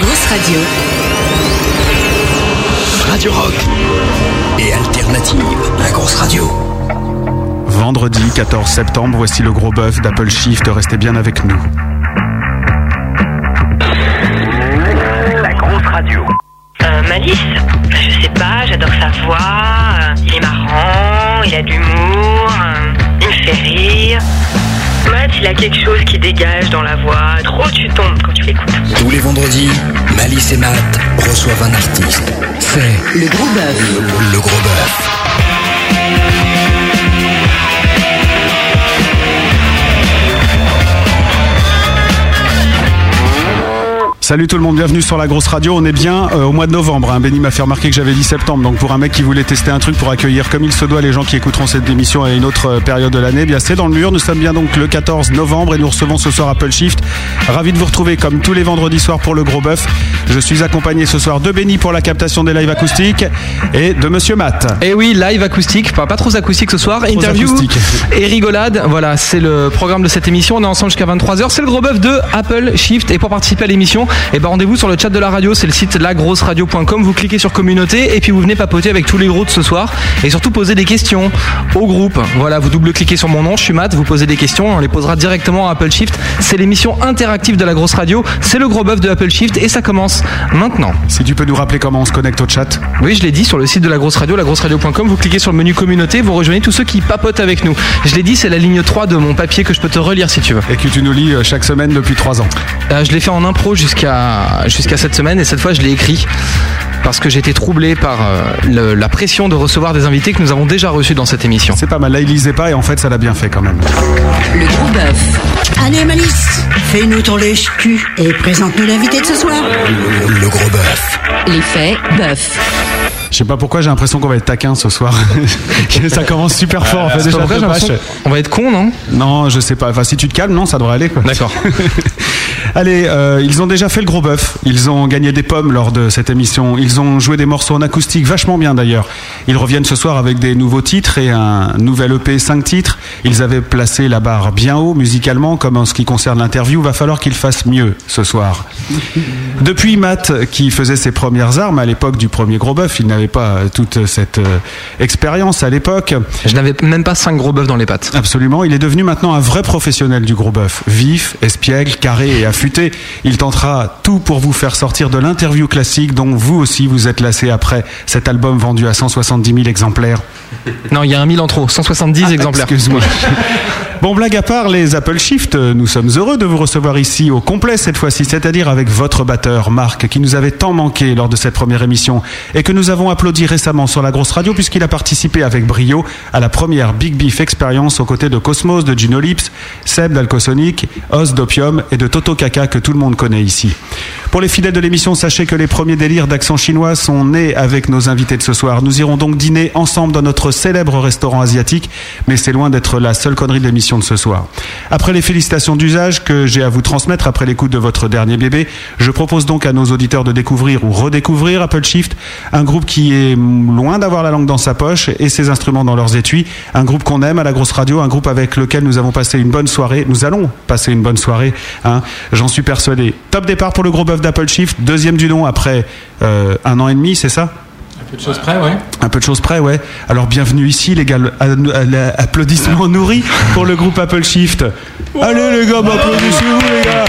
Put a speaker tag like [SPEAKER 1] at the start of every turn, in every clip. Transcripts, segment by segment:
[SPEAKER 1] Radio.
[SPEAKER 2] Radio Rock et Alternative, la grosse radio.
[SPEAKER 3] Vendredi 14 septembre, voici le gros bœuf d'Apple Shift. Restez bien avec nous.
[SPEAKER 4] La grosse radio.
[SPEAKER 5] Euh, Malice Je sais pas, j'adore sa voix. euh, il est marrant, Oh, il a de l'humour, euh, il me fait rire. Matt, il a quelque chose qui dégage dans la voix. Trop tu tombes quand tu l'écoutes.
[SPEAKER 2] Tous les vendredis, Malice et Matt reçoivent un artiste. C'est
[SPEAKER 1] Le gros bœuf.
[SPEAKER 2] le, le gros bœuf.
[SPEAKER 3] Salut tout le monde, bienvenue sur la grosse radio. On est bien euh, au mois de novembre. Hein. Benny m'a fait remarquer que j'avais dit septembre. Donc pour un mec qui voulait tester un truc pour accueillir comme il se doit les gens qui écouteront cette émission à une autre euh, période de l'année, eh bien c'est dans le mur. Nous sommes bien donc le 14 novembre et nous recevons ce soir Apple Shift. Ravi de vous retrouver comme tous les vendredis soirs pour le gros bœuf. Je suis accompagné ce soir de Benny pour la captation des lives acoustiques et de Monsieur Matt.
[SPEAKER 6] Et Eh oui, live acoustique, enfin, pas trop acoustique ce soir, interview
[SPEAKER 3] acoustique.
[SPEAKER 6] et rigolade. Voilà, c'est le programme de cette émission. On est ensemble jusqu'à 23h. C'est le gros bœuf de Apple Shift. Et pour participer à l'émission, eh ben, rendez-vous sur le chat de la radio. C'est le site lagrosseradio.com. Vous cliquez sur communauté et puis vous venez papoter avec tous les gros de ce soir et surtout poser des questions au groupe. Voilà, vous double-cliquez sur mon nom, je suis Matt, vous posez des questions et on les posera directement à Apple Shift. C'est l'émission interactive de la grosse radio. C'est le gros bœuf de Apple Shift et ça commence maintenant.
[SPEAKER 3] Si tu peux nous rappeler comment on se connecte au chat.
[SPEAKER 6] Oui, je l'ai dit sur le site de la grosse radio, lagrosseradio.com. Vous cliquez sur le menu communauté, vous rejoignez tous ceux qui papotent avec nous. Je l'ai dit, c'est la ligne 3 de mon papier que je peux te relire si tu veux.
[SPEAKER 3] Et que tu nous lis euh, chaque semaine depuis trois ans.
[SPEAKER 6] Euh, je l'ai fait en impro jusqu'à jusqu'à cette semaine et cette fois je l'ai écrit parce que j'étais troublé par euh, le- la pression de recevoir des invités que nous avons déjà reçus dans cette émission.
[SPEAKER 3] C'est pas mal, là il lisait pas et en fait ça l'a bien fait quand même.
[SPEAKER 1] Le gros bœuf. Allez, Malice, fais-nous ton lèche-cul et présente-nous l'invité de ce soir.
[SPEAKER 2] Le, le gros bœuf.
[SPEAKER 1] L'effet bœuf.
[SPEAKER 3] Je sais pas pourquoi j'ai l'impression qu'on va être taquin ce soir. ça commence super fort en
[SPEAKER 6] Euh,
[SPEAKER 3] fait.
[SPEAKER 6] C'est
[SPEAKER 3] Déjà,
[SPEAKER 6] pas vrai,
[SPEAKER 3] de
[SPEAKER 6] j'ai l'impression
[SPEAKER 3] bâche.
[SPEAKER 6] qu'on va être con, non
[SPEAKER 3] Non, je sais pas. Enfin, si tu te calmes, non, ça devrait aller quoi.
[SPEAKER 6] D'accord.
[SPEAKER 3] Allez, euh, ils ont déjà fait le gros bœuf. Ils ont gagné des pommes lors de cette émission. Ils ont joué des morceaux en acoustique vachement bien d'ailleurs. Ils reviennent ce soir avec des nouveaux titres et un nouvel EP 5 titres. Ils avaient placé la barre bien haut musicalement, comme en ce qui concerne l'interview. Va falloir qu'ils fassent mieux ce soir. Depuis Matt, qui faisait ses premières armes à l'époque du premier gros bœuf, il n'avait pas toute cette euh, expérience à l'époque.
[SPEAKER 6] Je n'avais même pas 5 gros bœufs dans les pattes.
[SPEAKER 3] Absolument, il est devenu maintenant un vrai professionnel du gros bœuf. Vif, espiègle, carré et affûté, il tentera tout pour vous faire sortir de l'interview classique dont vous aussi vous êtes lassé après cet album vendu à 170 000 exemplaires. Ah,
[SPEAKER 6] Non, il y a un mille en trop, 170 exemplaires.
[SPEAKER 3] Excuse-moi. Bon, blague à part, les Apple Shift, euh, nous sommes heureux de vous recevoir ici au complet cette fois-ci, c'est-à-dire avec votre batteur, Marc, qui nous avait tant manqué lors de cette première émission et que nous avons applaudi récemment sur la grosse radio puisqu'il a participé avec brio à la première Big Beef Experience aux côtés de Cosmos, de Gino Lips, Seb d'Alcosonic, Oz d'Opium et de Toto Kaka que tout le monde connaît ici. Pour les fidèles de l'émission, sachez que les premiers délires d'accent chinois sont nés avec nos invités de ce soir. Nous irons donc dîner ensemble dans notre célèbre restaurant asiatique, mais c'est loin d'être la seule connerie de l'émission de ce soir. Après les félicitations d'usage que j'ai à vous transmettre après l'écoute de votre dernier bébé, je propose donc à nos auditeurs de découvrir ou redécouvrir Apple Shift, un groupe qui est loin d'avoir la langue dans sa poche et ses instruments dans leurs étuis, un groupe qu'on aime à la grosse radio, un groupe avec lequel nous avons passé une bonne soirée, nous allons passer une bonne soirée, hein, j'en suis persuadé. Top départ pour le gros bœuf d'Apple Shift, deuxième du nom après euh, un an et demi, c'est ça un peu de choses près, ouais. Alors bienvenue ici, les gars. À- à- à- Applaudissements nourris pour le groupe Apple Shift. Allez les gars, bah, applaudissez-vous les gars.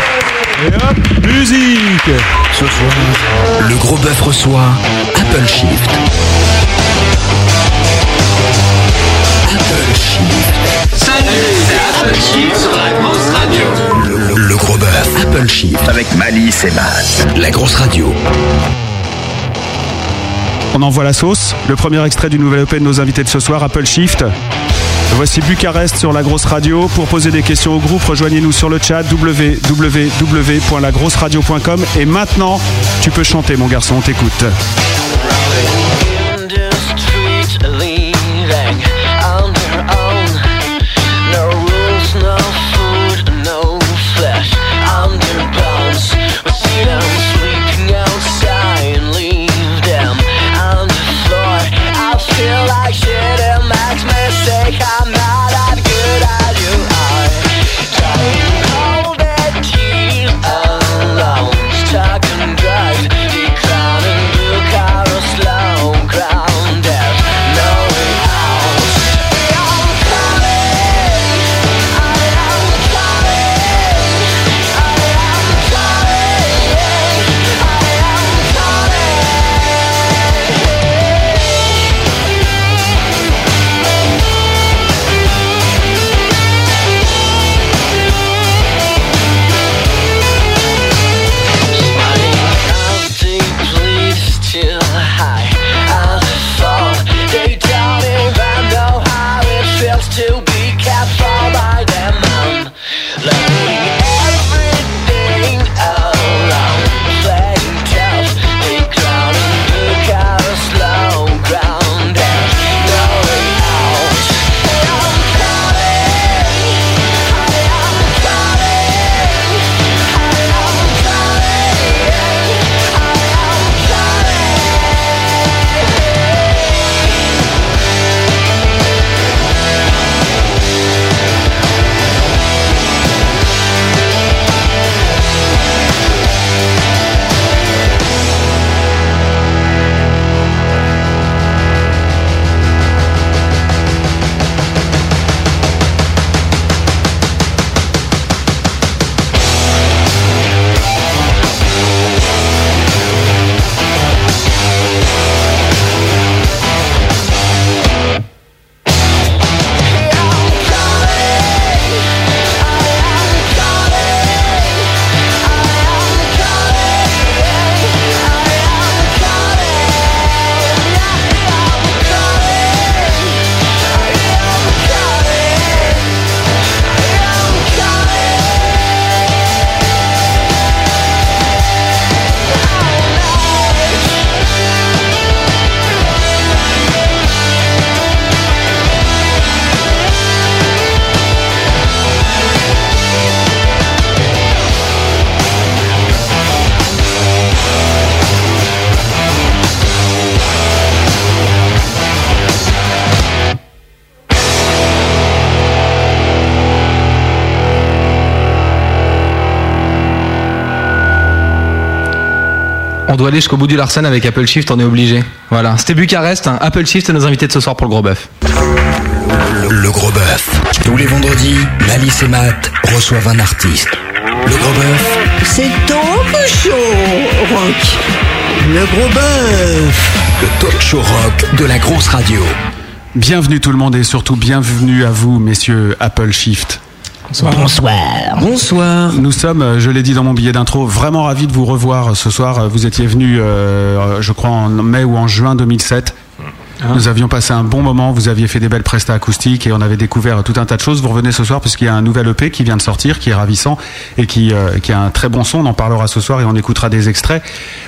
[SPEAKER 3] Et hop, musique.
[SPEAKER 2] Ce soir, le gros bœuf reçoit Apple Shift. Apple Shift. Salut, c'est Apple Shift sur la grosse radio. Le, le gros bœuf. Apple Shift avec Malice et Matt. La grosse radio.
[SPEAKER 3] On envoie la sauce. Le premier extrait du nouvel EP de nos invités de ce soir, Apple Shift. Voici Bucarest sur la grosse radio. Pour poser des questions au groupe, rejoignez-nous sur le chat www.lagrosseradio.com. Et maintenant, tu peux chanter, mon garçon, on t'écoute.
[SPEAKER 7] on the street living on their own no rules no food no flesh on their bones we see them sleeping outside and leave them on the floor i feel like shit and makes me sick i'm not that good at you are trying all that keys alone stuck in drugs Um,
[SPEAKER 6] On doit aller jusqu'au bout du Larsen avec Apple Shift, on est obligé. Voilà, c'était Bucarest, hein. Apple Shift et nos invités de ce soir pour le gros bœuf.
[SPEAKER 2] Le, le gros bœuf. Tous les vendredis, Malice et Matt reçoivent un artiste. Le gros bœuf,
[SPEAKER 1] C'est donc chaud, Rock. Le gros bœuf.
[SPEAKER 2] le talk show rock de la grosse radio.
[SPEAKER 3] Bienvenue tout le monde et surtout bienvenue à vous, messieurs Apple Shift.
[SPEAKER 1] Bonsoir.
[SPEAKER 8] Bonsoir.
[SPEAKER 3] Nous sommes, euh, je l'ai dit dans mon billet d'intro, vraiment ravis de vous revoir ce soir. Euh, Vous étiez venu, je crois, en mai ou en juin 2007. Nous avions passé un bon moment, vous aviez fait des belles prestas acoustiques et on avait découvert tout un tas de choses. Vous revenez ce soir parce qu'il y a un nouvel EP qui vient de sortir, qui est ravissant et qui, euh, qui a un très bon son. On en parlera ce soir et on écoutera des extraits.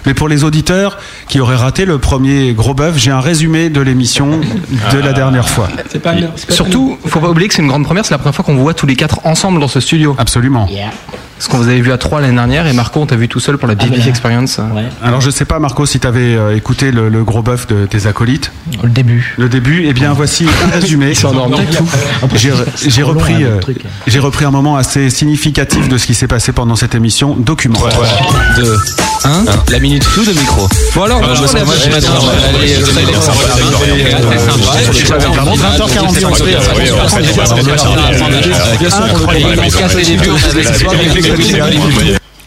[SPEAKER 3] Mais pour les auditeurs qui auraient raté le premier gros bœuf, j'ai un résumé de l'émission de
[SPEAKER 6] Ah.
[SPEAKER 3] la dernière fois.
[SPEAKER 8] C'est pas l'heure. c'est pas
[SPEAKER 6] Surtout, faut pas oublier que c'est une grande première, c'est la première fois qu'on vous voit tous les quatre ensemble dans ce studio.
[SPEAKER 3] Absolument.
[SPEAKER 6] Parce qu'on vous avait vu à trois l'année dernière et Marco, on t'a vu tout seul pour la BBF
[SPEAKER 8] ben,
[SPEAKER 6] Experience.
[SPEAKER 8] l'heure. Ouais.
[SPEAKER 3] Alors je sais pas Marco si t'avais euh, écouté le, le gros bœuf de tes acolytes.
[SPEAKER 8] Le début.
[SPEAKER 3] Le début, eh bien voici un résumé. J'ai j'ai repris, euh, j'ai repris un moment assez significatif de ce qui s'est passé pendant cette émission. Document.
[SPEAKER 9] 2, 1, la minute floue de micro.
[SPEAKER 6] Bon alors,
[SPEAKER 9] Moi,
[SPEAKER 6] franchement,
[SPEAKER 9] c'est- moi,
[SPEAKER 6] la-
[SPEAKER 9] j'aimais bien, ouais. Allez, euh, ça, il est sympa, ça, il est sympa.
[SPEAKER 6] Ouais, sympa.
[SPEAKER 9] Ouais,
[SPEAKER 6] Ouais,
[SPEAKER 9] c'est
[SPEAKER 6] ouais,
[SPEAKER 9] sympa.
[SPEAKER 6] ouais,
[SPEAKER 3] 20h45,
[SPEAKER 9] Ouais, ouais, ouais, ouais, ouais, ouais, ouais, ouais, ouais, ouais, ouais, ouais,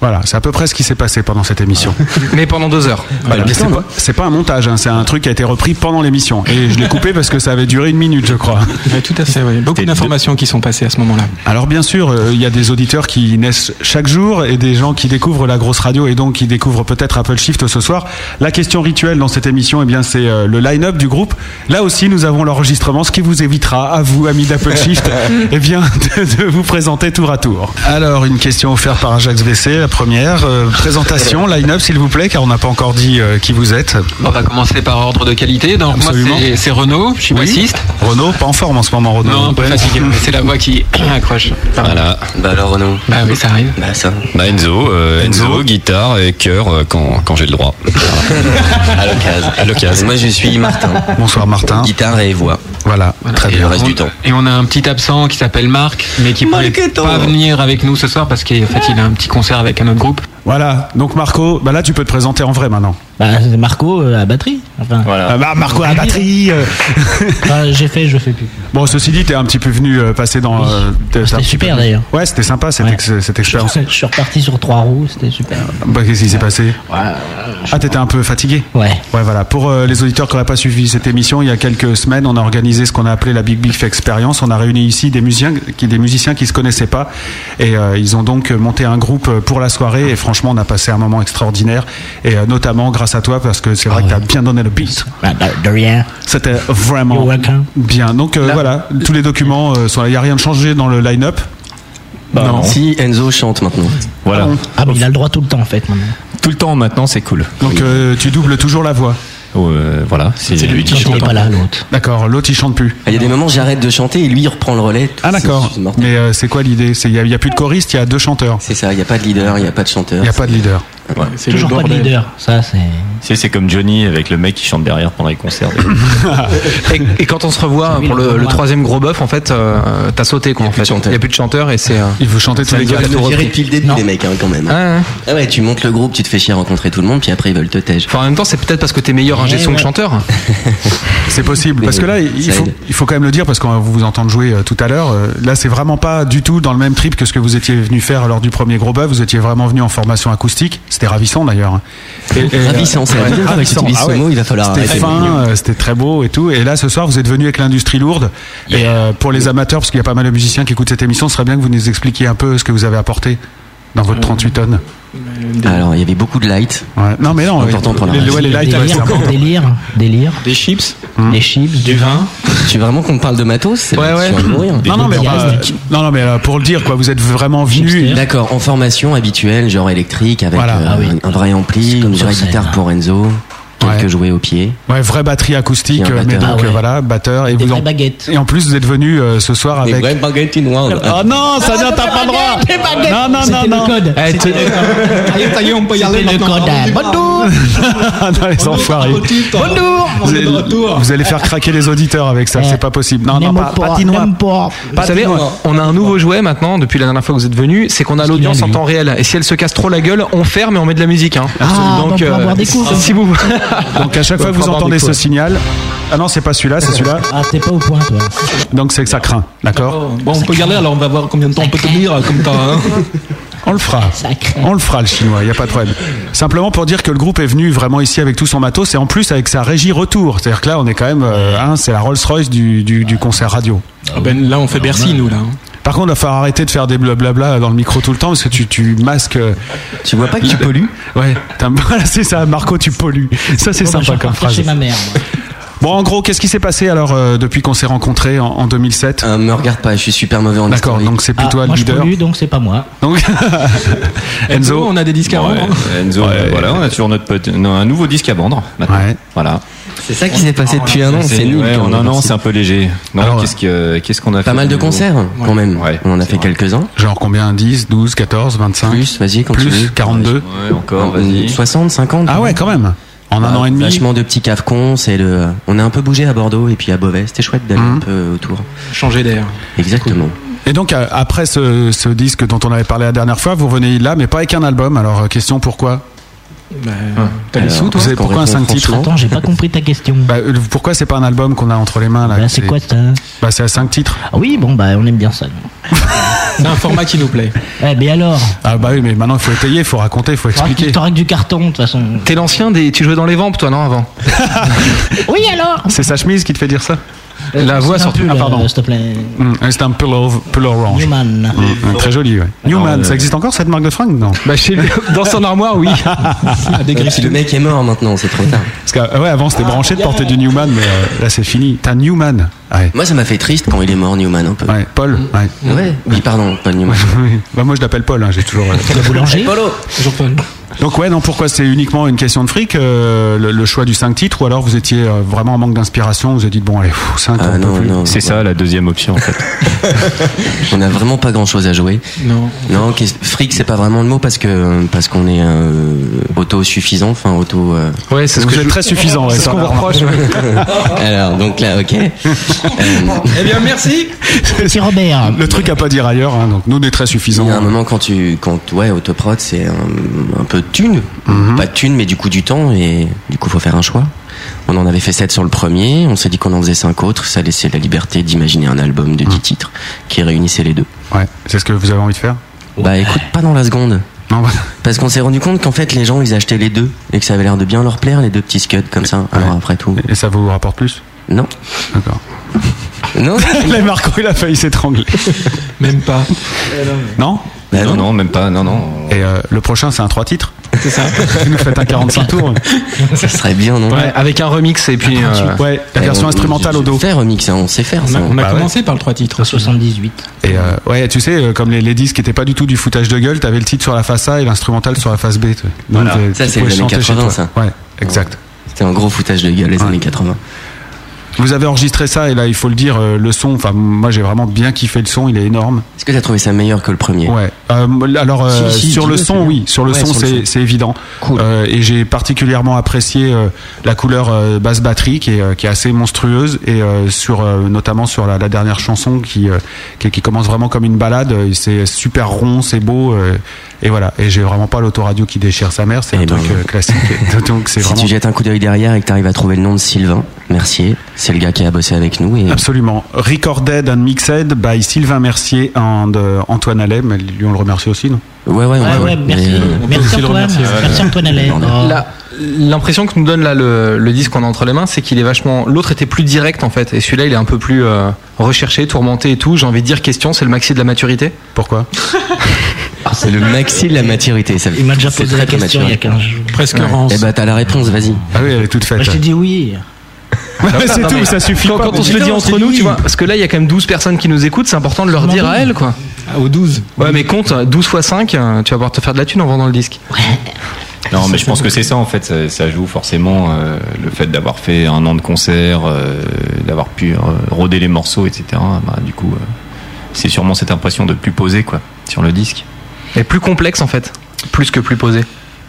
[SPEAKER 3] Voilà, c'est à peu près ce qui s'est passé pendant cette émission.
[SPEAKER 6] mais pendant deux heures.
[SPEAKER 3] Voilà, mais c'est pas- C'est pas un montage, hein, c'est un truc qui a été repris pendant l'émission. Et je l'ai coupé parce que ça avait duré une minute, je crois.
[SPEAKER 8] tout à fait, oui. Beaucoup d'informations qui sont passées à ce moment-là.
[SPEAKER 3] Alors bien sûr, euh, il y a des auditeurs qui naissent chaque jour et des gens qui découvrent la grosse radio et donc qui découvrent peut-être Apple Shift ce soir. La question rituelle dans cette émission, eh bien c'est euh, le line-up du groupe. Là aussi, nous avons l'enregistrement, ce qui vous évitera, à vous amis d'Apple Shift, eh bien de, de vous présenter tour à tour. Alors une question offerte par Ajax VC, la première Euh, présentation, line-up s'il vous plaît, car on n'a pas encore dit euh, qui vous êtes.
[SPEAKER 10] On va commencer par ordre de qualité. Donc
[SPEAKER 3] Absolument.
[SPEAKER 10] moi c'est- c'est Renaud, je suis bassiste.
[SPEAKER 3] Renaud, pas en forme en ce moment, Renaud.
[SPEAKER 10] Non, un peu fatigué. mais C'est la voix qui accroche. Pardon.
[SPEAKER 9] Voilà.
[SPEAKER 11] Bah alors Renaud
[SPEAKER 10] Bah oui, ça arrive.
[SPEAKER 11] Bah ça.
[SPEAKER 9] Bah, Enzo, euh, Enzo, guitare et cœur euh, quand, quand j'ai le droit.
[SPEAKER 11] À l'occasion.
[SPEAKER 9] À l'occasion.
[SPEAKER 11] Moi je suis Martin.
[SPEAKER 3] Bonsoir Martin.
[SPEAKER 11] Guitare et voix.
[SPEAKER 3] Voilà, très
[SPEAKER 11] Et le
[SPEAKER 3] bien.
[SPEAKER 11] reste
[SPEAKER 10] On-
[SPEAKER 11] du temps.
[SPEAKER 10] Et on a un petit absent qui s'appelle Marc, mais qui pouvait
[SPEAKER 11] Marqueton.
[SPEAKER 10] pas venir avec nous ce soir parce qu'en fait il a un petit concert avec un autre groupe.
[SPEAKER 3] Voilà, donc Marco, bah là tu peux te présenter en vrai maintenant.
[SPEAKER 8] Bah, c'est Marco euh, à batterie. Enfin,
[SPEAKER 11] Voilà.
[SPEAKER 3] Ah bah, Marco à la batterie. euh.
[SPEAKER 8] enfin, j'ai fait, je fais plus.
[SPEAKER 3] Bon, ceci dit, t'es un petit peu venu euh, passer dans. euh, t'es- t'as un
[SPEAKER 8] C'était
[SPEAKER 3] petit
[SPEAKER 8] super
[SPEAKER 3] peu-
[SPEAKER 8] d'ailleurs.
[SPEAKER 3] Ouais, c'était sympa cette,
[SPEAKER 8] Ouais.
[SPEAKER 3] ex- cette expérience.
[SPEAKER 8] Je suis reparti sur trois roues, c'était super.
[SPEAKER 3] Bah, Qu'est-ce qui s'est passé Ah, t'étais un peu fatigué
[SPEAKER 8] Ouais.
[SPEAKER 3] Ouais, voilà. Pour euh, les auditeurs qui n'auraient pas suivi cette émission, il y a quelques semaines, on a organisé ce qu'on a appelé la Big Beef Experience. On a réuni ici des musiciens qui des musiciens qui se connaissaient pas, et euh, ils ont donc monté un groupe pour la soirée. Et franchement, on a passé un moment extraordinaire, et euh, notamment grâce à toi parce que c'est vrai que t'as bien donné le beat.
[SPEAKER 8] Ah Bah, bah, de rien.
[SPEAKER 3] C'était vraiment
[SPEAKER 8] You're welcome.
[SPEAKER 3] bien. Donc euh, voilà, tous les documents euh, sont là. Il n'y a rien de changé dans le line-up.
[SPEAKER 11] Non. Bah, Si Enzo chante maintenant.
[SPEAKER 9] Voilà.
[SPEAKER 8] Ah, mais il a le droit tout le temps en fait maintenant.
[SPEAKER 9] Tout le temps maintenant, c'est cool.
[SPEAKER 3] Donc euh, tu doubles toujours la voix.
[SPEAKER 9] Euh, voilà. C'est lui
[SPEAKER 8] Quand il est pas là, l'autre.
[SPEAKER 3] D'accord, l'autre il chante plus.
[SPEAKER 11] Ah, Il y a des moments j'arrête de chanter et lui il reprend le relais.
[SPEAKER 3] Ah d'accord.
[SPEAKER 11] C'est- c'est mortel.
[SPEAKER 3] Mais euh, c'est quoi l'idée C'est- Il n'y a, plus de choriste, il y a deux chanteurs.
[SPEAKER 11] C'est ça, il n'y a pas de leader, il n'y a pas de
[SPEAKER 3] Il
[SPEAKER 11] chanteur. euh,
[SPEAKER 3] n'y a pas de leader.
[SPEAKER 8] Toujours pas de leader. Ça, c'est.
[SPEAKER 9] C'est c'est comme Johnny avec le mec qui chante derrière pendant les concerts.
[SPEAKER 6] Et, et quand on se revoit
[SPEAKER 8] Oui,
[SPEAKER 6] pour
[SPEAKER 8] le
[SPEAKER 6] le, le
[SPEAKER 8] revoir.
[SPEAKER 6] troisième gros bœuf, en fait, euh, t'as sauté quoi.
[SPEAKER 11] Y a
[SPEAKER 6] en
[SPEAKER 11] plus de
[SPEAKER 6] fait.
[SPEAKER 11] chanteur.
[SPEAKER 6] Il n'y a plus de chanteur et c'est. euh,
[SPEAKER 3] Il vous chanter tous les gars.
[SPEAKER 11] Ils veulent te gérer depuis le début les mecs hein, quand même.
[SPEAKER 6] ouais, ouais.
[SPEAKER 11] Ah ouais, tu montes le groupe, tu te fais chier à rencontrer tout le monde, puis après ils veulent te tège.
[SPEAKER 6] Enfin, en même temps, c'est peut-être parce que t'es meilleur ingé
[SPEAKER 8] Ouais,
[SPEAKER 6] son
[SPEAKER 8] ouais.
[SPEAKER 6] que chanteur.
[SPEAKER 3] Eh C'est possible. Parce que là, il
[SPEAKER 11] Ça
[SPEAKER 3] faut,
[SPEAKER 11] aide.
[SPEAKER 3] il faut quand même le dire, parce qu'on va vous entendre jouer euh, tout à l'heure. euh, Là, c'est vraiment pas du tout dans le même trip que ce que vous étiez venu faire lors du premier gros bœuf. Vous étiez vraiment venu en formation acoustique. C'était ravissant d'ailleurs. Et- et-
[SPEAKER 11] Ravissant, c'est
[SPEAKER 3] Ouais,
[SPEAKER 11] la première fois que tu
[SPEAKER 3] ravissant.
[SPEAKER 11] utilises
[SPEAKER 3] Ah
[SPEAKER 11] ce
[SPEAKER 3] ouais.
[SPEAKER 11] mot, il va falloir
[SPEAKER 3] C'était
[SPEAKER 11] arrêter.
[SPEAKER 3] fin, euh, c'était très beau et tout. Et là, ce soir, vous êtes venu avec l'industrie lourde. Et euh, pour les amateurs, parce qu'il y a pas mal de musiciens qui écoutent cette émission, ce serait bien que vous nous expliquiez un peu ce que vous avez apporté dans votre 38 tonnes.
[SPEAKER 11] Alors il y avait beaucoup de lights.
[SPEAKER 3] Ouais. Non, mais non.
[SPEAKER 11] C'est important pour la
[SPEAKER 3] les,
[SPEAKER 11] radio.
[SPEAKER 3] ouais, les lights, ouais, c'est
[SPEAKER 8] délire,
[SPEAKER 3] important.
[SPEAKER 8] délire, délire.
[SPEAKER 10] Des chips.
[SPEAKER 8] Des
[SPEAKER 3] Mmh.
[SPEAKER 8] chips, du vin.
[SPEAKER 11] Tu veux vraiment qu'on te parle de matos C'est
[SPEAKER 6] Ouais,
[SPEAKER 11] bon,
[SPEAKER 6] ouais.
[SPEAKER 11] tu vas mourir.
[SPEAKER 3] Non, non, mais,
[SPEAKER 8] Des
[SPEAKER 3] euh, non, non, mais euh, pour le dire, quoi, vous êtes vraiment venu.
[SPEAKER 11] D'accord, en formation habituelle, genre électrique, avec
[SPEAKER 3] Voilà.
[SPEAKER 11] euh,
[SPEAKER 3] Ah
[SPEAKER 8] oui.
[SPEAKER 11] un, un vrai ampli,
[SPEAKER 8] comme
[SPEAKER 11] une
[SPEAKER 8] sur
[SPEAKER 11] vraie
[SPEAKER 8] scène,
[SPEAKER 11] guitare
[SPEAKER 8] hein.
[SPEAKER 11] pour Enzo. quelques jouets au pied.
[SPEAKER 3] Ouais, vraie batterie acoustique,
[SPEAKER 11] Et un
[SPEAKER 3] euh, mais
[SPEAKER 11] batteur.
[SPEAKER 3] donc
[SPEAKER 11] Ah ouais.
[SPEAKER 3] euh, voilà, batteur. Et, vous en... et en plus, vous êtes venu euh, ce soir avec.
[SPEAKER 11] vraies
[SPEAKER 3] baguettes noires. Oh non,
[SPEAKER 9] Ah,
[SPEAKER 3] ça vient, t'as pas le droit. Non, non, non, non. Eh, tu-
[SPEAKER 9] on peut y aller
[SPEAKER 3] C'était le
[SPEAKER 9] maintenant.
[SPEAKER 3] code, hein.
[SPEAKER 9] Bonjour.
[SPEAKER 3] Ah, non, les enfoirés.
[SPEAKER 9] Bonjour.
[SPEAKER 3] Vous allez, vous allez faire craquer les auditeurs avec ça, c'est pas possible. Non, non, pas, patinoire.
[SPEAKER 8] Oh.
[SPEAKER 6] Vous savez, on on a un nouveau jouet maintenant depuis la dernière fois que vous êtes venu, c'est qu'on a l'audience en temps réel. Et si elle se casse trop la gueule, on ferme et on met de la musique. hein.
[SPEAKER 8] Ah,
[SPEAKER 3] Absolument.
[SPEAKER 6] Donc, euh, si vous.
[SPEAKER 3] Donc à chaque fois que vous entendez ce signal. Ah non, c'est pas celui-là, c'est celui-là.
[SPEAKER 8] Ah, t'es pas au point, toi.
[SPEAKER 3] Donc c'est que ça craint, d'accord
[SPEAKER 9] Bon, on peut garder, alors on va voir combien de temps on peut tenir euh, comme temps.
[SPEAKER 3] On le fera. On le fera, le chinois, il n'y a pas de problème. Simplement pour dire que le groupe est venu vraiment ici avec tout son matos et en plus avec sa régie retour. C'est-à-dire que là, on est quand même. euh, hein, c'est la Rolls-Royce du, du- du concert radio.
[SPEAKER 8] Ah
[SPEAKER 9] Ben, là, on fait Bercy, nous, là.
[SPEAKER 8] hein.
[SPEAKER 3] Par contre, il va falloir arrêter de faire des blablabla dans le micro tout le temps parce que tu, tu masques. Tu vois pas que tu pollues Ouais, t'as- voilà, c'est ça, Marco, tu pollues. Ça, c'est
[SPEAKER 8] Bon, bah, je
[SPEAKER 3] sympa
[SPEAKER 8] vais
[SPEAKER 3] comme
[SPEAKER 8] repartir
[SPEAKER 3] phrase.
[SPEAKER 8] chez ma mère.
[SPEAKER 3] Bon, en gros, qu'est-ce qui s'est passé alors euh, depuis qu'on s'est rencontrés en, en 2007
[SPEAKER 11] Euh, Me regarde pas, je suis super mauvais en
[SPEAKER 3] D'accord, donc c'est plutôt
[SPEAKER 8] Ah,
[SPEAKER 3] un
[SPEAKER 8] moi, je
[SPEAKER 3] leader.
[SPEAKER 8] pollue, donc c'est pas moi.
[SPEAKER 3] Donc,
[SPEAKER 12] Enzo,
[SPEAKER 9] on a des disques à
[SPEAKER 12] Ouais,
[SPEAKER 9] rendre.
[SPEAKER 12] Enzo, voilà, on a toujours notre pote- non, un nouveau disque à vendre maintenant. Voilà.
[SPEAKER 11] C'est ça qui s'est passé depuis un an, c'est nul.
[SPEAKER 12] ouais,
[SPEAKER 11] quand
[SPEAKER 12] en un
[SPEAKER 11] même.
[SPEAKER 12] an, c'est un peu léger. Non, qu'est-ce que- qu'est-ce qu'on a fait
[SPEAKER 11] Pas mal de
[SPEAKER 12] nouveau
[SPEAKER 11] concerts, quand même. On en a fait quelques-uns.
[SPEAKER 3] Genre combien 10, 12, 14, 25
[SPEAKER 11] Plus, vas-y, continue. Mmh,
[SPEAKER 3] Plus, 42
[SPEAKER 12] Ouais, encore, vas-y.
[SPEAKER 11] 60, 50.
[SPEAKER 3] Ah ouais, quand même. En un an et demi.
[SPEAKER 11] hein. Bah, Vachement de petits cafcons. C'est le. On a un peu bougé à Bordeaux et puis à Beauvais. C'était chouette d'aller
[SPEAKER 3] Mmh.
[SPEAKER 11] un peu autour.
[SPEAKER 6] Changer d'air.
[SPEAKER 11] Exactement.
[SPEAKER 3] Et donc euh, après ce, ce disque dont on avait parlé la dernière fois, vous revenez là, mais pas avec un album. Alors euh, question pourquoi
[SPEAKER 9] T'as les
[SPEAKER 3] Alors,
[SPEAKER 9] sous, toi
[SPEAKER 3] vous savez Euh, pourquoi un 5 titres
[SPEAKER 8] Attends, j'ai pas compris ta question.
[SPEAKER 3] Bah, euh, Pourquoi c'est pas un album qu'on a entre les mains là
[SPEAKER 8] Bah, c'est quoi, ça
[SPEAKER 3] Bah c'est à 5 titres.
[SPEAKER 8] Ah oui, bon, bah, on aime bien ça.
[SPEAKER 9] C'est un format qui nous plaît.
[SPEAKER 8] Eh, mais alors
[SPEAKER 3] Ah bah oui, mais maintenant il faut étayer, il faut raconter, il faut
[SPEAKER 8] Faudra que tu
[SPEAKER 3] expliquer.
[SPEAKER 8] t'en règles du carton, de toute façon. Ah
[SPEAKER 6] T'es l'ancien des. Tu jouais dans les vampes, toi, non, avant
[SPEAKER 8] Oui, alors
[SPEAKER 3] C'est sa chemise qui te fait dire ça
[SPEAKER 6] La voix
[SPEAKER 8] sort
[SPEAKER 6] sortie.
[SPEAKER 8] plus,
[SPEAKER 3] euh,
[SPEAKER 6] Ah, pardon.
[SPEAKER 8] s'il te plaît.
[SPEAKER 3] Mm, C'est un pull, pull orange.
[SPEAKER 8] Newman.
[SPEAKER 3] Mm, mm, très joli, ouais. Newman,
[SPEAKER 11] euh,
[SPEAKER 3] ça existe encore cette marque de fringues Non. Ah,
[SPEAKER 6] Bah, chez lui, dans son armoire, oui.
[SPEAKER 11] Ah, le mec est mort maintenant, c'est trop tard.
[SPEAKER 3] Parce que, euh, ouais, avant c'était branché de porter du Newman, mais euh, là c'est fini. T'as Newman. Ouais.
[SPEAKER 11] Moi, ça m'a fait triste quand il est mort, Newman, un peu. Mm.
[SPEAKER 3] Ouais, Paul. Ouais.
[SPEAKER 11] Ouais. Oui, pardon, pas Newman.
[SPEAKER 3] Oui. Bah, moi je l'appelle Paul, hein, j'ai toujours. euh,
[SPEAKER 8] Boulanger
[SPEAKER 11] Polo
[SPEAKER 9] Jean-Paul.
[SPEAKER 3] Donc ouais, non, pourquoi c'est uniquement une question de fric, euh, le, le choix du 5 titres, ou alors vous étiez euh, vraiment en manque d'inspiration, vous avez dit bon allez, 5,
[SPEAKER 11] Ah
[SPEAKER 3] on peut
[SPEAKER 11] non,
[SPEAKER 3] plus.
[SPEAKER 11] non.
[SPEAKER 12] C'est ça la deuxième option en fait.
[SPEAKER 11] On a vraiment pas grand chose à jouer.
[SPEAKER 9] Non.
[SPEAKER 11] Non, qu'est- fric, c'est pas vraiment le mot parce que parce qu'on est euh, autosuffisant, enfin auto. euh,
[SPEAKER 6] Ouais, c'est ce
[SPEAKER 3] Vous
[SPEAKER 6] que
[SPEAKER 3] êtes
[SPEAKER 6] je-
[SPEAKER 3] très suffisant, ouais,
[SPEAKER 6] C'est ce
[SPEAKER 3] ça,
[SPEAKER 6] qu'on vous
[SPEAKER 3] Bernard.
[SPEAKER 6] reproche. ouais.
[SPEAKER 11] Alors donc là, ok. Euh,
[SPEAKER 9] Eh bien, merci.
[SPEAKER 8] Petit Robert.
[SPEAKER 3] Le truc à pas dire ailleurs, hein, donc nous on est très
[SPEAKER 11] Il
[SPEAKER 3] suffisant.
[SPEAKER 11] y a un moment quand tu quand ouais autoprod c'est un, un peu de thune
[SPEAKER 3] Mhm.
[SPEAKER 11] pas de thune mais du coup du temps et du coup faut faire un choix on en avait fait 7 sur le premier on s'est dit qu'on en faisait 5 autres ça laissait la liberté d'imaginer un album
[SPEAKER 3] Mhm.
[SPEAKER 11] de 10 titres qui réunissait les deux
[SPEAKER 3] Ouais, c'est ce que vous avez envie de faire
[SPEAKER 11] bah écoute pas dans la seconde
[SPEAKER 3] Non, bah,
[SPEAKER 11] parce qu'on s'est rendu compte qu'en fait les gens ils achetaient les deux et que ça avait l'air de bien leur plaire les deux petits scuds comme ça alors après tout
[SPEAKER 3] et ça vous rapporte plus
[SPEAKER 11] non
[SPEAKER 3] D'accord.
[SPEAKER 11] non
[SPEAKER 3] Là, Marco, il a failli s'étrangler.
[SPEAKER 9] Même pas.
[SPEAKER 3] Non
[SPEAKER 11] Bah,
[SPEAKER 12] non,
[SPEAKER 11] non.
[SPEAKER 12] non, même pas. Non, non.
[SPEAKER 3] Et euh, le prochain, c'est un 3 titres
[SPEAKER 9] C'est ça.
[SPEAKER 3] Vous nous faites un 45 tours
[SPEAKER 11] ça serait bien non Ah,
[SPEAKER 6] Ouais, Avec un remix et puis. euh,
[SPEAKER 3] Ouais, la version
[SPEAKER 11] Eh, On-
[SPEAKER 3] instrumentale au dos.
[SPEAKER 11] Faire remix, hein, on sait faire
[SPEAKER 9] On
[SPEAKER 11] ça.
[SPEAKER 9] a, on a
[SPEAKER 3] Bah ouais.
[SPEAKER 9] commencé par le 3 titres.
[SPEAKER 8] 78.
[SPEAKER 3] Et euh, ouais, tu sais, euh, comme les, les disques n'étaient pas du tout du foutage de gueule, t'avais le titre sur la face A et l'instrumental sur la face B. tu vois. Donc,
[SPEAKER 12] Voilà.
[SPEAKER 3] euh,
[SPEAKER 11] Ça,
[SPEAKER 3] tu
[SPEAKER 11] c'est les
[SPEAKER 3] pouvais
[SPEAKER 11] années
[SPEAKER 3] chanter chez
[SPEAKER 11] 80,
[SPEAKER 3] toi.
[SPEAKER 11] ça.
[SPEAKER 3] Ouais, exact.
[SPEAKER 11] C'était un gros foutage de gueule les
[SPEAKER 3] Ouais.
[SPEAKER 11] années 80.
[SPEAKER 3] Vous avez enregistré ça et là il faut le dire euh, le son. Enfin moi j'ai vraiment bien kiffé le son, il est énorme.
[SPEAKER 11] Est-ce que t'as trouvé ça meilleur que le premier
[SPEAKER 3] Ouais. Euh, alors euh,
[SPEAKER 11] Si, si,
[SPEAKER 3] sur le
[SPEAKER 11] dis-le, c'est
[SPEAKER 3] son
[SPEAKER 11] bien.
[SPEAKER 3] oui, sur le
[SPEAKER 11] Ouais,
[SPEAKER 3] son
[SPEAKER 11] sur le
[SPEAKER 3] c'est
[SPEAKER 11] son.
[SPEAKER 3] c'est évident.
[SPEAKER 11] Cool.
[SPEAKER 3] Euh, et j'ai particulièrement apprécié euh, la couleur euh, basse batterie qui est, euh, qui est assez monstrueuse et euh, sur euh, notamment sur la, la dernière chanson qui, euh, qui qui commence vraiment comme une balade. euh, C'est super rond, c'est beau euh, et voilà. Et j'ai vraiment pas l'autoradio qui déchire sa mère, c'est un
[SPEAKER 11] Eh ben,
[SPEAKER 3] truc euh, classique. Donc c'est
[SPEAKER 11] Si
[SPEAKER 3] vraiment
[SPEAKER 11] tu jettes un coup d'œil derrière et que t'arrives à trouver le nom de Sylvain Mercier, c'est le gars qui a bossé avec nous et
[SPEAKER 3] Absolument. Recorded and mixed by Sylvain Mercier and euh, Antoine Allais. Mais lui, on le remercie aussi, non
[SPEAKER 11] ouais ouais on
[SPEAKER 8] Ah
[SPEAKER 11] va-
[SPEAKER 8] ouais, merci.
[SPEAKER 11] mais, euh,
[SPEAKER 8] Merci Antoine. Merci Antoine Allais. Oh.
[SPEAKER 6] La- L'impression que nous donne là le, le disque qu'on a entre les mains, c'est qu'il est vachement. L'autre était plus direct en fait, et celui-là il est un peu plus euh, recherché, tourmenté et tout. J'ai envie de dire question, c'est le maxi de la maturité.
[SPEAKER 3] Pourquoi
[SPEAKER 11] c'est le maxi de la maturité. Ça,
[SPEAKER 8] Il m'a déjà
[SPEAKER 11] c'est
[SPEAKER 8] posé
[SPEAKER 11] très
[SPEAKER 8] la question il y a
[SPEAKER 11] prématuré.
[SPEAKER 8] 15 jours.
[SPEAKER 9] Presque Rance.
[SPEAKER 11] Eh ben t'as la réponse, vas-y. Bah,
[SPEAKER 3] Ah oui, elle est toute faite.
[SPEAKER 8] Moi, je t'ai dit oui.
[SPEAKER 3] Ouais, c'est tout, ça suffit
[SPEAKER 6] Quand,
[SPEAKER 3] pas.
[SPEAKER 6] quand on
[SPEAKER 3] pour-
[SPEAKER 6] se le dit
[SPEAKER 9] Putain,
[SPEAKER 6] entre
[SPEAKER 9] c'est
[SPEAKER 6] nous,
[SPEAKER 9] lui.
[SPEAKER 6] tu vois, parce que là il y a quand même 12 personnes qui nous écoutent, c'est important de leur dire à elles quoi.
[SPEAKER 9] Ah, Au 12.
[SPEAKER 6] hein, Ouais, mais compte, euh, 12 fois 5, euh, tu vas pouvoir te faire de la thune en vendant le disque.
[SPEAKER 12] Non, mais je pense que c'est ça en fait. Ça, ça joue forcément euh, le fait d'avoir fait un an de concert, euh, d'avoir pu euh, roder les morceaux, etc. Bah, du coup, euh, c'est sûrement cette impression de plus poser quoi sur le disque.
[SPEAKER 6] Et plus complexe en fait, plus que plus posé.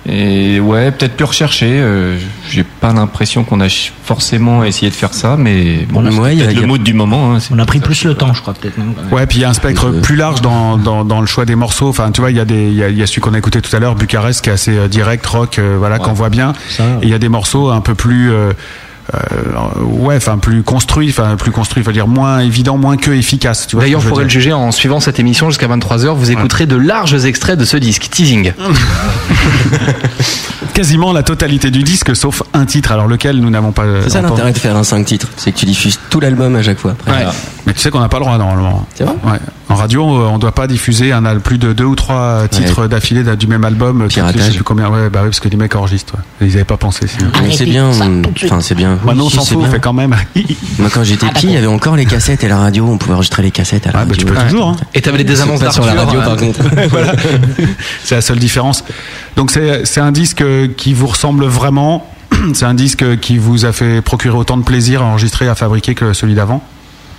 [SPEAKER 12] Et ouais, peut-être plus recherché. euh, J'ai pas l'impression qu'on a ch- forcément essayé de faire ça, mais bon, c'est
[SPEAKER 11] ouais, il y a-
[SPEAKER 12] peut-être
[SPEAKER 11] il y
[SPEAKER 12] le
[SPEAKER 11] a-
[SPEAKER 12] mood du moment. hein, c'est-
[SPEAKER 8] On a pris plus le temps, je crois, peut-être. non
[SPEAKER 3] Ouais, puis il y a un spectre
[SPEAKER 11] Euh,
[SPEAKER 3] plus large dans, dans, dans le choix des morceaux. Enfin, tu vois, il y a des, il y a, il y a celui qu'on a écouté tout à l'heure, Bucarest, qui est assez euh, direct, rock, euh, voilà, qu'on voit bien. Et il y a des morceaux un peu plus, euh, euh, ouais, enfin plus construits, enfin plus construits, veut dire moins évident, moins que efficace. Tu vois
[SPEAKER 6] D'ailleurs, vous
[SPEAKER 3] ce que je veux
[SPEAKER 6] pourrez le
[SPEAKER 3] dire.
[SPEAKER 6] juger en suivant cette émission jusqu'à 23h. Vous écouterez de larges extraits de ce disque, Teasing.
[SPEAKER 3] Quasiment la totalité du disque, sauf un titre, alors lequel nous n'avons pas. euh,
[SPEAKER 11] C'est ça
[SPEAKER 3] entendu.
[SPEAKER 11] l'intérêt de faire un 5 titres, c'est que tu diffuses tout l'album à chaque fois. après.
[SPEAKER 3] Ouais. Mais tu sais qu'on n'a pas le droit normalement.
[SPEAKER 11] C'est vrai
[SPEAKER 3] Ouais. En radio, euh, on on doit pas diffuser un, al- plus de deux ou trois euh, titres d'affilée d'un- du même album. euh, qui- Je sais plus cocombien. Ouais, bah oui, parce que les mecs enregistrent. ouais. Ils avaient pas pensé. Sinon.
[SPEAKER 11] Mais c'est bien, on- enfin c'est bien.
[SPEAKER 3] Maintenant, on
[SPEAKER 11] Oui,
[SPEAKER 3] s'en
[SPEAKER 11] c'est
[SPEAKER 3] fout, on
[SPEAKER 11] bien.
[SPEAKER 3] fait quand même.
[SPEAKER 11] Moi quand j'étais petit, il y avait encore les cassettes et la radio, on pouvait enregistrer les cassettes à la radio.
[SPEAKER 3] tu peux toujours, hein.
[SPEAKER 6] Et t'avais des
[SPEAKER 11] C'est
[SPEAKER 6] annonces
[SPEAKER 11] pas sur la
[SPEAKER 6] d'Arthur,
[SPEAKER 11] radio par
[SPEAKER 6] euh,
[SPEAKER 11] contre.
[SPEAKER 3] Voilà. C'est la seule différence. Donc c'est c'est un disque euh, qui vous ressemble vraiment. C'est un disque euh, qui vous a fait procurer autant de plaisir à enregistrer, à fabriquer que celui d'avant.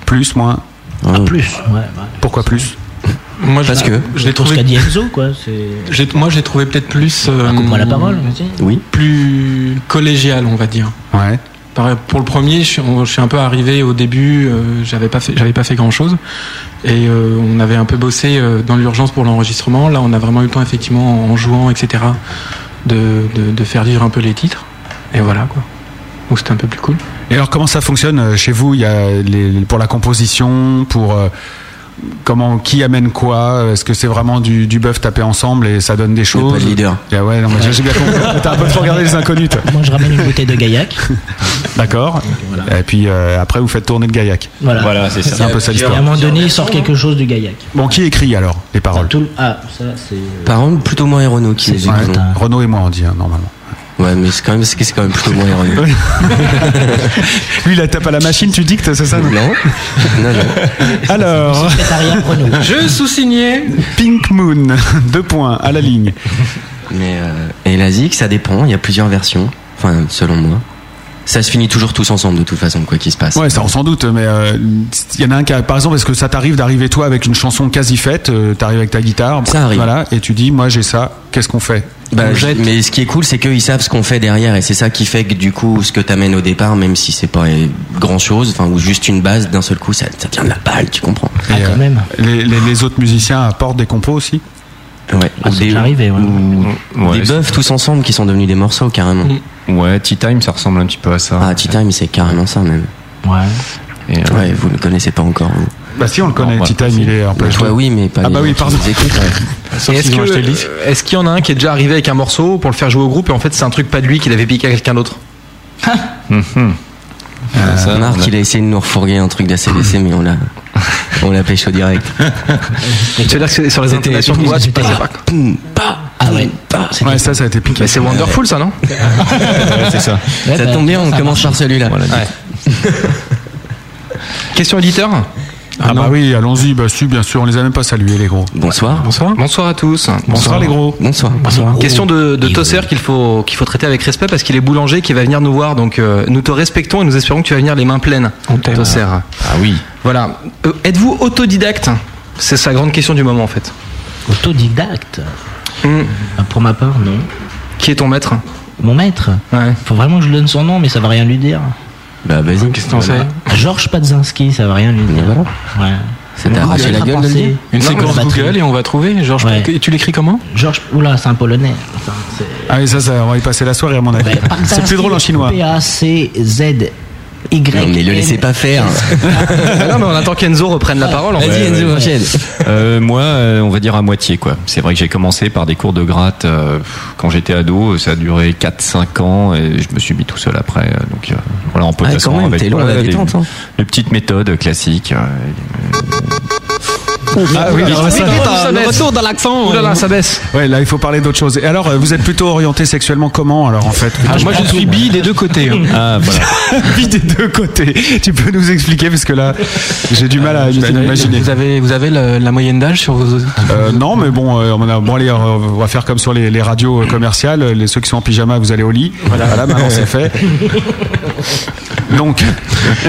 [SPEAKER 3] Plus, moins.
[SPEAKER 8] Ah, plus, ouais. ouais.
[SPEAKER 3] Pourquoi plus
[SPEAKER 10] Moi, je-
[SPEAKER 11] Parce que-
[SPEAKER 10] je l'ai
[SPEAKER 8] Pour ce
[SPEAKER 10] trouvé.
[SPEAKER 8] qu'a dit Enzo, quoi. c'est-
[SPEAKER 10] j'ai- Moi, j'ai trouvé peut-être plus. euh,
[SPEAKER 8] Ah, Coupe-moi la parole, vas-y.
[SPEAKER 11] Oui.
[SPEAKER 10] Plus collégial, on va dire.
[SPEAKER 3] Ouais.
[SPEAKER 10] Pareil, Pour le premier, je suis, on- je suis un peu arrivé au début, euh, j'avais pas fait, j'avais pas fait grand chose, et euh, on avait un peu bossé euh, dans l'urgence pour l'enregistrement. Là, on a vraiment eu le temps, effectivement, en, en jouant, etc., de, de- de faire vivre un peu les titres. Et voilà quoi. Donc c'était un peu plus cool.
[SPEAKER 3] Et alors comment ça fonctionne euh, chez vous Il y a les- pour la composition, pour euh, comment qui amène quoi Est-ce que c'est vraiment du, du bœuf tapé ensemble et ça donne des
[SPEAKER 11] Il y a
[SPEAKER 3] choses
[SPEAKER 11] pas de leader.
[SPEAKER 3] Ah ouais, non, mais j'ai- j'ai bien compris. T'as un peu trop regardé les inconnus. toi.
[SPEAKER 8] Moi, je ramène une bouteille de gaillac.
[SPEAKER 3] D'accord. Et puis euh, après vous faites tourner le gaillac.
[SPEAKER 8] Voilà.
[SPEAKER 12] Voilà, c'est
[SPEAKER 3] C'est
[SPEAKER 12] ça.
[SPEAKER 3] un peu ça
[SPEAKER 8] Et à
[SPEAKER 3] l'histoire.
[SPEAKER 8] un moment donné, il sort quelque chose du gaillac.
[SPEAKER 3] Bon, qui écrit alors les paroles
[SPEAKER 8] Tout le- Ah, ça, c'est.
[SPEAKER 11] Par contre, plutôt moins Renault qui les
[SPEAKER 3] Ouais,
[SPEAKER 11] écoute.
[SPEAKER 3] Renaud et moi on dit hein, normalement.
[SPEAKER 11] Ouais, mais c'est quand même, c'est quand même plutôt moins Renault.
[SPEAKER 3] Lui il la tape à la machine, tu dictes, c'est ça non
[SPEAKER 11] Non, non, non.
[SPEAKER 3] Alors,
[SPEAKER 8] Secrétariat Renault.
[SPEAKER 10] Je sous-signais.
[SPEAKER 3] Pink Moon, deux points à la ligne.
[SPEAKER 11] Mais euh, et la ZIC, ça dépend. Il y a plusieurs versions. Enfin, selon moi, ça se finit toujours tous ensemble de toute façon, quoi qu'il se passe.
[SPEAKER 3] Ouais, ça on s'en doute, mais euh, il y en a un qui, a- par exemple, est-ce que ça t'arrive d'arriver toi avec une chanson quasi faite, euh, t'arrives avec ta guitare,
[SPEAKER 11] Ça arrive.
[SPEAKER 3] voilà, et tu dis, moi j'ai ça, qu'est-ce qu'on fait
[SPEAKER 11] Bah, je- mais ce qui est cool, c'est qu'ils savent ce qu'on fait derrière, et c'est ça qui fait que du coup, ce que t'amènes au départ, même si c'est pas grand chose, enfin ou juste une base, d'un seul coup, ça, ça tient de la balle, tu comprends
[SPEAKER 8] Ah,
[SPEAKER 3] Et, euh,
[SPEAKER 8] quand même.
[SPEAKER 3] les, les- les autres musiciens apportent des compos aussi
[SPEAKER 11] Ouais.
[SPEAKER 8] Ah, c'est déjà arrivé, ouais.
[SPEAKER 11] ou
[SPEAKER 12] Ouais,
[SPEAKER 11] des
[SPEAKER 12] c'est- Mm.
[SPEAKER 11] bœufs tous ensemble qui sont devenus des morceaux carrément.
[SPEAKER 12] Ouais, Tea Time, ça ressemble un petit peu à ça.
[SPEAKER 11] Ah, Tea Time, c'est carrément ça même.
[SPEAKER 8] Ouais.
[SPEAKER 12] Et, euh,
[SPEAKER 11] Ouais, vous ne connaissez pas encore. Vous.
[SPEAKER 3] Bah si, on le connaît,
[SPEAKER 12] Non, ouais,
[SPEAKER 3] Titan, il est en plein
[SPEAKER 11] Toi,
[SPEAKER 3] show.
[SPEAKER 11] oui, mais pas.
[SPEAKER 3] Ah
[SPEAKER 11] les
[SPEAKER 3] bah
[SPEAKER 11] gens
[SPEAKER 3] oui,
[SPEAKER 11] qui
[SPEAKER 3] pardon.
[SPEAKER 11] nous écoutent, ouais.
[SPEAKER 6] Et
[SPEAKER 3] Sauf
[SPEAKER 6] Est-ce
[SPEAKER 3] s'ils ont acheté le disque.
[SPEAKER 6] que- euh, est-ce qu'il y en a un qui est déjà arrivé avec un morceau pour le faire jouer au groupe et en fait c'est un truc pas de lui qu'il avait piqué à quelqu'un d'autre
[SPEAKER 11] Hum,
[SPEAKER 12] ça, on
[SPEAKER 11] Marc,
[SPEAKER 12] a-
[SPEAKER 11] il a essayé de nous refourguer un truc d'ACDC, mais on l'a, on l'a pêché au direct.
[SPEAKER 6] Tu veux dire que c'est sur les intonations de voix, tu passais pas quoi.
[SPEAKER 11] Poum, pa,
[SPEAKER 8] Ah ouais.
[SPEAKER 11] pa.
[SPEAKER 3] Ouais, ça, ça a été piqué.
[SPEAKER 6] Mais c'est Wonderful ça non
[SPEAKER 12] Ouais, c'est ça.
[SPEAKER 8] Ouais,
[SPEAKER 11] Euh, Ça
[SPEAKER 8] bah,
[SPEAKER 11] tombe bien, on
[SPEAKER 8] ça
[SPEAKER 11] commence par celui-là.
[SPEAKER 6] Ouais. Question éditeur
[SPEAKER 3] Ah bah oui, allons-y, bah si, bien sûr, on les a même pas salués, les gros.
[SPEAKER 11] Bonsoir.
[SPEAKER 10] Bonsoir.
[SPEAKER 6] Bonsoir à tous.
[SPEAKER 3] Bonsoir, les gros.
[SPEAKER 11] Bonsoir.
[SPEAKER 6] Question de, de Tosser qu'il faut, qu'il faut traiter avec respect parce qu'il est boulanger qui va venir nous voir. Donc euh, nous te respectons et nous espérons que tu vas venir les mains pleines.
[SPEAKER 10] t'aime.
[SPEAKER 6] Tosser.
[SPEAKER 12] Ah oui.
[SPEAKER 6] Voilà. Euh, Êtes-vous autodidacte C'est sa grande question du moment en fait.
[SPEAKER 8] Autodidacte.
[SPEAKER 6] Hmm.
[SPEAKER 8] Ah, Pour ma part, non.
[SPEAKER 6] Qui est ton maître
[SPEAKER 8] Mon maître.
[SPEAKER 6] Ouais.
[SPEAKER 8] Faut vraiment que je donne son nom, mais ça va rien lui dire.
[SPEAKER 11] Bah vas-y.
[SPEAKER 10] Qu'est-ce que t'en sais
[SPEAKER 8] Georges Padzinski, ça va rien lui dire.
[SPEAKER 11] voilà.
[SPEAKER 8] Ouais.
[SPEAKER 11] Ça t'a arraché la gueule de le dire
[SPEAKER 10] Une
[SPEAKER 8] Non,
[SPEAKER 10] séquence
[SPEAKER 8] mais la batterie.
[SPEAKER 10] Google et on va trouver. Georges,
[SPEAKER 8] Ouais.
[SPEAKER 10] et tu l'écris comment
[SPEAKER 8] Georges, oula, c'est un polonais. Attends, c'est- Ben,
[SPEAKER 3] Ah oui, ça, ça, on va y passer la soirée à mon avis.
[SPEAKER 8] Ouais, Padzinski,
[SPEAKER 3] c'est plus drôle en chinois.
[SPEAKER 8] P-A-C-Z. Y.
[SPEAKER 11] Non, mais le laissez pas faire.
[SPEAKER 6] Ah non mais on attend qu'Enzo reprenne la parole. en fait.
[SPEAKER 11] Vas-y, Enzo, enchaîne.
[SPEAKER 12] Euh, moi, euh, on va dire à moitié quoi. C'est vrai que j'ai commencé par des cours de gratte euh, quand j'étais ado. Ça a duré 4-5 ans et je me suis mis tout seul après. euh, Donc euh, voilà, on peut
[SPEAKER 11] Ah,
[SPEAKER 12] façon
[SPEAKER 11] quand même,
[SPEAKER 12] avec
[SPEAKER 11] t'es long à la hein.
[SPEAKER 12] ouais, les,
[SPEAKER 11] détente, hein.
[SPEAKER 12] les petites méthodes classiques. euh, euh,
[SPEAKER 3] Ah oui,
[SPEAKER 6] Alors,
[SPEAKER 3] oui,
[SPEAKER 6] ça-
[SPEAKER 3] oui,
[SPEAKER 6] oui,
[SPEAKER 3] t'as
[SPEAKER 6] ça
[SPEAKER 3] le
[SPEAKER 6] baisse.
[SPEAKER 3] retour dans l'accent.
[SPEAKER 6] Ouh là là, ça
[SPEAKER 3] baisse. Ouais, là, il faut parler d'autre chose. Et alors, euh, vous êtes plutôt orienté sexuellement comment, alors, en fait
[SPEAKER 6] Ah, moi, je suis bi
[SPEAKER 3] des deux côtés. Ah, voilà. bi des deux côtés. Tu peux nous expliquer, parce que là, j'ai du mal à
[SPEAKER 10] je sais pas,
[SPEAKER 3] imaginer.
[SPEAKER 10] vous avez- vous avez la, la moyenne d'âge sur vos.
[SPEAKER 3] Euh, non, mais bon, euh, on, a- bon, allez, euh, on va faire comme sur les, les radios euh, commerciales. Les, ceux qui sont en pyjama, vous allez au lit. Voilà, maintenant c'est fait. Donc,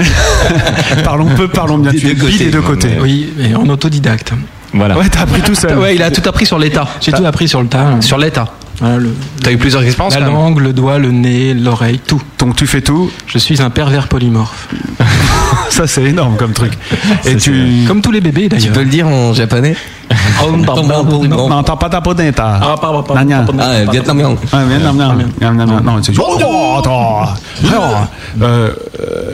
[SPEAKER 3] parlons peu, parlons bien. Tu es bi des deux côtés.
[SPEAKER 10] Oui, mais en autodidacte.
[SPEAKER 12] Voilà.
[SPEAKER 3] Ouais, t'as appris tout seul.
[SPEAKER 6] Ouais, il a tout appris sur l'état.
[SPEAKER 10] J'ai tout appris sur le tas.
[SPEAKER 6] Sur Ah, l'état.
[SPEAKER 10] T'as eu
[SPEAKER 6] plusieurs expériences,
[SPEAKER 10] La
[SPEAKER 6] quand même.
[SPEAKER 10] langue, le doigt, le nez, l'oreille, tout.
[SPEAKER 3] Donc tu fais tout.
[SPEAKER 10] Je suis un pervers polymorphe.
[SPEAKER 3] Ça, c'est énorme comme truc. Et tu.
[SPEAKER 10] Comme tous les bébés d'ailleurs. Tu peux
[SPEAKER 11] le dire en japonais
[SPEAKER 3] Non, t'as pas ta podenta. Ah, pas, pas,
[SPEAKER 11] Ah, vietnamien.
[SPEAKER 3] Ah, vietnamien. Vietnamien. Non, c'est juste- Oh, attends. Alors, euh,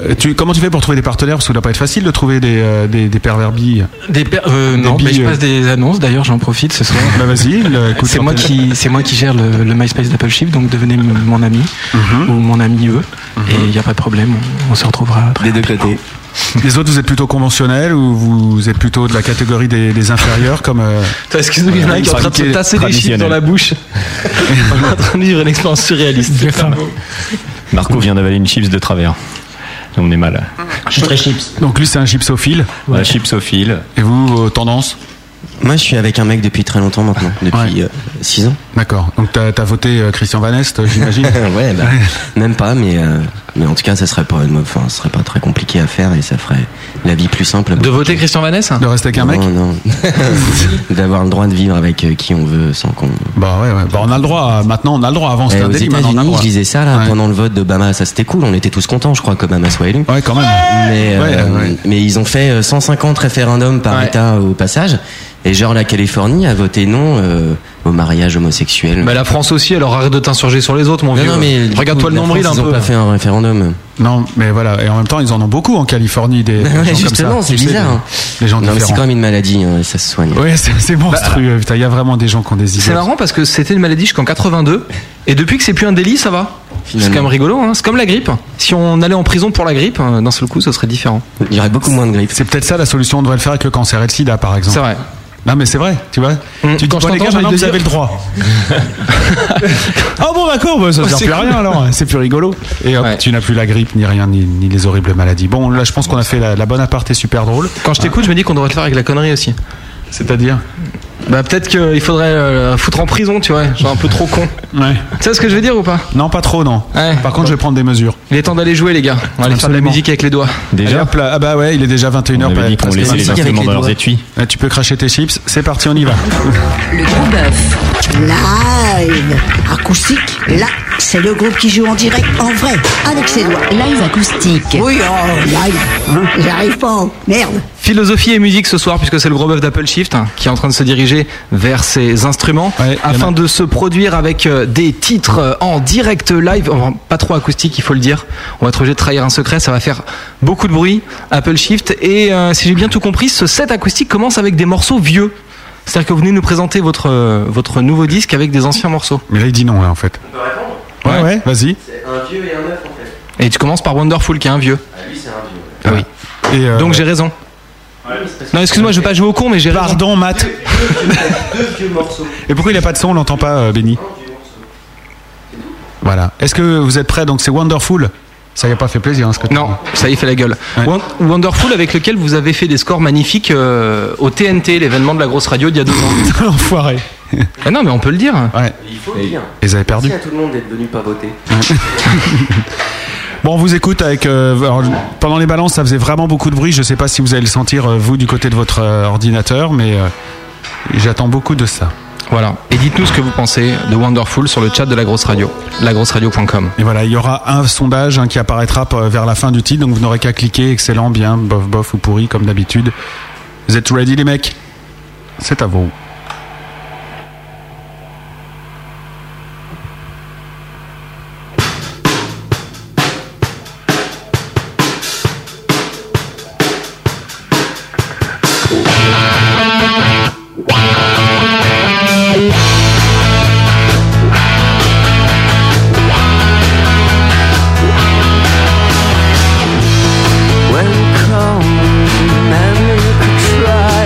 [SPEAKER 3] euh, tu- Comment tu fais pour trouver des partenaires Parce que ça doit pas être facile de trouver des, euh, des, des pervers billes.
[SPEAKER 10] Des per- euh, non,
[SPEAKER 3] Des
[SPEAKER 10] mais je
[SPEAKER 3] billes,
[SPEAKER 10] passe des annonces d'ailleurs, j'en profite ce soir.
[SPEAKER 3] Bah vas-y, le- écoute,
[SPEAKER 10] c'est
[SPEAKER 3] on
[SPEAKER 10] moi
[SPEAKER 3] te-
[SPEAKER 10] qui c'est moi qui gère le, le MySpace d'Apple Shift, donc devenez m- mon ami ou mon ami eux et il n'y a pas de problème, on, on se retrouvera.
[SPEAKER 11] Des deux côtés.
[SPEAKER 3] Les autres, vous êtes plutôt conventionnels ou vous êtes plutôt de la catégorie des, des inférieurs comme. euh,
[SPEAKER 6] Excuse-moi, il y en a un qui est en train de se
[SPEAKER 3] Pratiqué-
[SPEAKER 6] tasser des chips dans
[SPEAKER 3] traditionnel.
[SPEAKER 6] la bouche. On est en train de vivre une expérience surréaliste.
[SPEAKER 12] Marco vient d'avaler une chips de travers. On est mal.
[SPEAKER 8] Je suis très chips.
[SPEAKER 3] Donc lui, c'est un chipsophile.
[SPEAKER 12] Un chipsophile.
[SPEAKER 3] Et vous, tendance
[SPEAKER 11] Moi, je suis avec un mec depuis très longtemps maintenant, depuis 6 ans.
[SPEAKER 3] D'accord. Donc t'as as voté euh, Christian Van Est, j'imagine
[SPEAKER 11] ouais, bah, même pas, mais, euh, mais en tout cas, ça serait pas, une- enfin, ce serait pas très compliqué à faire et ça ferait la vie plus simple.
[SPEAKER 6] De voter Christian Vanessa
[SPEAKER 3] De rester avec un mec
[SPEAKER 11] Non, non. D'avoir le droit de vivre avec euh, qui on veut sans qu'on.
[SPEAKER 3] Bah ouais, ouais. Bah, on a le droit. euh, Maintenant, on a le droit. Avant, c'était
[SPEAKER 11] Eh,
[SPEAKER 3] un
[SPEAKER 11] aux
[SPEAKER 3] délit. Maintenant, on a le
[SPEAKER 11] États-Unis,
[SPEAKER 3] droit.
[SPEAKER 11] je disais ça là pendant le vote d'Obama, ça c'était cool. On était tous contents, je crois, qu'Obama soit élu.
[SPEAKER 3] Ouais, quand même.
[SPEAKER 11] Mais, euh, mais ils ont fait euh, 150 référendums par État au passage. Et genre la Californie a voté non euh, au mariage homosexuel.
[SPEAKER 3] Bah,
[SPEAKER 6] Mais la France aussi, alors arrête de t'insurger sur les autres, mon
[SPEAKER 11] Non,
[SPEAKER 6] vieux.
[SPEAKER 11] non, mais du
[SPEAKER 6] Regarde-toi
[SPEAKER 11] coup,
[SPEAKER 6] le
[SPEAKER 11] la
[SPEAKER 6] nombril
[SPEAKER 11] France,
[SPEAKER 6] un
[SPEAKER 11] ils ont
[SPEAKER 6] peu.
[SPEAKER 11] pas fait un référendum.
[SPEAKER 3] Non, mais voilà. Et en même temps, ils en ont beaucoup en Californie. Des, des gens comme
[SPEAKER 11] Justement,
[SPEAKER 3] ça.
[SPEAKER 11] c'est
[SPEAKER 3] Tu sais,
[SPEAKER 11] bizarre.
[SPEAKER 3] des-
[SPEAKER 11] hein.
[SPEAKER 3] Les gens
[SPEAKER 11] non, mais c'est
[SPEAKER 3] différents.
[SPEAKER 11] quand même une maladie hein, et ça se soigne. Bah,
[SPEAKER 3] Ouais, c'est c'est monstrueux. putain, Il y a vraiment des gens qui ont des idées.
[SPEAKER 6] C'est marrant parce que c'était une maladie jusqu'en 82 et depuis que c'est plus un délit, ça va. C'est quand même rigolo, hein. c'est comme la grippe. Si on allait en prison pour la grippe, euh, d'un seul coup, ça serait différent.
[SPEAKER 11] Il y aurait beaucoup moins de grippe.
[SPEAKER 3] C'est peut-être ça la solution. On devrait le faire avec le cancer et le sida, par exemple.
[SPEAKER 6] C'est vrai.
[SPEAKER 3] Non, mais c'est vrai, tu vois. Tu dis,
[SPEAKER 6] Quand je
[SPEAKER 3] bon, les
[SPEAKER 6] t'entends,
[SPEAKER 3] gars,
[SPEAKER 6] j'ai envie
[SPEAKER 3] maintenant,
[SPEAKER 6] de
[SPEAKER 3] vous
[SPEAKER 6] dire-
[SPEAKER 3] avez le droit. Ah bon, d'accord, bah, ça
[SPEAKER 6] Ouais,
[SPEAKER 3] sert
[SPEAKER 6] c'est
[SPEAKER 3] plus à
[SPEAKER 6] cool.
[SPEAKER 3] rien alors. C'est plus rigolo. Et hop, tu n'as plus la grippe, ni rien, ni, ni les horribles maladies. Bon, là, je pense qu'on a fait la, la bonne aparté super drôle.
[SPEAKER 6] Quand je t'écoute, je me dis qu'on devrait le faire avec la connerie aussi.
[SPEAKER 3] C'est-à-dire
[SPEAKER 6] Bah peut-être qu'il faudrait euh, foutre en prison, tu vois, genre un peu trop con.
[SPEAKER 3] Ouais.
[SPEAKER 6] Tu sais ce que je veux dire ou pas
[SPEAKER 3] Non, pas trop, non. Par contre, je vais prendre des mesures.
[SPEAKER 6] Il est temps d'aller jouer, les gars. On va aller faire de la
[SPEAKER 3] Absolument.
[SPEAKER 6] musique avec les doigts.
[SPEAKER 3] Allez, hop là. Ah bah ouais, il est déjà 21h.
[SPEAKER 12] On avait dit qu'on laissait les instruments dans leurs étuis.
[SPEAKER 3] Ah, tu peux cracher tes chips. C'est parti, on y va.
[SPEAKER 1] Le gros bœuf. Live. Acoustique. Là, c'est le groupe qui joue en direct, en vrai, avec ses doigts. Live acoustique. Oui, oh, live. hein, J'arrive pas. Merde.
[SPEAKER 6] Philosophie et musique ce soir, puisque c'est le gros bœuf d'Apple Shift hein, qui est en train de se diriger vers ses instruments afin de se produire avec euh, des titres euh, en direct live, enfin, pas trop acoustique, il faut le dire. On va être obligé de trahir un secret, ça va faire beaucoup de bruit. Apple Shift, et euh, si j'ai bien tout compris, ce set acoustique commence avec des morceaux vieux. C'est-à-dire que vous venez nous présenter votre, euh, votre nouveau disque avec des anciens morceaux.
[SPEAKER 3] Mais là, il dit non, là, en fait. Ouais, ouais, vas-y.
[SPEAKER 11] Un vieux et un neuf en fait.
[SPEAKER 6] Et tu commences par Wonderful qui est un vieux.
[SPEAKER 11] Ah,
[SPEAKER 6] Ah
[SPEAKER 11] lui, c'est un vieux.
[SPEAKER 6] oui. Donc j'ai raison. Non, excuse-moi, je vais pas jouer au con, mais j'ai raison.
[SPEAKER 3] Pardon, Matt.
[SPEAKER 11] Deux vieux morceaux.
[SPEAKER 3] Et pourquoi il n'y a pas de son On l'entend pas, euh, Benny Voilà. Est-ce que vous êtes prêts Donc c'est Wonderful. Ça y a pas fait plaisir, hein, ce que tu
[SPEAKER 6] Non, ça y est, fait la gueule. Won- Wonderful, avec lequel vous avez fait des scores magnifiques euh, au TNT, l'événement de la grosse radio d'il y a deux ans.
[SPEAKER 3] Enfoiré.
[SPEAKER 6] Ah non, mais on peut le dire.
[SPEAKER 3] Ouais.
[SPEAKER 11] Il faut le dire.
[SPEAKER 3] Ils avaient perdu.
[SPEAKER 11] Merci à tout le monde d'être venu pas voter.
[SPEAKER 3] Bon, on vous écoute avec. euh, alors, pendant les balances, ça faisait vraiment beaucoup de bruit. Je sais pas si vous allez le sentir, euh, vous, du côté de votre euh, ordinateur, mais euh, j'attends beaucoup de ça.
[SPEAKER 6] Voilà. Et dites-nous ce que vous pensez de Wonderful sur le chat de la grosse radio, lagrosseradio.com.
[SPEAKER 3] Et voilà, il y aura un sondage hein, qui apparaîtra p- vers la fin du titre, donc vous n'aurez qu'à cliquer excellent, bien, bof, bof ou pourri, comme d'habitude. Vous êtes ready, les mecs C'est à vous.
[SPEAKER 7] When you come and you could try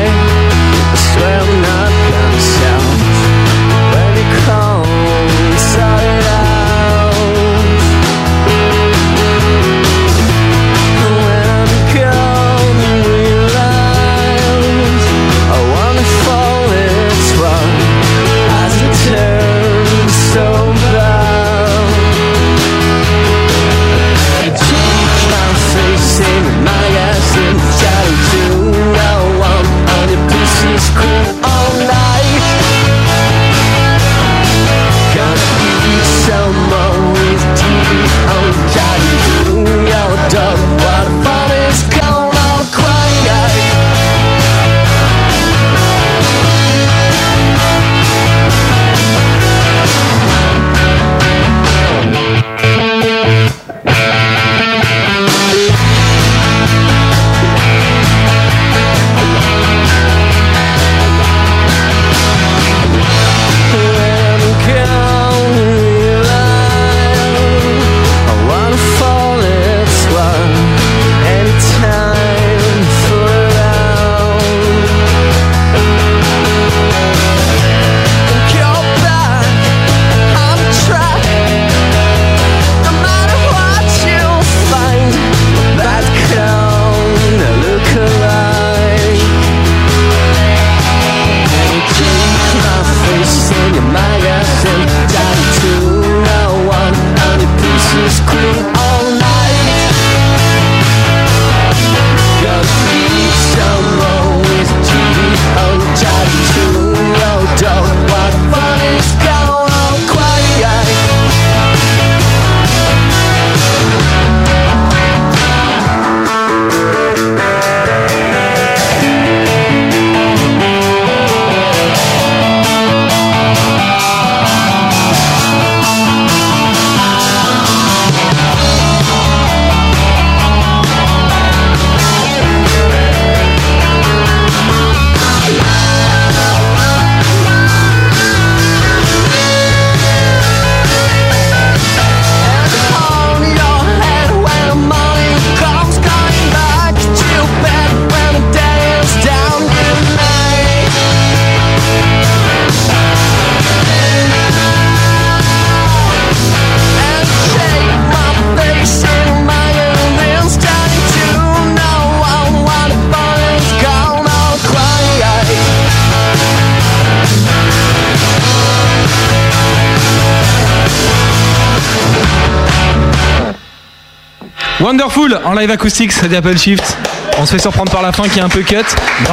[SPEAKER 6] Wonderful en live acoustique, ça dit Apple Shift. On se fait surprendre par la fin qui est un peu cut.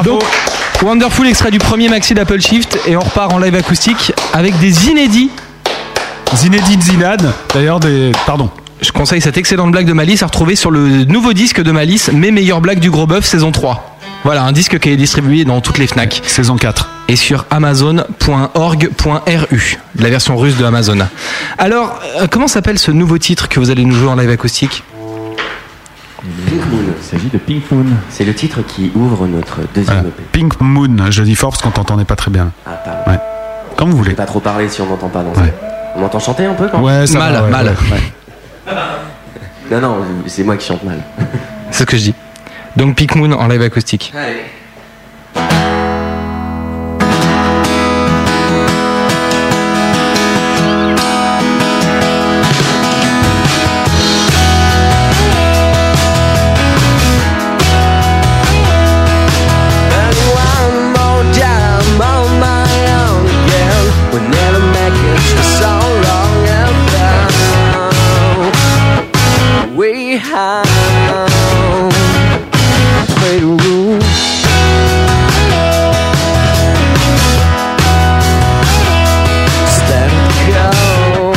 [SPEAKER 6] Donc, Wonderful extrait du premier maxi d'Apple Shift et on repart en live acoustique avec des inédits.
[SPEAKER 3] Inédits Zinad, d'ailleurs des. Pardon.
[SPEAKER 6] Je conseille cette excellente blague de Malice à retrouver sur le nouveau disque de Malice, Mes meilleures blagues du gros bœuf saison 3. Voilà, un disque qui est distribué dans toutes les Fnac.
[SPEAKER 3] Saison 4.
[SPEAKER 6] Et sur amazon.org.ru, la version russe de Amazon. Alors, euh, comment s'appelle ce nouveau titre que vous allez nous jouer en live acoustique
[SPEAKER 11] Pink Moon. Il s'agit de Pink Moon. C'est le titre qui ouvre notre deuxième E
[SPEAKER 3] Voilà.
[SPEAKER 11] EP.
[SPEAKER 3] Pink Moon, je dis fort parce qu'on t'entendait pas très bien.
[SPEAKER 11] Ah, pardon. Ouais.
[SPEAKER 3] Comme vous voulez.
[SPEAKER 11] Pas trop parler si on n'entend pas danser. On m'entend chanter un peu quand
[SPEAKER 3] Ouais, ça va, ouais, ouais.
[SPEAKER 11] Non, non, c'est moi qui chante mal.
[SPEAKER 6] C'est ce que je dis. Donc, Pick Moon en live acoustique.
[SPEAKER 11] Allez.
[SPEAKER 7] And one more time on my own again. We never make it for so long and now we have made a rule. Stand down,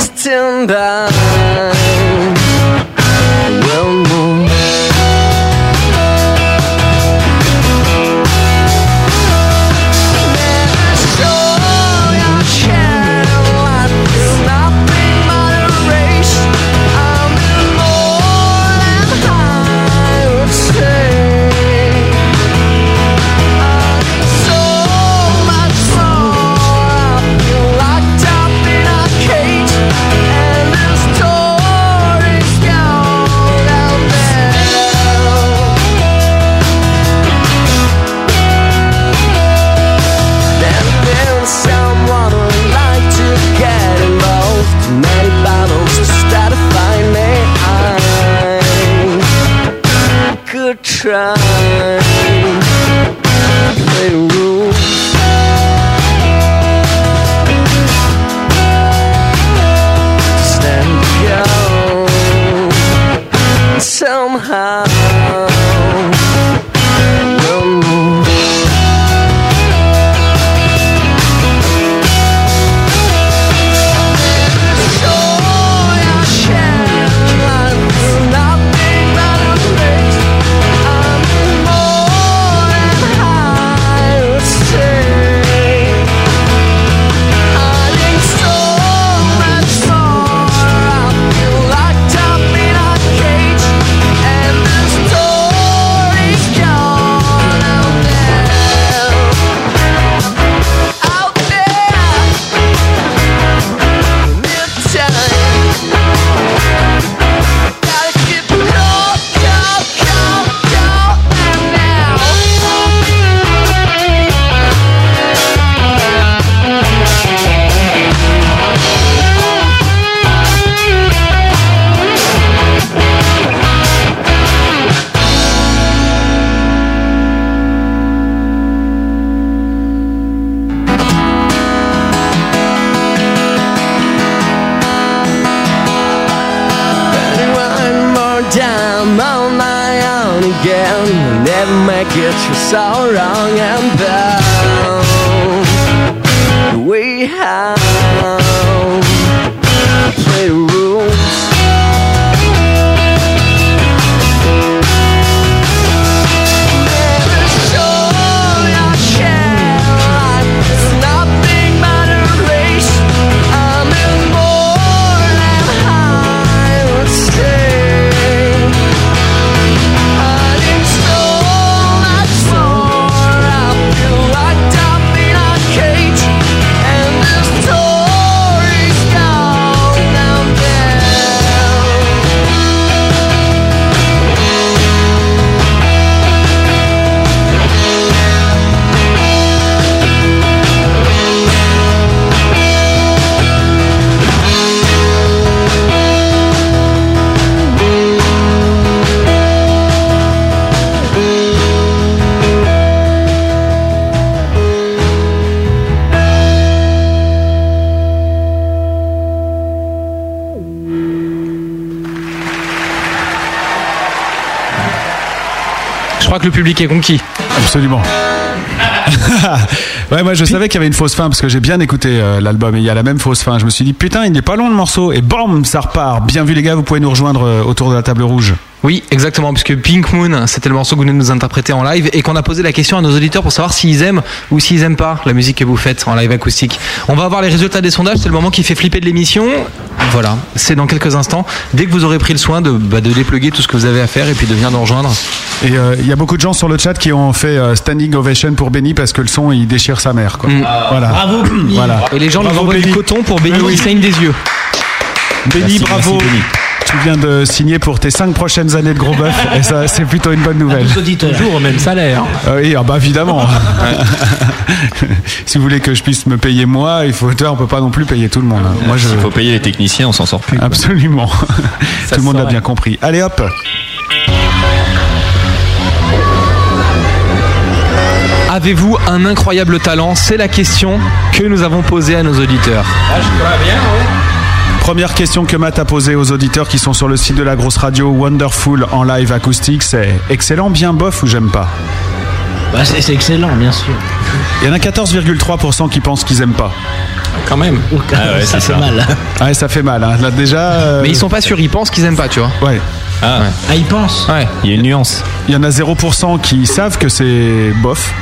[SPEAKER 7] stand down. We'll move. There's been someone who'd like to get involved. Too many battles to satisfy me. I could try. Play the rules. Stand go somehow. We'll move. Out there, midtime. Spending one more time on my own again. Will Never make it you're so wrong and bound. We have play the rules. Never show your shell. Life is nothing but a race. I'm in more than high would stay. I need so much more. I feel locked up in a cage, and this door
[SPEAKER 6] crois que le public est conquis.
[SPEAKER 3] Absolument. ouais, moi je savais qu'il y avait une fausse fin parce que j'ai bien écouté euh, l'album et il y a la même fausse fin. Je me suis dit putain, il n'est pas long le morceau et bam, ça repart. Bien vu les gars, vous pouvez nous rejoindre euh, autour de la table rouge.
[SPEAKER 6] Oui, exactement, puisque Pink Moon, c'était le morceau que vous venez de nous interpréter en live et qu'on a posé la question à nos auditeurs pour savoir s'ils aiment ou s'ils aiment pas la musique que vous faites en live acoustique. On va avoir les résultats des sondages, c'est le moment qui fait flipper de l'émission. Voilà, c'est dans quelques instants, dès que vous aurez pris le soin de, bah, de dépluguer tout ce que vous avez à faire et puis de venir nous rejoindre.
[SPEAKER 3] Et euh, il y a beaucoup de gens sur le chat qui ont fait euh, standing ovation pour Benny parce que le son il déchire sa mère.
[SPEAKER 6] Mm.
[SPEAKER 3] Quoi. Voilà.
[SPEAKER 6] Bravo, Benny.
[SPEAKER 3] voilà.
[SPEAKER 6] Ah. Et les gens nous envoient du coton pour Benny, il saigne des yeux.
[SPEAKER 3] Benny,
[SPEAKER 6] Merci,
[SPEAKER 3] bravo.
[SPEAKER 6] merci, Benny.
[SPEAKER 3] Tu viens de signer pour tes 5 prochaines années de gros bœuf et ça c'est plutôt une bonne nouvelle.
[SPEAKER 10] Toujours au même salaire.
[SPEAKER 3] Ah oui, ah bah évidemment. si vous voulez que je puisse me payer moi, il faut, tu vois, on peut pas non plus payer tout le monde.
[SPEAKER 6] Ah,
[SPEAKER 3] hein. Moi, je...
[SPEAKER 12] S'il faut payer les techniciens, on s'en sort plus. quoi.
[SPEAKER 3] Absolument.
[SPEAKER 12] Ça
[SPEAKER 3] tout le monde l'a
[SPEAKER 12] saurait.
[SPEAKER 3] bien compris. Allez hop.
[SPEAKER 6] Avez-vous un incroyable talent C'est la question que nous avons posée à nos auditeurs.
[SPEAKER 12] Ah,
[SPEAKER 3] Première question que Matt a posée aux auditeurs qui sont sur le site de la grosse radio Wonderful en live acoustique, c'est excellent, bien bof ou j'aime pas
[SPEAKER 8] Bah, c'est c'est excellent, bien sûr.
[SPEAKER 3] Il y en a 14,3% qui pensent qu'ils aiment pas.
[SPEAKER 10] Quand même.
[SPEAKER 8] Ah ouais, ça c'est fait ça. mal.
[SPEAKER 3] Ouais, ça fait mal. hein. Là déjà. euh,
[SPEAKER 6] Mais ils sont pas sûrs, ils pensent qu'ils aiment pas, tu vois.
[SPEAKER 3] Ouais.
[SPEAKER 12] Ah,
[SPEAKER 8] Ah, ils pensent
[SPEAKER 6] Ouais.
[SPEAKER 12] il y a une nuance.
[SPEAKER 3] Il y en a 0% qui savent que c'est bof.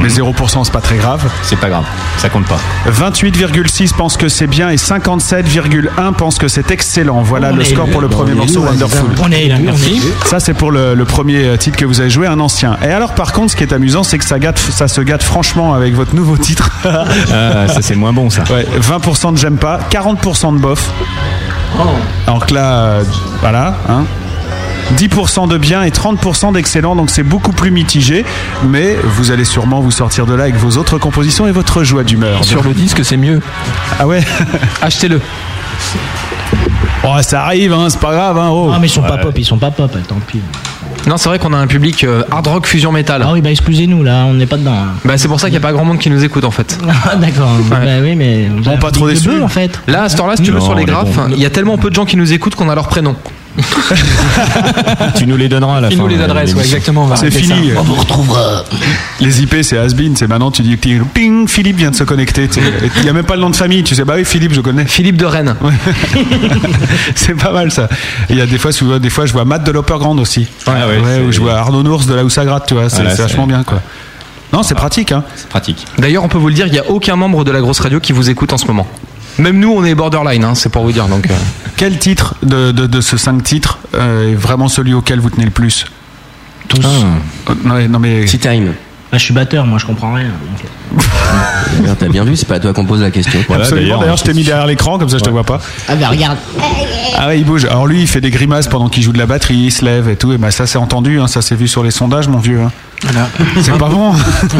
[SPEAKER 3] Mais 0% c'est pas très grave.
[SPEAKER 12] Mhm. C'est pas grave, ça compte pas.
[SPEAKER 3] 28,6 pensent que c'est bien et 57,1 pensent que c'est excellent. Voilà
[SPEAKER 8] On
[SPEAKER 3] le
[SPEAKER 8] est
[SPEAKER 3] score
[SPEAKER 8] nul,
[SPEAKER 3] pour le
[SPEAKER 8] on
[SPEAKER 3] premier
[SPEAKER 8] est
[SPEAKER 3] morceau
[SPEAKER 8] nul,
[SPEAKER 3] Wonderful.
[SPEAKER 8] on est nul, on est
[SPEAKER 3] Merci.
[SPEAKER 8] nul.
[SPEAKER 3] Ça c'est pour le, le premier titre que vous avez joué, un ancien. Et alors par contre, ce qui est amusant, c'est que ça, gâte, ça se gâte franchement avec votre nouveau titre.
[SPEAKER 12] Ah, ça c'est moins bon ça.
[SPEAKER 3] Ouais, 20% de j'aime pas, 40% de bof. Alors que là, euh, voilà, hein. 10% de bien et 30% d'excellent, donc c'est beaucoup plus mitigé, mais vous allez sûrement vous sortir de là avec vos autres compositions et votre joie d'humeur.
[SPEAKER 10] Sur le disque, c'est mieux.
[SPEAKER 3] Ah ouais
[SPEAKER 6] Achetez-le.
[SPEAKER 3] Oh, ça arrive, hein, c'est pas grave. Hein, oh.
[SPEAKER 8] Ah, mais ils sont pas pop, ils sont pas pop, hein, tant pis.
[SPEAKER 6] Non, c'est vrai qu'on a un public euh, hard rock fusion metal.
[SPEAKER 8] Ah oui, bah excusez-nous là, on n'est pas dedans. hein.
[SPEAKER 6] Bah, c'est pour ça qu'il n'y a pas grand monde qui nous écoute en fait.
[SPEAKER 8] Ah, D'accord, bah oui, mais. Vous avez
[SPEAKER 3] pas
[SPEAKER 8] un
[SPEAKER 3] trop
[SPEAKER 8] public de
[SPEAKER 3] déçus.
[SPEAKER 8] bœufs, en fait.
[SPEAKER 6] Là, à ce temps-là, si tu veux,
[SPEAKER 12] Non,
[SPEAKER 6] sur les
[SPEAKER 12] on est
[SPEAKER 6] graphes,
[SPEAKER 12] bon.
[SPEAKER 6] il y a tellement peu de gens qui nous écoutent qu'on a leur prénom.
[SPEAKER 12] Tu nous les donneras à la
[SPEAKER 6] Ils
[SPEAKER 12] fin.
[SPEAKER 6] nous les
[SPEAKER 12] euh,
[SPEAKER 6] adressent, ouais,
[SPEAKER 12] l'émission.
[SPEAKER 6] exactement. on va
[SPEAKER 3] C'est
[SPEAKER 6] rappeler ça.
[SPEAKER 3] fini. On vous retrouvera. Les IP, c'est has-been, c'est maintenant tu dis ping, ping, Philippe vient de se connecter. tu sais. Et Il n'y a même pas le nom de famille, tu sais, bah oui, Philippe, je connais.
[SPEAKER 6] Philippe de Rennes.
[SPEAKER 3] c'est pas mal ça. Et Il y a des fois, souvent, des fois, je vois Matt de l'Opper Grande aussi.
[SPEAKER 12] Ah ouais, c'est-
[SPEAKER 3] ou je vois Arnaud Nours de la Houssagratte, tu vois, c'est
[SPEAKER 12] Voilà,
[SPEAKER 3] c'est
[SPEAKER 12] c'est- Ah.
[SPEAKER 3] vachement bien quoi. Non, c'est pratique, hein.
[SPEAKER 12] C'est pratique.
[SPEAKER 6] D'ailleurs, on peut vous le dire, il n'y a aucun membre de la grosse radio qui vous écoute en ce moment. Même nous, on est borderline, hein, c'est pour vous dire. Donc, euh,
[SPEAKER 3] Quel titre de, de, de ce cinq titres euh, est vraiment celui auquel vous tenez le plus
[SPEAKER 8] Tous.
[SPEAKER 12] Ah.
[SPEAKER 3] Euh, ouais, Non, mais.
[SPEAKER 11] Tea time.
[SPEAKER 8] Bah, je suis batteur, moi je comprends rien. donc.
[SPEAKER 11] Regarde, T'as bien vu, c'est pas toi qu'on pose la question.
[SPEAKER 12] Voilà,
[SPEAKER 3] Absolument, d'ailleurs, hein. je t'ai mis derrière l'écran, comme ça je te vois pas.
[SPEAKER 8] Ah, bah regarde.
[SPEAKER 3] Ah ouais, il bouge. Alors lui, il fait des grimaces pendant qu'il joue de la batterie, il se lève et tout. Et bah ça, c'est entendu, hein, ça s'est vu sur les sondages, mon vieux. hein.
[SPEAKER 10] Voilà.
[SPEAKER 3] C'est pas bon.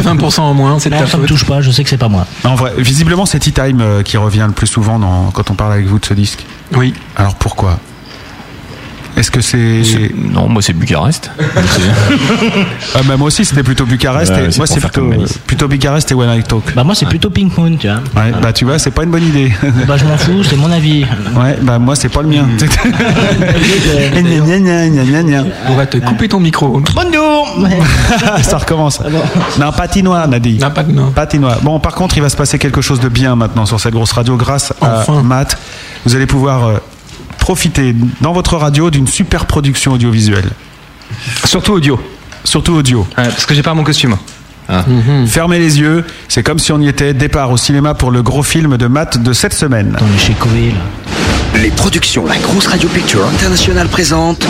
[SPEAKER 10] 20% en moins, c'est de
[SPEAKER 8] Non,
[SPEAKER 10] ta
[SPEAKER 8] ça me
[SPEAKER 10] faute.
[SPEAKER 8] touche pas, je sais que c'est pas moi.
[SPEAKER 3] En vrai, visiblement, c'est Tea Time euh, qui revient le plus souvent dans- quand on parle avec vous de ce disque.
[SPEAKER 10] Oui.
[SPEAKER 3] Alors pourquoi Est-ce que c'est.
[SPEAKER 12] C'est- Non, moi c'est Bucarest.
[SPEAKER 3] Ah, bah, moi aussi, c'était plutôt Bucarest.
[SPEAKER 12] Ouais,
[SPEAKER 3] et...
[SPEAKER 12] c'est
[SPEAKER 3] Moi,
[SPEAKER 12] pour
[SPEAKER 3] c'est
[SPEAKER 12] faire comme
[SPEAKER 3] plutôt, euh,
[SPEAKER 12] Malice.
[SPEAKER 3] plutôt Bucarest et One Night Talk.
[SPEAKER 8] Bah, moi c'est plutôt Pink Moon, tu vois.
[SPEAKER 3] Ouais, bah tu vois, c'est pas une bonne idée.
[SPEAKER 8] hein. Bah, je m'en fous, c'est mon avis.
[SPEAKER 3] Ouais, bah moi, c'est pas le mien. Gna, gna, gna, gna, gna, gna.
[SPEAKER 10] On va te couper ton micro.
[SPEAKER 8] Ah. Bonjour Ah
[SPEAKER 3] ça recommence. Non, patinoire, Nadi.
[SPEAKER 10] Non, pas de nom.
[SPEAKER 3] Patinois. Bon, par contre, il va se passer quelque chose de bien maintenant sur cette grosse radio grâce à
[SPEAKER 10] Enfin.
[SPEAKER 3] Matt. Vous allez pouvoir euh, profiter dans votre radio d'une super production audiovisuelle,
[SPEAKER 6] Surtout audio.
[SPEAKER 3] surtout audio. Ah.
[SPEAKER 6] Ouais, parce que j'ai pas mon costume.
[SPEAKER 3] Fermez les yeux, c'est comme si on y était. Départ au cinéma pour le gros film de Matt de cette semaine.
[SPEAKER 8] On est chez Koé là.
[SPEAKER 2] Les productions La Grosse Radio Picture Internationale présente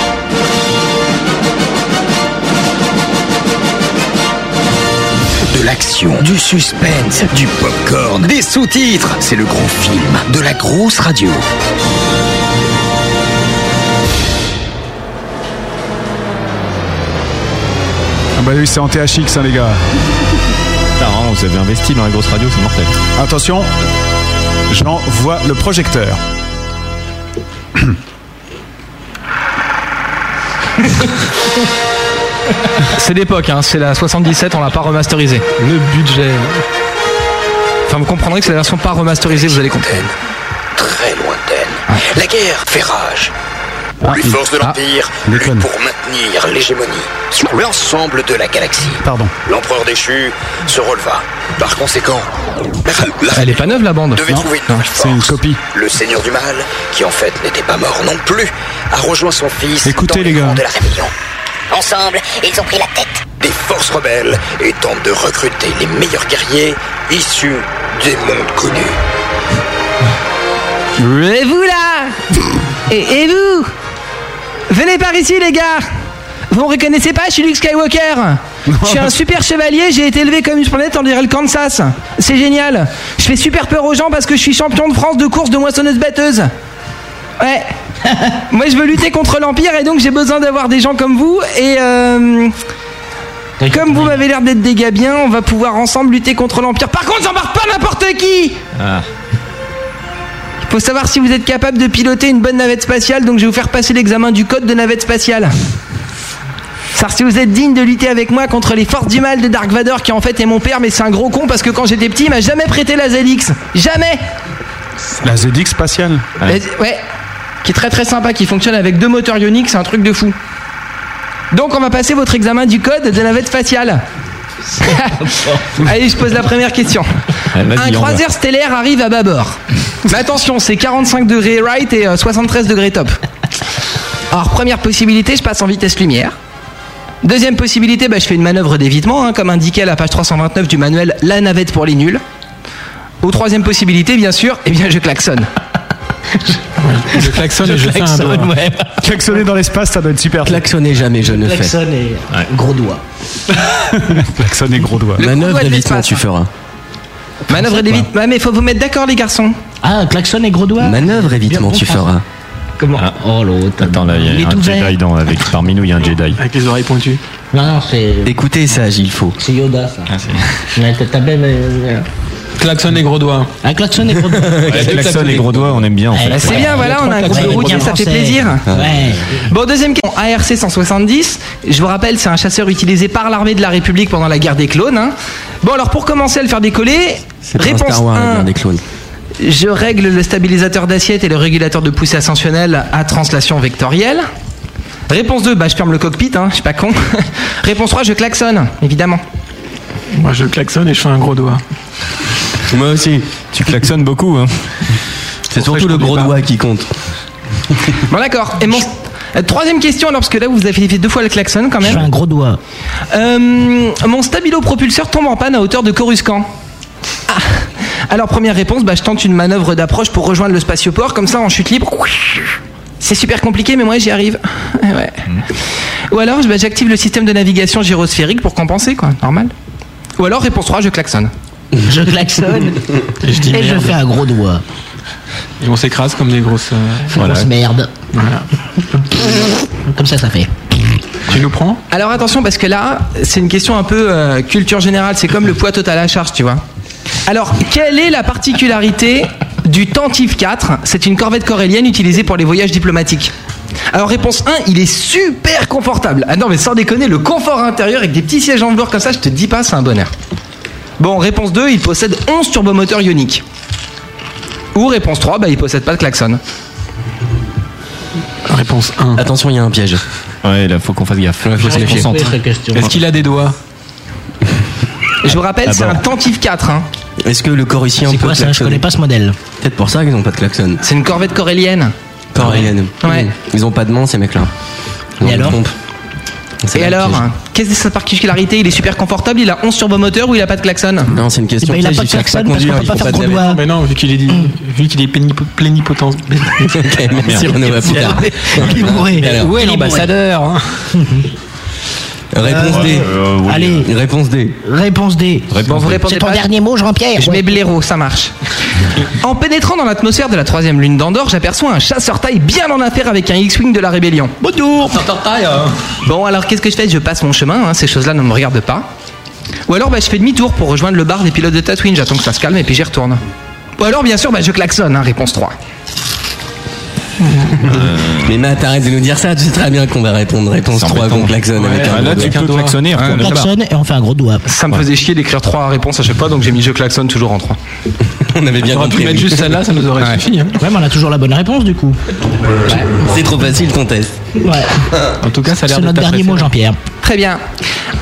[SPEAKER 2] De l'action, du suspense, du popcorn, des sous-titres. C'est le gros film de la grosse radio.
[SPEAKER 3] Ah bah oui, c'est en THX, hein, les gars.
[SPEAKER 12] Putain, hein, on s'est investi dans la grosse radio, c'est mortel.
[SPEAKER 3] Attention, j'envoie le projecteur.
[SPEAKER 6] C'est l'époque, hein, c'est la 77, on l'a pas remasterisée. Le budget. Enfin, vous comprendrez que c'est la version pas remasterisée, vous allez comprendre.
[SPEAKER 2] Très lointaine. La guerre fait rage.
[SPEAKER 3] Ah,
[SPEAKER 2] les forces de l'Empire luttent pour maintenir l'hégémonie sur l'ensemble de la galaxie.
[SPEAKER 3] Pardon.
[SPEAKER 2] L'empereur déchu se releva. Par conséquent,
[SPEAKER 6] Elle est pas neuve la bande.
[SPEAKER 2] devait
[SPEAKER 6] Non.
[SPEAKER 2] trouver
[SPEAKER 6] Non, c'est une copie.
[SPEAKER 2] le seigneur du mal, qui en fait n'était pas mort non plus, a rejoint son fils
[SPEAKER 3] Écoutez,
[SPEAKER 2] dans
[SPEAKER 3] les gars.
[SPEAKER 2] rangs de la rébellion.
[SPEAKER 13] Ensemble, ils ont pris la tête.
[SPEAKER 2] Des forces rebelles et tentent de recruter les meilleurs guerriers issus des mondes connus.
[SPEAKER 6] Et vous là et, et vous Venez par ici les gars Vous me reconnaissez pas, je suis Luke Skywalker Je suis un super chevalier, j'ai été élevé comme une planète, on dirait le Kansas. C'est génial Je fais super peur aux gens parce que je suis champion de France de course de moissonneuse-batteuse. Ouais Moi je veux lutter contre l'Empire et donc j'ai besoin d'avoir des gens comme vous et... euh, Comme vous m'avez l'air d'être des gars bien, on va pouvoir ensemble lutter contre l'Empire. Par contre, j'embarque pas n'importe qui
[SPEAKER 12] Ah.
[SPEAKER 6] faut savoir si vous êtes capable de piloter une bonne navette spatiale, donc je vais vous faire passer l'examen du code de navette spatiale. Savoir si vous êtes digne de lutter avec moi contre les forces du mal de Dark Vador, qui en fait est mon père, mais c'est un gros con parce que quand j'étais petit, il m'a jamais prêté la ZX. Jamais
[SPEAKER 3] La ZX spatiale.
[SPEAKER 6] Ouais. Qui est très très sympa, qui fonctionne avec deux moteurs ioniques, c'est un truc de fou. Donc on va passer votre examen du code de navette spatiale. Allez, je pose la première question. Un croiseur stellaire arrive à bâbord. Mais attention, c'est 45 degrés right et euh, 73 degrés top. Alors, première possibilité, je passe en vitesse lumière. Deuxième possibilité, bah, je fais une manœuvre d'évitement, hein, comme indiqué à la page 329 du manuel La navette pour les nuls. Ou troisième possibilité, bien sûr, eh bien, je klaxonne.
[SPEAKER 10] Je klaxonne et je fais un doigt.
[SPEAKER 3] Klaxonner dans l'espace, ça doit être super.
[SPEAKER 11] Klaxonner jamais, je ne fais.
[SPEAKER 8] Klaxon et gros doigt.
[SPEAKER 3] Klaxonner gros doigt.
[SPEAKER 11] Manœuvre
[SPEAKER 6] doigt de
[SPEAKER 11] d'évitement,
[SPEAKER 6] l'espace,
[SPEAKER 11] tu
[SPEAKER 6] hein.
[SPEAKER 11] feras.
[SPEAKER 6] Manœuvre d'évitement. Ouais, mais faut vous mettre d'accord, les garçons.
[SPEAKER 8] Ah, klaxon et gros doigt.
[SPEAKER 11] Manœuvre évitement,
[SPEAKER 8] bon
[SPEAKER 11] tu
[SPEAKER 8] français.
[SPEAKER 11] feras.
[SPEAKER 8] Comment Oh l'autre.
[SPEAKER 12] Ah, Attends, là, il y a
[SPEAKER 8] Il est
[SPEAKER 12] un
[SPEAKER 8] ouvert.
[SPEAKER 12] Jedi dans, avec, parmi nous, il y a un Jedi.
[SPEAKER 10] Avec les oreilles pointues.
[SPEAKER 8] Non, non, c'est
[SPEAKER 11] Écoutez ça, il faut.
[SPEAKER 8] c'est Yoda ça.
[SPEAKER 12] Ah, c'est-
[SPEAKER 8] Mais t'as- T'as même. euh,
[SPEAKER 10] Klaxon et gros doigts.
[SPEAKER 8] Un klaxon et gros doigt.
[SPEAKER 12] Ouais, Klaxon et gros doigts, on aime bien en fait.
[SPEAKER 8] Ouais,
[SPEAKER 6] c'est
[SPEAKER 8] ouais,
[SPEAKER 6] bien, voilà,
[SPEAKER 8] les
[SPEAKER 6] on
[SPEAKER 8] trois
[SPEAKER 6] a un groupe de
[SPEAKER 8] klaxons,
[SPEAKER 6] routiers,
[SPEAKER 8] bien
[SPEAKER 6] ça fait
[SPEAKER 8] français.
[SPEAKER 6] plaisir.
[SPEAKER 8] Ouais.
[SPEAKER 6] Bon, deuxième question. ARC 170, je vous rappelle, c'est un chasseur utilisé par l'armée de la République pendant la guerre des clones. hein. Bon, alors pour commencer à le faire décoller,
[SPEAKER 11] C'est pas un
[SPEAKER 6] réponse
[SPEAKER 11] Star Wars, la
[SPEAKER 6] 1,
[SPEAKER 11] guerre des clones.
[SPEAKER 6] je règle le stabilisateur d'assiette et le régulateur de poussée ascensionnelle à translation vectorielle. Réponse 2, bah je ferme le cockpit, hein, je suis pas con. réponse 3, je klaxonne, évidemment.
[SPEAKER 10] Moi, je klaxonne et je fais un gros doigt.
[SPEAKER 12] Moi aussi. Tu klaxonnes beaucoup. Hein.
[SPEAKER 11] C'est
[SPEAKER 10] pour ça que
[SPEAKER 11] surtout
[SPEAKER 10] je
[SPEAKER 11] le gros
[SPEAKER 10] comprends pas.
[SPEAKER 11] doigt qui compte.
[SPEAKER 6] Bon, d'accord. Et mon- euh, Troisième question, alors parce que là vous avez fait deux fois le klaxon quand
[SPEAKER 8] Je fais
[SPEAKER 6] même.
[SPEAKER 8] un gros doigt.
[SPEAKER 6] Euh, mon stabilo-propulseur tombe en panne à hauteur de Coruscant. Ah. Alors, première réponse, bah, je tente une manœuvre d'approche pour rejoindre le spatioport, comme ça en chute libre. C'est super compliqué, mais moi j'y arrive. Eh ouais.
[SPEAKER 8] Mm.
[SPEAKER 6] Ou alors, bah, j'active le système de navigation gyrosphérique pour compenser, quoi, normal. Ou alors, réponse 3, je klaxonne.
[SPEAKER 8] Je klaxonne
[SPEAKER 10] Et je dis
[SPEAKER 8] et je
[SPEAKER 10] merde.
[SPEAKER 8] fais un gros doigt.
[SPEAKER 10] Et on s'écrase comme des grosses. euh,
[SPEAKER 8] Grosse
[SPEAKER 10] voilà.
[SPEAKER 8] merde.
[SPEAKER 10] Voilà.
[SPEAKER 8] Comme ça, ça fait.
[SPEAKER 10] Tu nous prends
[SPEAKER 6] Alors, attention, parce que là, c'est une question un peu euh, culture générale, c'est comme le poids total à la charge, tu vois. Alors, quelle est la particularité du Tantif 4 C'est une corvette corélienne utilisée pour les voyages diplomatiques. Alors, réponse 1, il est super confortable. Ah non, mais sans déconner, le confort intérieur avec des petits sièges en velours comme ça, je te dis pas, c'est un bonheur. Bon, réponse 2, il possède 11 turbomoteurs ioniques. Ou réponse 3, bah, il possède pas de klaxon.
[SPEAKER 10] Réponse 1.
[SPEAKER 11] Attention, il y a un piège.
[SPEAKER 12] Ouais, là, faut qu'on fasse gaffe.
[SPEAKER 11] faut se
[SPEAKER 12] On se
[SPEAKER 11] méfier.
[SPEAKER 12] concentre.
[SPEAKER 8] Autre question.
[SPEAKER 10] Est-ce qu'il a des doigts
[SPEAKER 6] Je vous rappelle,
[SPEAKER 12] Ah
[SPEAKER 6] c'est
[SPEAKER 12] bon.
[SPEAKER 6] un Tantif 4. hein.
[SPEAKER 11] Est-ce que le coricien
[SPEAKER 8] C'est
[SPEAKER 11] peut
[SPEAKER 8] quoi ça Je
[SPEAKER 11] klaxonner
[SPEAKER 8] connais pas ce modèle.
[SPEAKER 11] Peut-être pour ça qu'ils n'ont pas de klaxon.
[SPEAKER 6] C'est une corvette corélienne.
[SPEAKER 11] Coréenne.
[SPEAKER 6] Ouais.
[SPEAKER 11] Ils ont pas de main, ces mecs-là. Ils
[SPEAKER 8] Et
[SPEAKER 11] ont
[SPEAKER 8] alors
[SPEAKER 11] une trompe. C'est
[SPEAKER 6] Et
[SPEAKER 11] là le
[SPEAKER 6] alors,
[SPEAKER 11] piège.
[SPEAKER 6] quelle est sa particularité Il est super confortable, il a 11 turbomoteurs ou il a pas de klaxon
[SPEAKER 11] Non, c'est une question
[SPEAKER 8] Eh ben, il a
[SPEAKER 11] piège,
[SPEAKER 8] pas de
[SPEAKER 11] savent
[SPEAKER 8] klaxon parce qu'on peut
[SPEAKER 11] ils
[SPEAKER 8] pas
[SPEAKER 11] font
[SPEAKER 8] faire
[SPEAKER 11] de
[SPEAKER 8] gros
[SPEAKER 11] navette.
[SPEAKER 8] doigt.
[SPEAKER 10] Mais non, vu qu'il est, dit- vu qu'il est plénipo- plénipotent.
[SPEAKER 11] Ok, merci Renaud, à plus tard.
[SPEAKER 8] Il est bourré.
[SPEAKER 11] Alors,
[SPEAKER 8] Où est l'ambassadeur hein.
[SPEAKER 11] Réponse D.
[SPEAKER 12] Euh, oui.
[SPEAKER 8] Allez,
[SPEAKER 11] Réponse D.
[SPEAKER 8] réponse D.
[SPEAKER 6] Bon, vous répondez
[SPEAKER 8] C'est ton
[SPEAKER 6] pas.
[SPEAKER 8] dernier mot, Jean-Pierre
[SPEAKER 6] Je
[SPEAKER 8] Ouais.
[SPEAKER 6] mets blaireau, ça marche. en pénétrant dans l'atmosphère de la troisième lune d'Andorre, j'aperçois un chasseur taille bien en affaire avec un X-Wing de la Rébellion.
[SPEAKER 8] Bonjour
[SPEAKER 11] hein.
[SPEAKER 6] Bon, alors qu'est-ce que je fais Je passe mon chemin, hein, ces choses-là ne me regardent pas. Ou alors, bah, je fais demi-tour pour rejoindre le bar des pilotes de Tatooine, j'attends que ça se calme et puis j'y retourne. Ou alors, bien sûr, bah, je klaxonne, hein, réponse 3.
[SPEAKER 8] Euh.
[SPEAKER 11] Mais Matt, arrête de nous dire ça, tu sais très bien qu'on va répondre réponse 3 qu'on klaxonne avec un gros doigt.
[SPEAKER 8] On klaxonne et on fait un gros doigt.
[SPEAKER 6] Ça me faisait chier d'écrire trois réponses à chaque fois, donc j'ai mis je klaxonne toujours en trois.
[SPEAKER 11] On avait bien
[SPEAKER 6] pu
[SPEAKER 11] compris,
[SPEAKER 6] mettre
[SPEAKER 11] oui.
[SPEAKER 6] juste celle-là, ça nous aurait
[SPEAKER 11] Ouais.
[SPEAKER 6] suffi. hein.
[SPEAKER 8] Ouais, mais on a toujours la bonne réponse du coup.
[SPEAKER 11] C'est trop facile ton test.
[SPEAKER 8] Ouais.
[SPEAKER 10] En tout cas, ça a l'air
[SPEAKER 8] C'est
[SPEAKER 10] d'être
[SPEAKER 8] notre
[SPEAKER 10] ta
[SPEAKER 8] dernier mot,
[SPEAKER 10] préférée.
[SPEAKER 8] Jean-Pierre.
[SPEAKER 6] Très bien.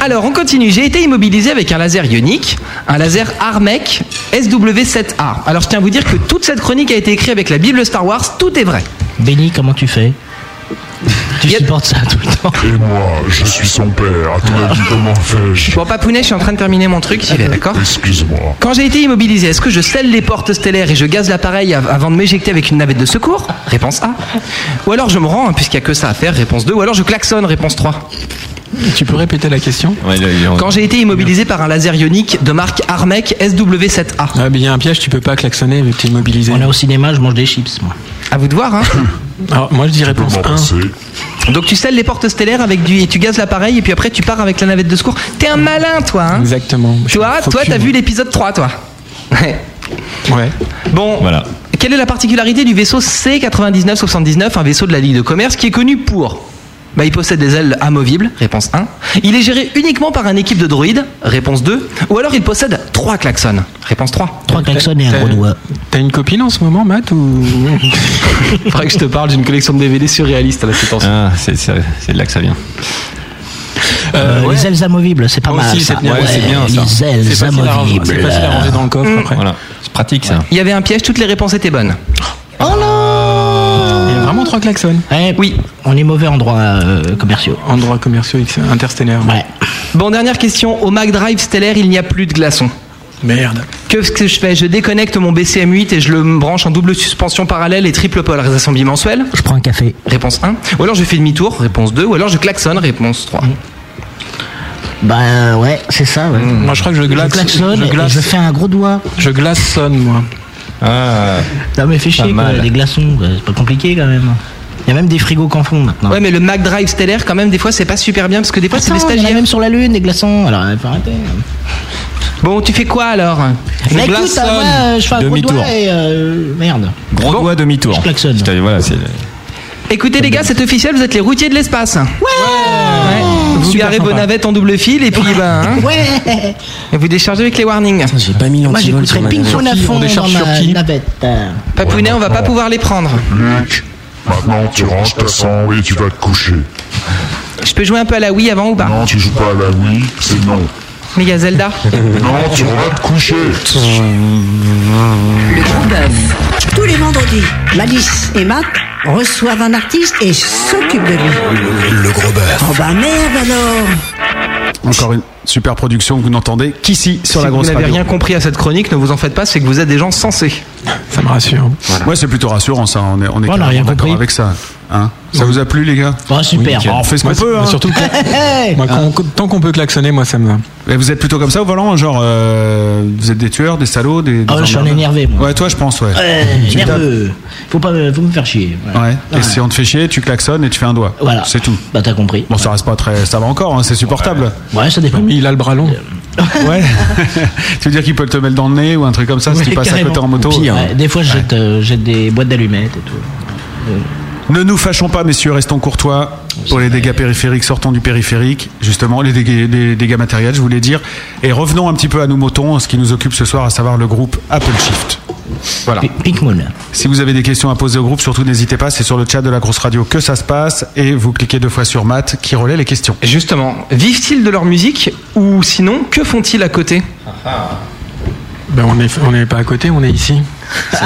[SPEAKER 6] Alors, on continue. J'ai été immobilisé avec un laser ionique, un laser Armec SW7A. Alors, je tiens à vous dire que toute cette chronique a été écrite avec la Bible Star Wars. Tout est vrai.
[SPEAKER 8] Benny, comment tu fais Tu supportes ça tout le temps.
[SPEAKER 14] Et moi, je suis son père. À ton avis, comment fais-je
[SPEAKER 6] Bon, Papounet, je suis en train de terminer mon truc, j'y vais, d'accord
[SPEAKER 14] Excuse-moi.
[SPEAKER 6] Quand j'ai été immobilisé, est-ce que je scelle les portes stellaires et je gaze l'appareil av- avant de m'éjecter avec une navette de secours Réponse A. Ou alors je me rends, hein, puisqu'il n'y a que ça à faire, réponse 2. Ou alors je klaxonne, réponse 3.
[SPEAKER 10] Tu peux répéter la question
[SPEAKER 6] Quand j'ai été immobilisé par un laser ionique de marque Armec SW7A.
[SPEAKER 10] Ah, mais il y a un piège, tu peux pas klaxonner, mais t'es immobilisé. On
[SPEAKER 8] est au cinéma, je mange des chips, moi.
[SPEAKER 6] À vous de voir, hein
[SPEAKER 10] Alors, moi, je dis réponse 1.
[SPEAKER 6] Donc tu scelles les portes stellaires avec du et tu gazes l'appareil et puis après tu pars avec la navette de secours. T'es un malin toi. Hein
[SPEAKER 10] Exactement.
[SPEAKER 6] Tu vois, toi t'as vu l'épisode 3 toi. Ouais.
[SPEAKER 10] Ouais.
[SPEAKER 6] Bon.
[SPEAKER 10] Voilà.
[SPEAKER 6] Quelle est la particularité du vaisseau C9979, un vaisseau de la Ligue de commerce qui est connu pour bah, il possède des ailes amovibles, réponse 1. Il est géré uniquement par une équipe de droïdes, réponse 2. Ou alors il possède 3 klaxons, réponse 3.
[SPEAKER 8] Trois klaxons et un
[SPEAKER 6] T'as-
[SPEAKER 8] gros doigt.
[SPEAKER 10] T'as une copine en ce moment, Matt ou...
[SPEAKER 6] Faudrait que je te parle d'une collection de DVD surréaliste à la
[SPEAKER 12] Ah, c'est ça- c'est de là que ça vient.
[SPEAKER 8] Euh, Les ailes amovibles, c'est pas
[SPEAKER 12] Moi
[SPEAKER 8] mal.
[SPEAKER 12] aussi,
[SPEAKER 8] ça.
[SPEAKER 12] c'est bien,
[SPEAKER 8] Ouais,
[SPEAKER 12] c'est bien, ça.
[SPEAKER 8] Les ailes
[SPEAKER 12] C'est facile à ranger-
[SPEAKER 8] amovibles. Mm.
[SPEAKER 12] c'est facile à ranger dans le coffre,
[SPEAKER 6] après.
[SPEAKER 12] Voilà. C'est pratique ça.
[SPEAKER 6] Il y avait un piège, toutes les réponses étaient bonnes.
[SPEAKER 10] Il y a vraiment trois klaxons.
[SPEAKER 6] oui.
[SPEAKER 8] Eh On est mauvais en droits euh, commerciaux.
[SPEAKER 10] En droits commerciaux ex- interstellaires.
[SPEAKER 8] Ouais.
[SPEAKER 6] Bon, dernière question. Au Mac Drive stellaire, il n'y a plus de glaçons.
[SPEAKER 10] Merde.
[SPEAKER 6] Que ce que je fais Je déconnecte mon BCM8 et je le branche en double suspension parallèle et triple polarisation bimensuelle
[SPEAKER 8] Je prends un café.
[SPEAKER 6] Réponse 1. Ou alors je fais demi-tour, réponse 2. Ou alors je klaxonne, réponse 3.
[SPEAKER 8] Bah ouais, c'est ça. ouais.
[SPEAKER 10] Moi, je crois que je glace-
[SPEAKER 8] klaxonne
[SPEAKER 10] je
[SPEAKER 8] et
[SPEAKER 10] glace-
[SPEAKER 8] je fais un gros doigt.
[SPEAKER 10] Je glace sonne, moi.
[SPEAKER 12] Ah.
[SPEAKER 8] Non mais fais
[SPEAKER 10] Pas
[SPEAKER 8] chier, quoi,
[SPEAKER 10] mal.
[SPEAKER 8] des glaçons, quoi, c'est pas compliqué quand même. Il y a même des frigos qu'en font maintenant.
[SPEAKER 6] Ouais, mais le Mac Drive stellaire, quand même, des fois, c'est pas super bien parce que des fois, c'est des
[SPEAKER 8] Attends, il y en a
[SPEAKER 6] stagiaires.
[SPEAKER 8] même sur la lune des glaçons, alors euh, faut arrêter.
[SPEAKER 6] Bon, tu fais quoi alors
[SPEAKER 8] Mais écoute, euh, moi, euh, je fais un gros
[SPEAKER 12] Demi-tour.
[SPEAKER 8] doigt et euh, merde.
[SPEAKER 12] Gros doigt demi-tour. Je
[SPEAKER 8] klaxonne.
[SPEAKER 12] Voilà, c'est.
[SPEAKER 6] Écoutez les gars, c'est officiel, vous êtes les routiers de l'espace. Ouais, Vous
[SPEAKER 8] Super
[SPEAKER 6] garez vos
[SPEAKER 8] sympa.
[SPEAKER 6] navettes en double fil et puis ben. hein,
[SPEAKER 8] Ouais.
[SPEAKER 6] et vous déchargez avec les warnings.
[SPEAKER 11] J'ai pas mis
[SPEAKER 8] Moi
[SPEAKER 11] l'antivol sur
[SPEAKER 8] j'écouterais
[SPEAKER 11] ma
[SPEAKER 8] Pink
[SPEAKER 11] navette.
[SPEAKER 8] Floyd à fond dans ma navette. Euh,
[SPEAKER 6] Papounet, on va pas pouvoir les prendre.
[SPEAKER 14] Luc, maintenant tu ranges ta sang et tu vas te coucher.
[SPEAKER 6] Je peux jouer un peu à la Wii avant ou pas
[SPEAKER 14] Non, tu joues pas à la Wii, c'est non.
[SPEAKER 6] Mais il y a Zelda.
[SPEAKER 14] Non, tu vas te coucher.
[SPEAKER 1] Le Grand Bœuf. Tous les vendredis, Malice et Matt reçoivent un artiste et s'occupent de lui.
[SPEAKER 2] Le gros bœuf.
[SPEAKER 1] Oh bah merde alors
[SPEAKER 3] Encore une super production que vous n'entendez qu'ici sur
[SPEAKER 6] si
[SPEAKER 3] la
[SPEAKER 6] vous
[SPEAKER 3] grosse
[SPEAKER 6] n'avez
[SPEAKER 3] radio.
[SPEAKER 6] rien compris à cette chronique, ne vous en faites pas, c'est que vous êtes des gens sensés.
[SPEAKER 10] Ça me rassure.
[SPEAKER 3] Ouais, c'est plutôt rassurant ça. On est, on est
[SPEAKER 8] Voilà,
[SPEAKER 3] carrément
[SPEAKER 8] rien
[SPEAKER 3] d'accord
[SPEAKER 8] compris.
[SPEAKER 3] avec ça. Hein ça vous a plu les gars
[SPEAKER 8] Bon, super.
[SPEAKER 3] Ah, on fait ce qu'on
[SPEAKER 10] Moi,
[SPEAKER 3] peut.
[SPEAKER 10] c'est-
[SPEAKER 3] hein.
[SPEAKER 10] Surtout que- moi, quand on- tant qu'on peut klaxonner, moi, ça me va.
[SPEAKER 3] Mais vous êtes plutôt comme ça au volant, genre euh, vous êtes des tueurs, des salauds, des. des
[SPEAKER 8] Ah ouais, je suis un
[SPEAKER 3] emmerdeurs
[SPEAKER 8] énervé, moi.
[SPEAKER 3] Ouais, toi je pense, ouais.
[SPEAKER 8] Ouais,
[SPEAKER 3] Tu
[SPEAKER 8] nerveux. Faut pas me- faut me faire chier.
[SPEAKER 3] tapes- Ouais. Et si on te fait chier, tu klaxonnes et tu fais un doigt.
[SPEAKER 8] Voilà.
[SPEAKER 3] C'est tout.
[SPEAKER 8] Bah t'as compris.
[SPEAKER 3] Bon, ça reste pas très. Ça va encore, hein, c'est supportable.
[SPEAKER 8] Ouais, Euh, ça dépend.
[SPEAKER 10] Mais il a le bras long.
[SPEAKER 3] Ouais. tu veux dire qu'ils peuvent te mettre dans le nez ou un truc comme ça si
[SPEAKER 8] Ouais,
[SPEAKER 3] tu passes à
[SPEAKER 8] carrément.
[SPEAKER 3] côté en moto hein.
[SPEAKER 8] Pire.
[SPEAKER 10] hein.
[SPEAKER 8] Ouais, des fois, je jette, euh, jette des boîtes d'allumettes et tout.
[SPEAKER 3] Ne nous fâchons pas, messieurs, restons courtois. Pour les dégâts périphériques, sortons du périphérique, justement, les dégâts, les dégâts matériels, je voulais dire. Et revenons un petit peu à nos moutons, ce qui nous occupe ce soir, à savoir le groupe Apple Shift. Voilà.
[SPEAKER 8] Pi- Pink Moon.
[SPEAKER 3] Si vous avez des questions à poser au groupe, surtout n'hésitez pas, c'est sur le chat de la grosse radio que ça se passe. Et vous cliquez deux fois sur Matt qui relaie les questions.
[SPEAKER 6] Justement, vivent-ils de leur musique ou sinon, que font-ils à côté
[SPEAKER 11] Ah,
[SPEAKER 10] Ben, on n'est on est pas à côté, on est ici.
[SPEAKER 3] Euh,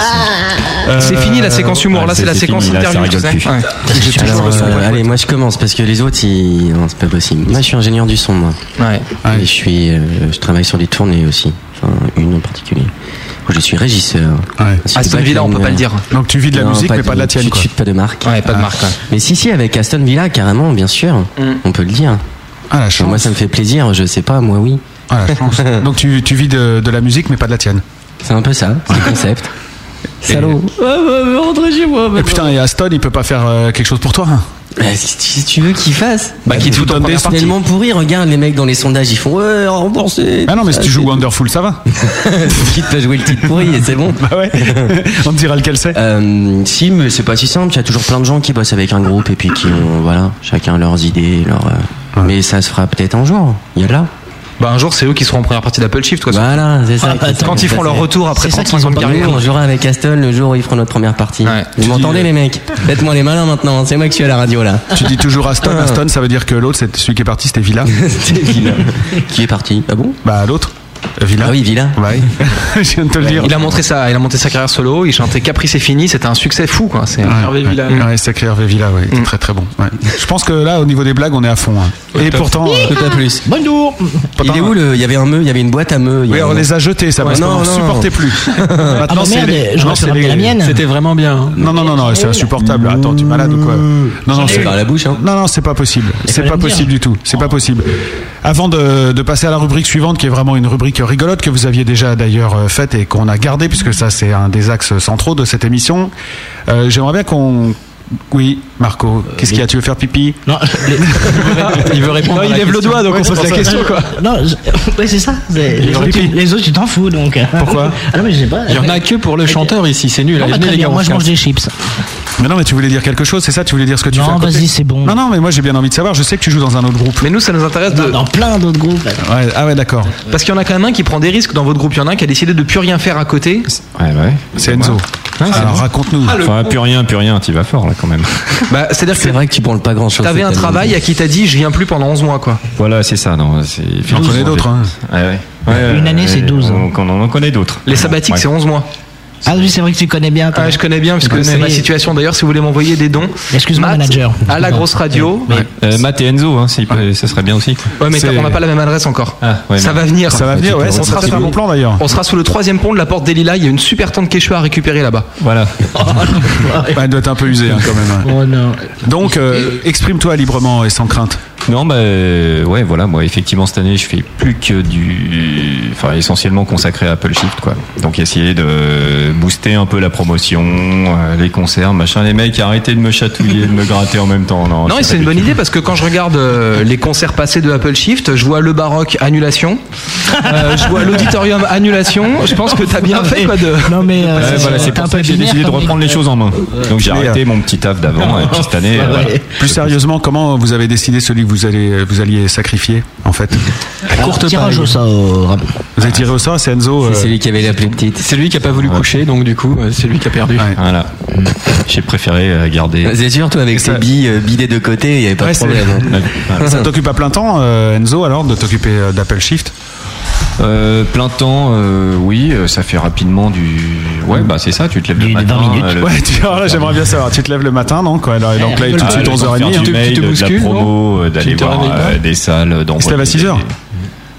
[SPEAKER 10] Euh,
[SPEAKER 6] C'est fini la séquence humour,
[SPEAKER 12] ouais,
[SPEAKER 6] là c'est la
[SPEAKER 12] c'est
[SPEAKER 6] séquence
[SPEAKER 12] fini, là, ça
[SPEAKER 6] interview, tu sais.
[SPEAKER 12] rigole plus.
[SPEAKER 6] Ouais.
[SPEAKER 12] J'ai toujours
[SPEAKER 11] Alors,
[SPEAKER 12] le son,
[SPEAKER 11] euh,
[SPEAKER 12] ouais.
[SPEAKER 11] allez, moi je commence parce que les autres, ils... non, c'est pas possible. Moi je suis ingénieur du son, moi.
[SPEAKER 6] Ouais.
[SPEAKER 11] Et je suis, euh, je travaille sur des tournées aussi, enfin une en particulier. Je suis régisseur. Ainsi
[SPEAKER 6] Ah, Aston
[SPEAKER 11] que
[SPEAKER 6] Villa, on
[SPEAKER 11] une-
[SPEAKER 6] peut pas le dire.
[SPEAKER 3] Donc tu vis de la
[SPEAKER 11] Non,
[SPEAKER 3] musique, mais pas de la tienne,
[SPEAKER 11] tu-
[SPEAKER 3] quoi. Ah.
[SPEAKER 11] tu- pas de marque.
[SPEAKER 6] Ouais, pas de marque, ouais. Mm.
[SPEAKER 11] Mais si, si, avec Aston Villa, carrément, bien sûr. On peut le dire.
[SPEAKER 3] Ah, la
[SPEAKER 11] Moi ça me fait plaisir, je sais pas, moi oui.
[SPEAKER 3] Ah, la chance. Donc tu, tu vis de, de la musique, mais pas de la tienne.
[SPEAKER 11] C'est un peu ça, c'est le concept.
[SPEAKER 3] Salaud.
[SPEAKER 8] rentrez chez moi.
[SPEAKER 3] Et putain, et Aston, il peut pas faire euh, quelque chose pour toi hein
[SPEAKER 11] Bah, si tu veux qu'il fasse,
[SPEAKER 3] Bah, qu'il te
[SPEAKER 11] tout
[SPEAKER 3] foute en première partie.
[SPEAKER 11] tellement pourri. Regarde les mecs dans les sondages, ils font ouais, remboursé.
[SPEAKER 3] Ah non, mais si tu joues Wonderful, ça va.
[SPEAKER 11] Quitte à jouer le titre pourri, et c'est bon. Euh,
[SPEAKER 3] Bah ouais. On dira lequel c'est.
[SPEAKER 11] si, mais c'est pas si simple. Il y a toujours plein de gens qui bossent avec un groupe et puis qui ont, voilà, chacun leurs idées, leurs. euh, Mais ça se fera peut-être un jour. Il y a de là.
[SPEAKER 6] Bah un jour c'est eux qui seront en première partie d'Apple Shift quoi.
[SPEAKER 11] Voilà, c'est ça.
[SPEAKER 6] Ah, attends, quand ils feront leur retour après
[SPEAKER 11] C'est ça
[SPEAKER 6] 35
[SPEAKER 11] qu'ils
[SPEAKER 6] ans de
[SPEAKER 11] ont pas vu,
[SPEAKER 6] carrière.
[SPEAKER 11] On jouera avec Aston le jour où ils feront notre première partie. Vous m'entendez les mecs Faites-moi les malins maintenant, hein, c'est moi qui suis à la radio là.
[SPEAKER 3] euh, Tu dis toujours Aston,
[SPEAKER 11] Ah.
[SPEAKER 3] Aston, ça veut dire que l'autre, c'est celui qui est parti, c'était Villa.
[SPEAKER 11] c'était Villa. Qui est parti Ah bon
[SPEAKER 3] Bah l'autre. Villa.
[SPEAKER 11] Ah oui, Villa.
[SPEAKER 3] Ouais. Je viens de te le dire.
[SPEAKER 6] Il a montré ça, il a monté sa carrière solo, il chantait Caprice et fini, c'était un succès fou quoi. C'est
[SPEAKER 3] Ouais, ouais, ouais, sacré Hervé Villa, ouais, il est très très bon. ouais. Je pense que là, au niveau des blagues, on est à fond. hein. Et pourtant, euh,
[SPEAKER 11] tout à plus. Bonjour. Il est où le Il y avait un meu, il y avait une boîte à meu. il y
[SPEAKER 3] Oui,
[SPEAKER 11] avait
[SPEAKER 3] on
[SPEAKER 11] un-
[SPEAKER 3] les a jetés, ça, parce
[SPEAKER 11] Ouais,
[SPEAKER 3] qu'on
[SPEAKER 11] non,
[SPEAKER 3] ne
[SPEAKER 11] non.
[SPEAKER 3] supportait plus. Maintenant,
[SPEAKER 8] Ah bah
[SPEAKER 3] c'est
[SPEAKER 8] merde,
[SPEAKER 3] les-
[SPEAKER 8] je
[SPEAKER 3] non,
[SPEAKER 8] me suis
[SPEAKER 3] c'est
[SPEAKER 8] rappelé
[SPEAKER 3] les-
[SPEAKER 8] la mienne.
[SPEAKER 10] C'était vraiment bien. hein.
[SPEAKER 3] Non, non, non, non, c'est insupportable. Attends, tu es malade ou quoi Non, non,
[SPEAKER 8] J'en ai eu.
[SPEAKER 3] c'est
[SPEAKER 8] Par
[SPEAKER 11] la bouche. hein.
[SPEAKER 3] Non, non, c'est pas possible. C'est
[SPEAKER 8] fallait
[SPEAKER 3] pas
[SPEAKER 8] me dire.
[SPEAKER 3] possible du tout. C'est
[SPEAKER 10] Oh.
[SPEAKER 3] pas possible. Avant de, de passer à la rubrique suivante, qui est vraiment une rubrique rigolote que vous aviez déjà d'ailleurs euh, faite et qu'on a gardée, puisque ça c'est un des axes centraux de cette émission, euh, j'aimerais bien qu'on. Oui, Marco, qu'est-ce qu'il
[SPEAKER 10] Euh,
[SPEAKER 3] y a Tu veux faire pipi
[SPEAKER 8] Non,
[SPEAKER 6] il veut répondre.
[SPEAKER 8] Non, il lève le doigt, donc on pose la question, quoi. Non, je- ouais, c'est ça. Les, les autres, tu- les autres, tu t'en fous, donc.
[SPEAKER 3] Pourquoi
[SPEAKER 8] Ah non, mais je sais pas.
[SPEAKER 10] Il y en a que pour le chanteur ici, c'est nul.
[SPEAKER 8] Non,
[SPEAKER 10] Allez,
[SPEAKER 8] bah,
[SPEAKER 10] venez,
[SPEAKER 8] très
[SPEAKER 10] les
[SPEAKER 8] bien,
[SPEAKER 10] gars, on
[SPEAKER 8] moi,
[SPEAKER 10] se
[SPEAKER 8] je mange
[SPEAKER 10] casse.
[SPEAKER 8] des chips.
[SPEAKER 3] Mais non, mais tu voulais dire quelque chose, c'est ça Tu voulais dire ce que tu
[SPEAKER 8] Non,
[SPEAKER 3] fais à côté
[SPEAKER 8] vas-y, c'est bon.
[SPEAKER 3] Non, non, mais moi j'ai bien envie de savoir. Je sais que tu joues dans un autre groupe.
[SPEAKER 6] Mais nous ça nous intéresse de.
[SPEAKER 8] Dans plein d'autres groupes.
[SPEAKER 3] Ouais, ah ouais, d'accord.
[SPEAKER 6] Parce qu'il y en a quand même un qui prend des risques dans votre groupe, il y en a un qui a décidé de plus rien faire à côté.
[SPEAKER 12] Ouais, bah ouais.
[SPEAKER 3] C'est Enzo.
[SPEAKER 12] c'est
[SPEAKER 3] Alors
[SPEAKER 12] bon.
[SPEAKER 3] raconte-nous.
[SPEAKER 6] Ah, le
[SPEAKER 12] Enfin,
[SPEAKER 6] con.
[SPEAKER 12] plus rien, plus rien, tu vas fort là quand même.
[SPEAKER 6] Bah, c'est-à-dire que
[SPEAKER 11] C'est vrai que tu branles pas grand chose.
[SPEAKER 6] t'avais un travail à qui t'as dit je viens plus pendant 11 mois quoi.
[SPEAKER 12] Voilà, c'est ça, non. c'est- effectivement,
[SPEAKER 3] connais
[SPEAKER 12] j'ai-
[SPEAKER 3] d'autres, hein.
[SPEAKER 12] Ouais, ouais. Ouais,
[SPEAKER 8] Une
[SPEAKER 12] ouais,
[SPEAKER 8] année,
[SPEAKER 12] ouais,
[SPEAKER 8] c'est 12.
[SPEAKER 12] On, on en connaît d'autres.
[SPEAKER 6] Les sabbatiques
[SPEAKER 12] Ouais.
[SPEAKER 6] c'est 11 mois.
[SPEAKER 8] Ah oui, c'est vrai que tu connais bien. toi.
[SPEAKER 6] Ah, je connais bien parce que
[SPEAKER 8] connais.
[SPEAKER 6] c'est ma situation d'ailleurs si vous voulez m'envoyer des dons.
[SPEAKER 8] Excuse-moi,
[SPEAKER 6] Matt,
[SPEAKER 8] manager.
[SPEAKER 6] À la
[SPEAKER 8] Non.
[SPEAKER 6] grosse radio.
[SPEAKER 8] Mais-
[SPEAKER 6] Ouais,
[SPEAKER 12] Euh, Matt et Enzo, hein, s'il peut- ça serait bien aussi.
[SPEAKER 6] mais t'as-
[SPEAKER 3] C'est-
[SPEAKER 6] on n'a pas la même adresse encore.
[SPEAKER 12] Ah, ouais,
[SPEAKER 6] ça
[SPEAKER 12] mais-
[SPEAKER 6] va venir.
[SPEAKER 3] Ça va venir, ouais. Ça
[SPEAKER 6] On
[SPEAKER 3] sera
[SPEAKER 6] sera
[SPEAKER 3] peut-être un
[SPEAKER 6] sous-
[SPEAKER 3] bon plan d'ailleurs.
[SPEAKER 6] On sera sous le troisième pont de la porte des Lilas. Il y a une super tente quechua à récupérer là-bas.
[SPEAKER 12] Voilà.
[SPEAKER 3] Bah, elle doit être un peu usée hein, quand même. hein.
[SPEAKER 8] Oh non.
[SPEAKER 3] Donc, euh, exprime-toi librement et sans crainte.
[SPEAKER 12] Non, bah euh, ouais, voilà, moi effectivement cette année je fais plus que du, enfin essentiellement consacré à Apple Shift quoi. Donc essayer de booster un peu la promotion, euh, les concerts, machin. Les mecs, arrêtez de me chatouiller, de me gratter en même temps. Non,
[SPEAKER 6] Non, et c'est une bonne
[SPEAKER 12] ridicule.
[SPEAKER 6] idée parce que quand je regarde euh, les concerts passés de Apple Shift, je vois le baroque annulation, Euh, je vois l'auditorium annulation. Je pense que t'as bien fait quoi de.
[SPEAKER 8] Non, mais. euh,
[SPEAKER 12] Ouais, voilà, c'est
[SPEAKER 8] un
[SPEAKER 12] pour
[SPEAKER 8] peu
[SPEAKER 12] ça que j'ai
[SPEAKER 8] binaire
[SPEAKER 12] décidé de
[SPEAKER 8] comme
[SPEAKER 12] reprendre les choses en main. Donc j'ai
[SPEAKER 3] Mais,
[SPEAKER 12] arrêté
[SPEAKER 3] euh,
[SPEAKER 12] mon petit taf d'avant et puis cette année.
[SPEAKER 6] Ah,
[SPEAKER 12] euh, voilà.
[SPEAKER 3] Plus sérieusement, comment vous avez décidé celui que vous, allez, euh, vous alliez sacrifier, en fait
[SPEAKER 8] Alors, tirage au sort.
[SPEAKER 3] Vous avez tiré au sort, c'est Enzo. euh,
[SPEAKER 11] C'est celui qui avait la plus petite.
[SPEAKER 10] C'est lui qui a pas voulu coucher, donc du coup, euh, c'est lui qui a perdu.
[SPEAKER 3] Ouais.
[SPEAKER 12] Voilà. J'ai préféré euh, garder.
[SPEAKER 11] C'est sûr, toi, avec
[SPEAKER 3] ça-
[SPEAKER 11] ses billes euh, bidées de côté, il y avait pas
[SPEAKER 3] Ouais,
[SPEAKER 11] de
[SPEAKER 3] c'est-
[SPEAKER 11] problème. hein.
[SPEAKER 12] Voilà.
[SPEAKER 3] Ça t'occupe à plein temps, euh, Enzo, alors, de t'occuper euh, d'Apple Shift
[SPEAKER 12] Euh, plein temps, euh, oui, euh, ça fait rapidement du. Ouais, bah c'est ça, tu te lèves le
[SPEAKER 8] Du-
[SPEAKER 12] matin.
[SPEAKER 8] 20 minutes.
[SPEAKER 12] euh, le-
[SPEAKER 3] Ouais, tu alors là, j'aimerais bien savoir. Tu te lèves le matin, non quoi, alors, Et
[SPEAKER 6] Eh,
[SPEAKER 3] donc là, il est tout de
[SPEAKER 12] Ah,
[SPEAKER 3] suite
[SPEAKER 12] le temps de
[SPEAKER 3] 11h30.
[SPEAKER 12] faire du
[SPEAKER 3] hein.
[SPEAKER 12] mail,
[SPEAKER 6] te
[SPEAKER 12] de
[SPEAKER 6] bouscules,
[SPEAKER 12] la
[SPEAKER 6] non
[SPEAKER 12] promo, euh, d'aller
[SPEAKER 10] Tu te
[SPEAKER 12] voir
[SPEAKER 10] réveilles pas
[SPEAKER 12] euh, des salles, d'envoyer.
[SPEAKER 3] Il se lève à 6h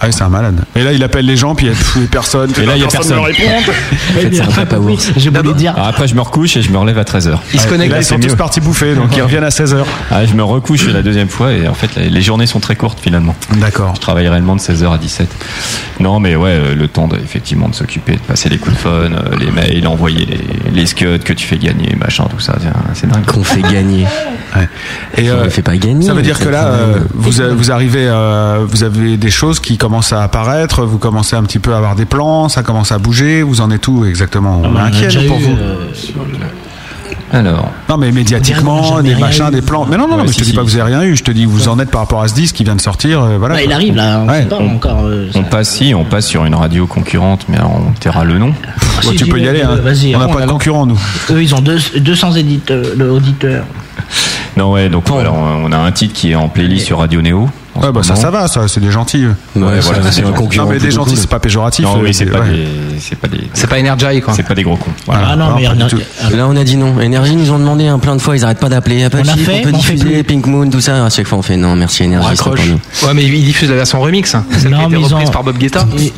[SPEAKER 3] Ah oui, c'est un malade. Et là, il appelle les gens, puis il y a pff, personne.
[SPEAKER 12] Et là, il y a personne.
[SPEAKER 3] ne leur répond.
[SPEAKER 11] fait, c'est un papa ours.
[SPEAKER 8] J'ai voulu dire.
[SPEAKER 12] Ah, après, je me recouche et je me relève à 13h.
[SPEAKER 6] Ils se
[SPEAKER 3] Ah, Et
[SPEAKER 6] connectent.
[SPEAKER 3] là, ils
[SPEAKER 6] ils
[SPEAKER 3] sont
[SPEAKER 6] sont
[SPEAKER 3] tous partis bouffer, donc ils reviennent à 16h.
[SPEAKER 12] Ah, je me recouche la deuxième fois et en fait, les- les journées sont très courtes finalement.
[SPEAKER 3] D'accord.
[SPEAKER 12] Je travaille réellement de 16h à 17h. Non, mais ouais, euh, le temps de, effectivement de s'occuper, de passer les coups de phone, euh, les mails, envoyer les, les scuds que tu fais gagner, machin, tout ça. c'est- C'est dingue.
[SPEAKER 11] Qu'on fait gagner.
[SPEAKER 3] Ouais. Et euh,
[SPEAKER 11] On le fait hein, pas gagner,
[SPEAKER 3] Ça veut
[SPEAKER 11] mais
[SPEAKER 3] dire
[SPEAKER 11] c'est
[SPEAKER 3] que là,
[SPEAKER 11] quand même-
[SPEAKER 3] euh, vous, a- vous arrivez, euh, vous avez des choses qui commencent à apparaître, vous commencez un petit peu à avoir des plans, ça commence à bouger, vous en êtes où exactement On est
[SPEAKER 8] On a
[SPEAKER 3] inquiet
[SPEAKER 8] déjà
[SPEAKER 3] nous, pour
[SPEAKER 8] eu,
[SPEAKER 3] vous.
[SPEAKER 8] euh,
[SPEAKER 12] Alors,
[SPEAKER 3] Non, mais médiatiquement,
[SPEAKER 8] jamais
[SPEAKER 3] des
[SPEAKER 8] rien
[SPEAKER 3] machins,
[SPEAKER 8] eu.
[SPEAKER 3] des plans. Mais non, non, non,
[SPEAKER 12] Ouais,
[SPEAKER 3] mais je
[SPEAKER 12] si,
[SPEAKER 3] te dis
[SPEAKER 12] si.
[SPEAKER 3] pas que vous avez rien eu, je te dis vous en êtes par rapport à ce disque qui vient de sortir, euh, voilà.
[SPEAKER 8] bah, il arrive là, on
[SPEAKER 3] Ouais.
[SPEAKER 8] sait pas encore. euh, ça-
[SPEAKER 12] on passe, si, on passe sur une radio concurrente, mais alors on taira le nom.
[SPEAKER 8] Ah,
[SPEAKER 3] Bon,
[SPEAKER 8] si,
[SPEAKER 3] tu peux y
[SPEAKER 8] dis-le,
[SPEAKER 3] aller, hein.
[SPEAKER 8] dis-le, Vas-y,
[SPEAKER 3] on n'a
[SPEAKER 8] hein,
[SPEAKER 3] pas de concurrent, nous.
[SPEAKER 8] Eux, ils ont deux- 200 éditeurs, euh, de- auditeurs.
[SPEAKER 12] Non, ouais, donc voilà, on on a un titre qui est en playlist sur Radio Néo. en ce
[SPEAKER 3] Ouais, bah, ça,
[SPEAKER 12] moment.
[SPEAKER 3] ça va, ça, c'est des gentils. eux.
[SPEAKER 11] Ouais,
[SPEAKER 12] Ouais,
[SPEAKER 11] ça,
[SPEAKER 12] voilà, c'est
[SPEAKER 11] c'est un
[SPEAKER 12] gentil.
[SPEAKER 11] concurrent.
[SPEAKER 3] Non, mais
[SPEAKER 11] tout
[SPEAKER 3] des gentils,
[SPEAKER 11] cool.
[SPEAKER 3] c'est pas péjoratif.
[SPEAKER 12] Non,
[SPEAKER 3] euh,
[SPEAKER 12] mais c'est pas,
[SPEAKER 3] ouais.
[SPEAKER 12] des- c'est pas des.
[SPEAKER 6] C'est pas Energy quoi.
[SPEAKER 12] C'est pas des gros cons. Voilà.
[SPEAKER 8] Ah non, mais
[SPEAKER 3] pas
[SPEAKER 8] on a-
[SPEAKER 3] du tout.
[SPEAKER 11] Là, on a dit non. Énergie nous ont demandé hein, plein de fois, ils arrêtent pas d'appeler. Apache,
[SPEAKER 8] On a
[SPEAKER 11] on,
[SPEAKER 8] fait,
[SPEAKER 11] peut
[SPEAKER 8] on fait
[SPEAKER 11] diffuser,
[SPEAKER 8] plus.
[SPEAKER 11] Pink Moon, tout ça. À chaque fois, on fait non, merci
[SPEAKER 6] On
[SPEAKER 11] Énergie, c'est pas
[SPEAKER 6] raccroche.
[SPEAKER 11] pour nous.
[SPEAKER 6] Ouais, mais il diffuse la version remix. hein. Celle qui a
[SPEAKER 8] Non,
[SPEAKER 6] été
[SPEAKER 8] mais ils
[SPEAKER 6] reprise
[SPEAKER 8] ont-
[SPEAKER 6] par Bob Guetta.
[SPEAKER 8] Et-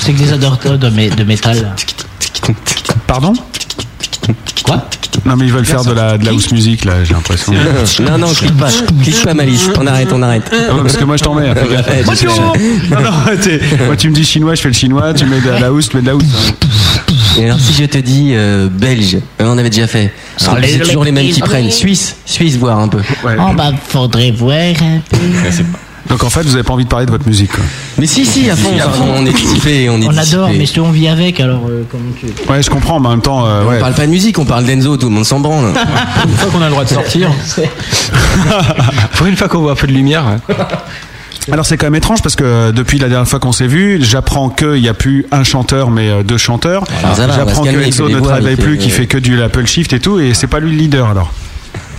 [SPEAKER 8] C'est que des adorateurs de, mé- de métal.
[SPEAKER 3] Pardon
[SPEAKER 8] Quoi
[SPEAKER 3] Non, mais ils veulent faire de la, de la house music, là, j'ai l'impression.
[SPEAKER 11] Non, non, clique pas, clique pas Malice. On arrête, on arrête.
[SPEAKER 3] Ah ouais, parce que moi je t'en mets. fais gaffe.
[SPEAKER 11] Ouais, je sais, je sais.
[SPEAKER 3] Non, non, t'es- moi tu me dis chinois, je fais le chinois, tu mets de la house, tu mets de la house.
[SPEAKER 11] Et alors, si je te dis euh, belge, euh, on avait déjà fait.
[SPEAKER 8] Ah,
[SPEAKER 11] Ah,
[SPEAKER 8] les
[SPEAKER 11] c'est toujours les mêmes qui
[SPEAKER 8] Belges.
[SPEAKER 11] prennent. Suisse, Suisse, voir un peu.
[SPEAKER 8] Oh, bah, faudrait voir un peu.
[SPEAKER 3] Donc en fait, vous n'avez pas envie de parler de votre musique.
[SPEAKER 11] Mais si, si, à fond, on- on est dissipé, on est
[SPEAKER 8] On adore,
[SPEAKER 11] dissipé.
[SPEAKER 8] mais si on vit avec, alors euh, comment tu.
[SPEAKER 3] Ouais, je comprends, mais en même temps. euh, ouais.
[SPEAKER 11] On parle pas de musique, on parle d'Enzo, tout le monde s'en branle.
[SPEAKER 10] Une fois qu'on a le droit de sortir.
[SPEAKER 6] Pour une fois qu'on voit un peu de lumière.
[SPEAKER 3] Alors c'est quand même étrange parce que euh, depuis la dernière fois qu'on s'est vu, j'apprends qu'il n'y a plus un chanteur mais euh, deux chanteurs.
[SPEAKER 11] Alors, ça va, on va
[SPEAKER 3] j'apprends
[SPEAKER 11] se
[SPEAKER 3] que
[SPEAKER 11] calmer, il fait
[SPEAKER 3] Enzo
[SPEAKER 11] des
[SPEAKER 3] ne
[SPEAKER 11] voix,
[SPEAKER 3] travaille
[SPEAKER 11] il fait-
[SPEAKER 3] plus, qu'il fait que du Apple Shift et tout, et c'est pas lui le leader alors.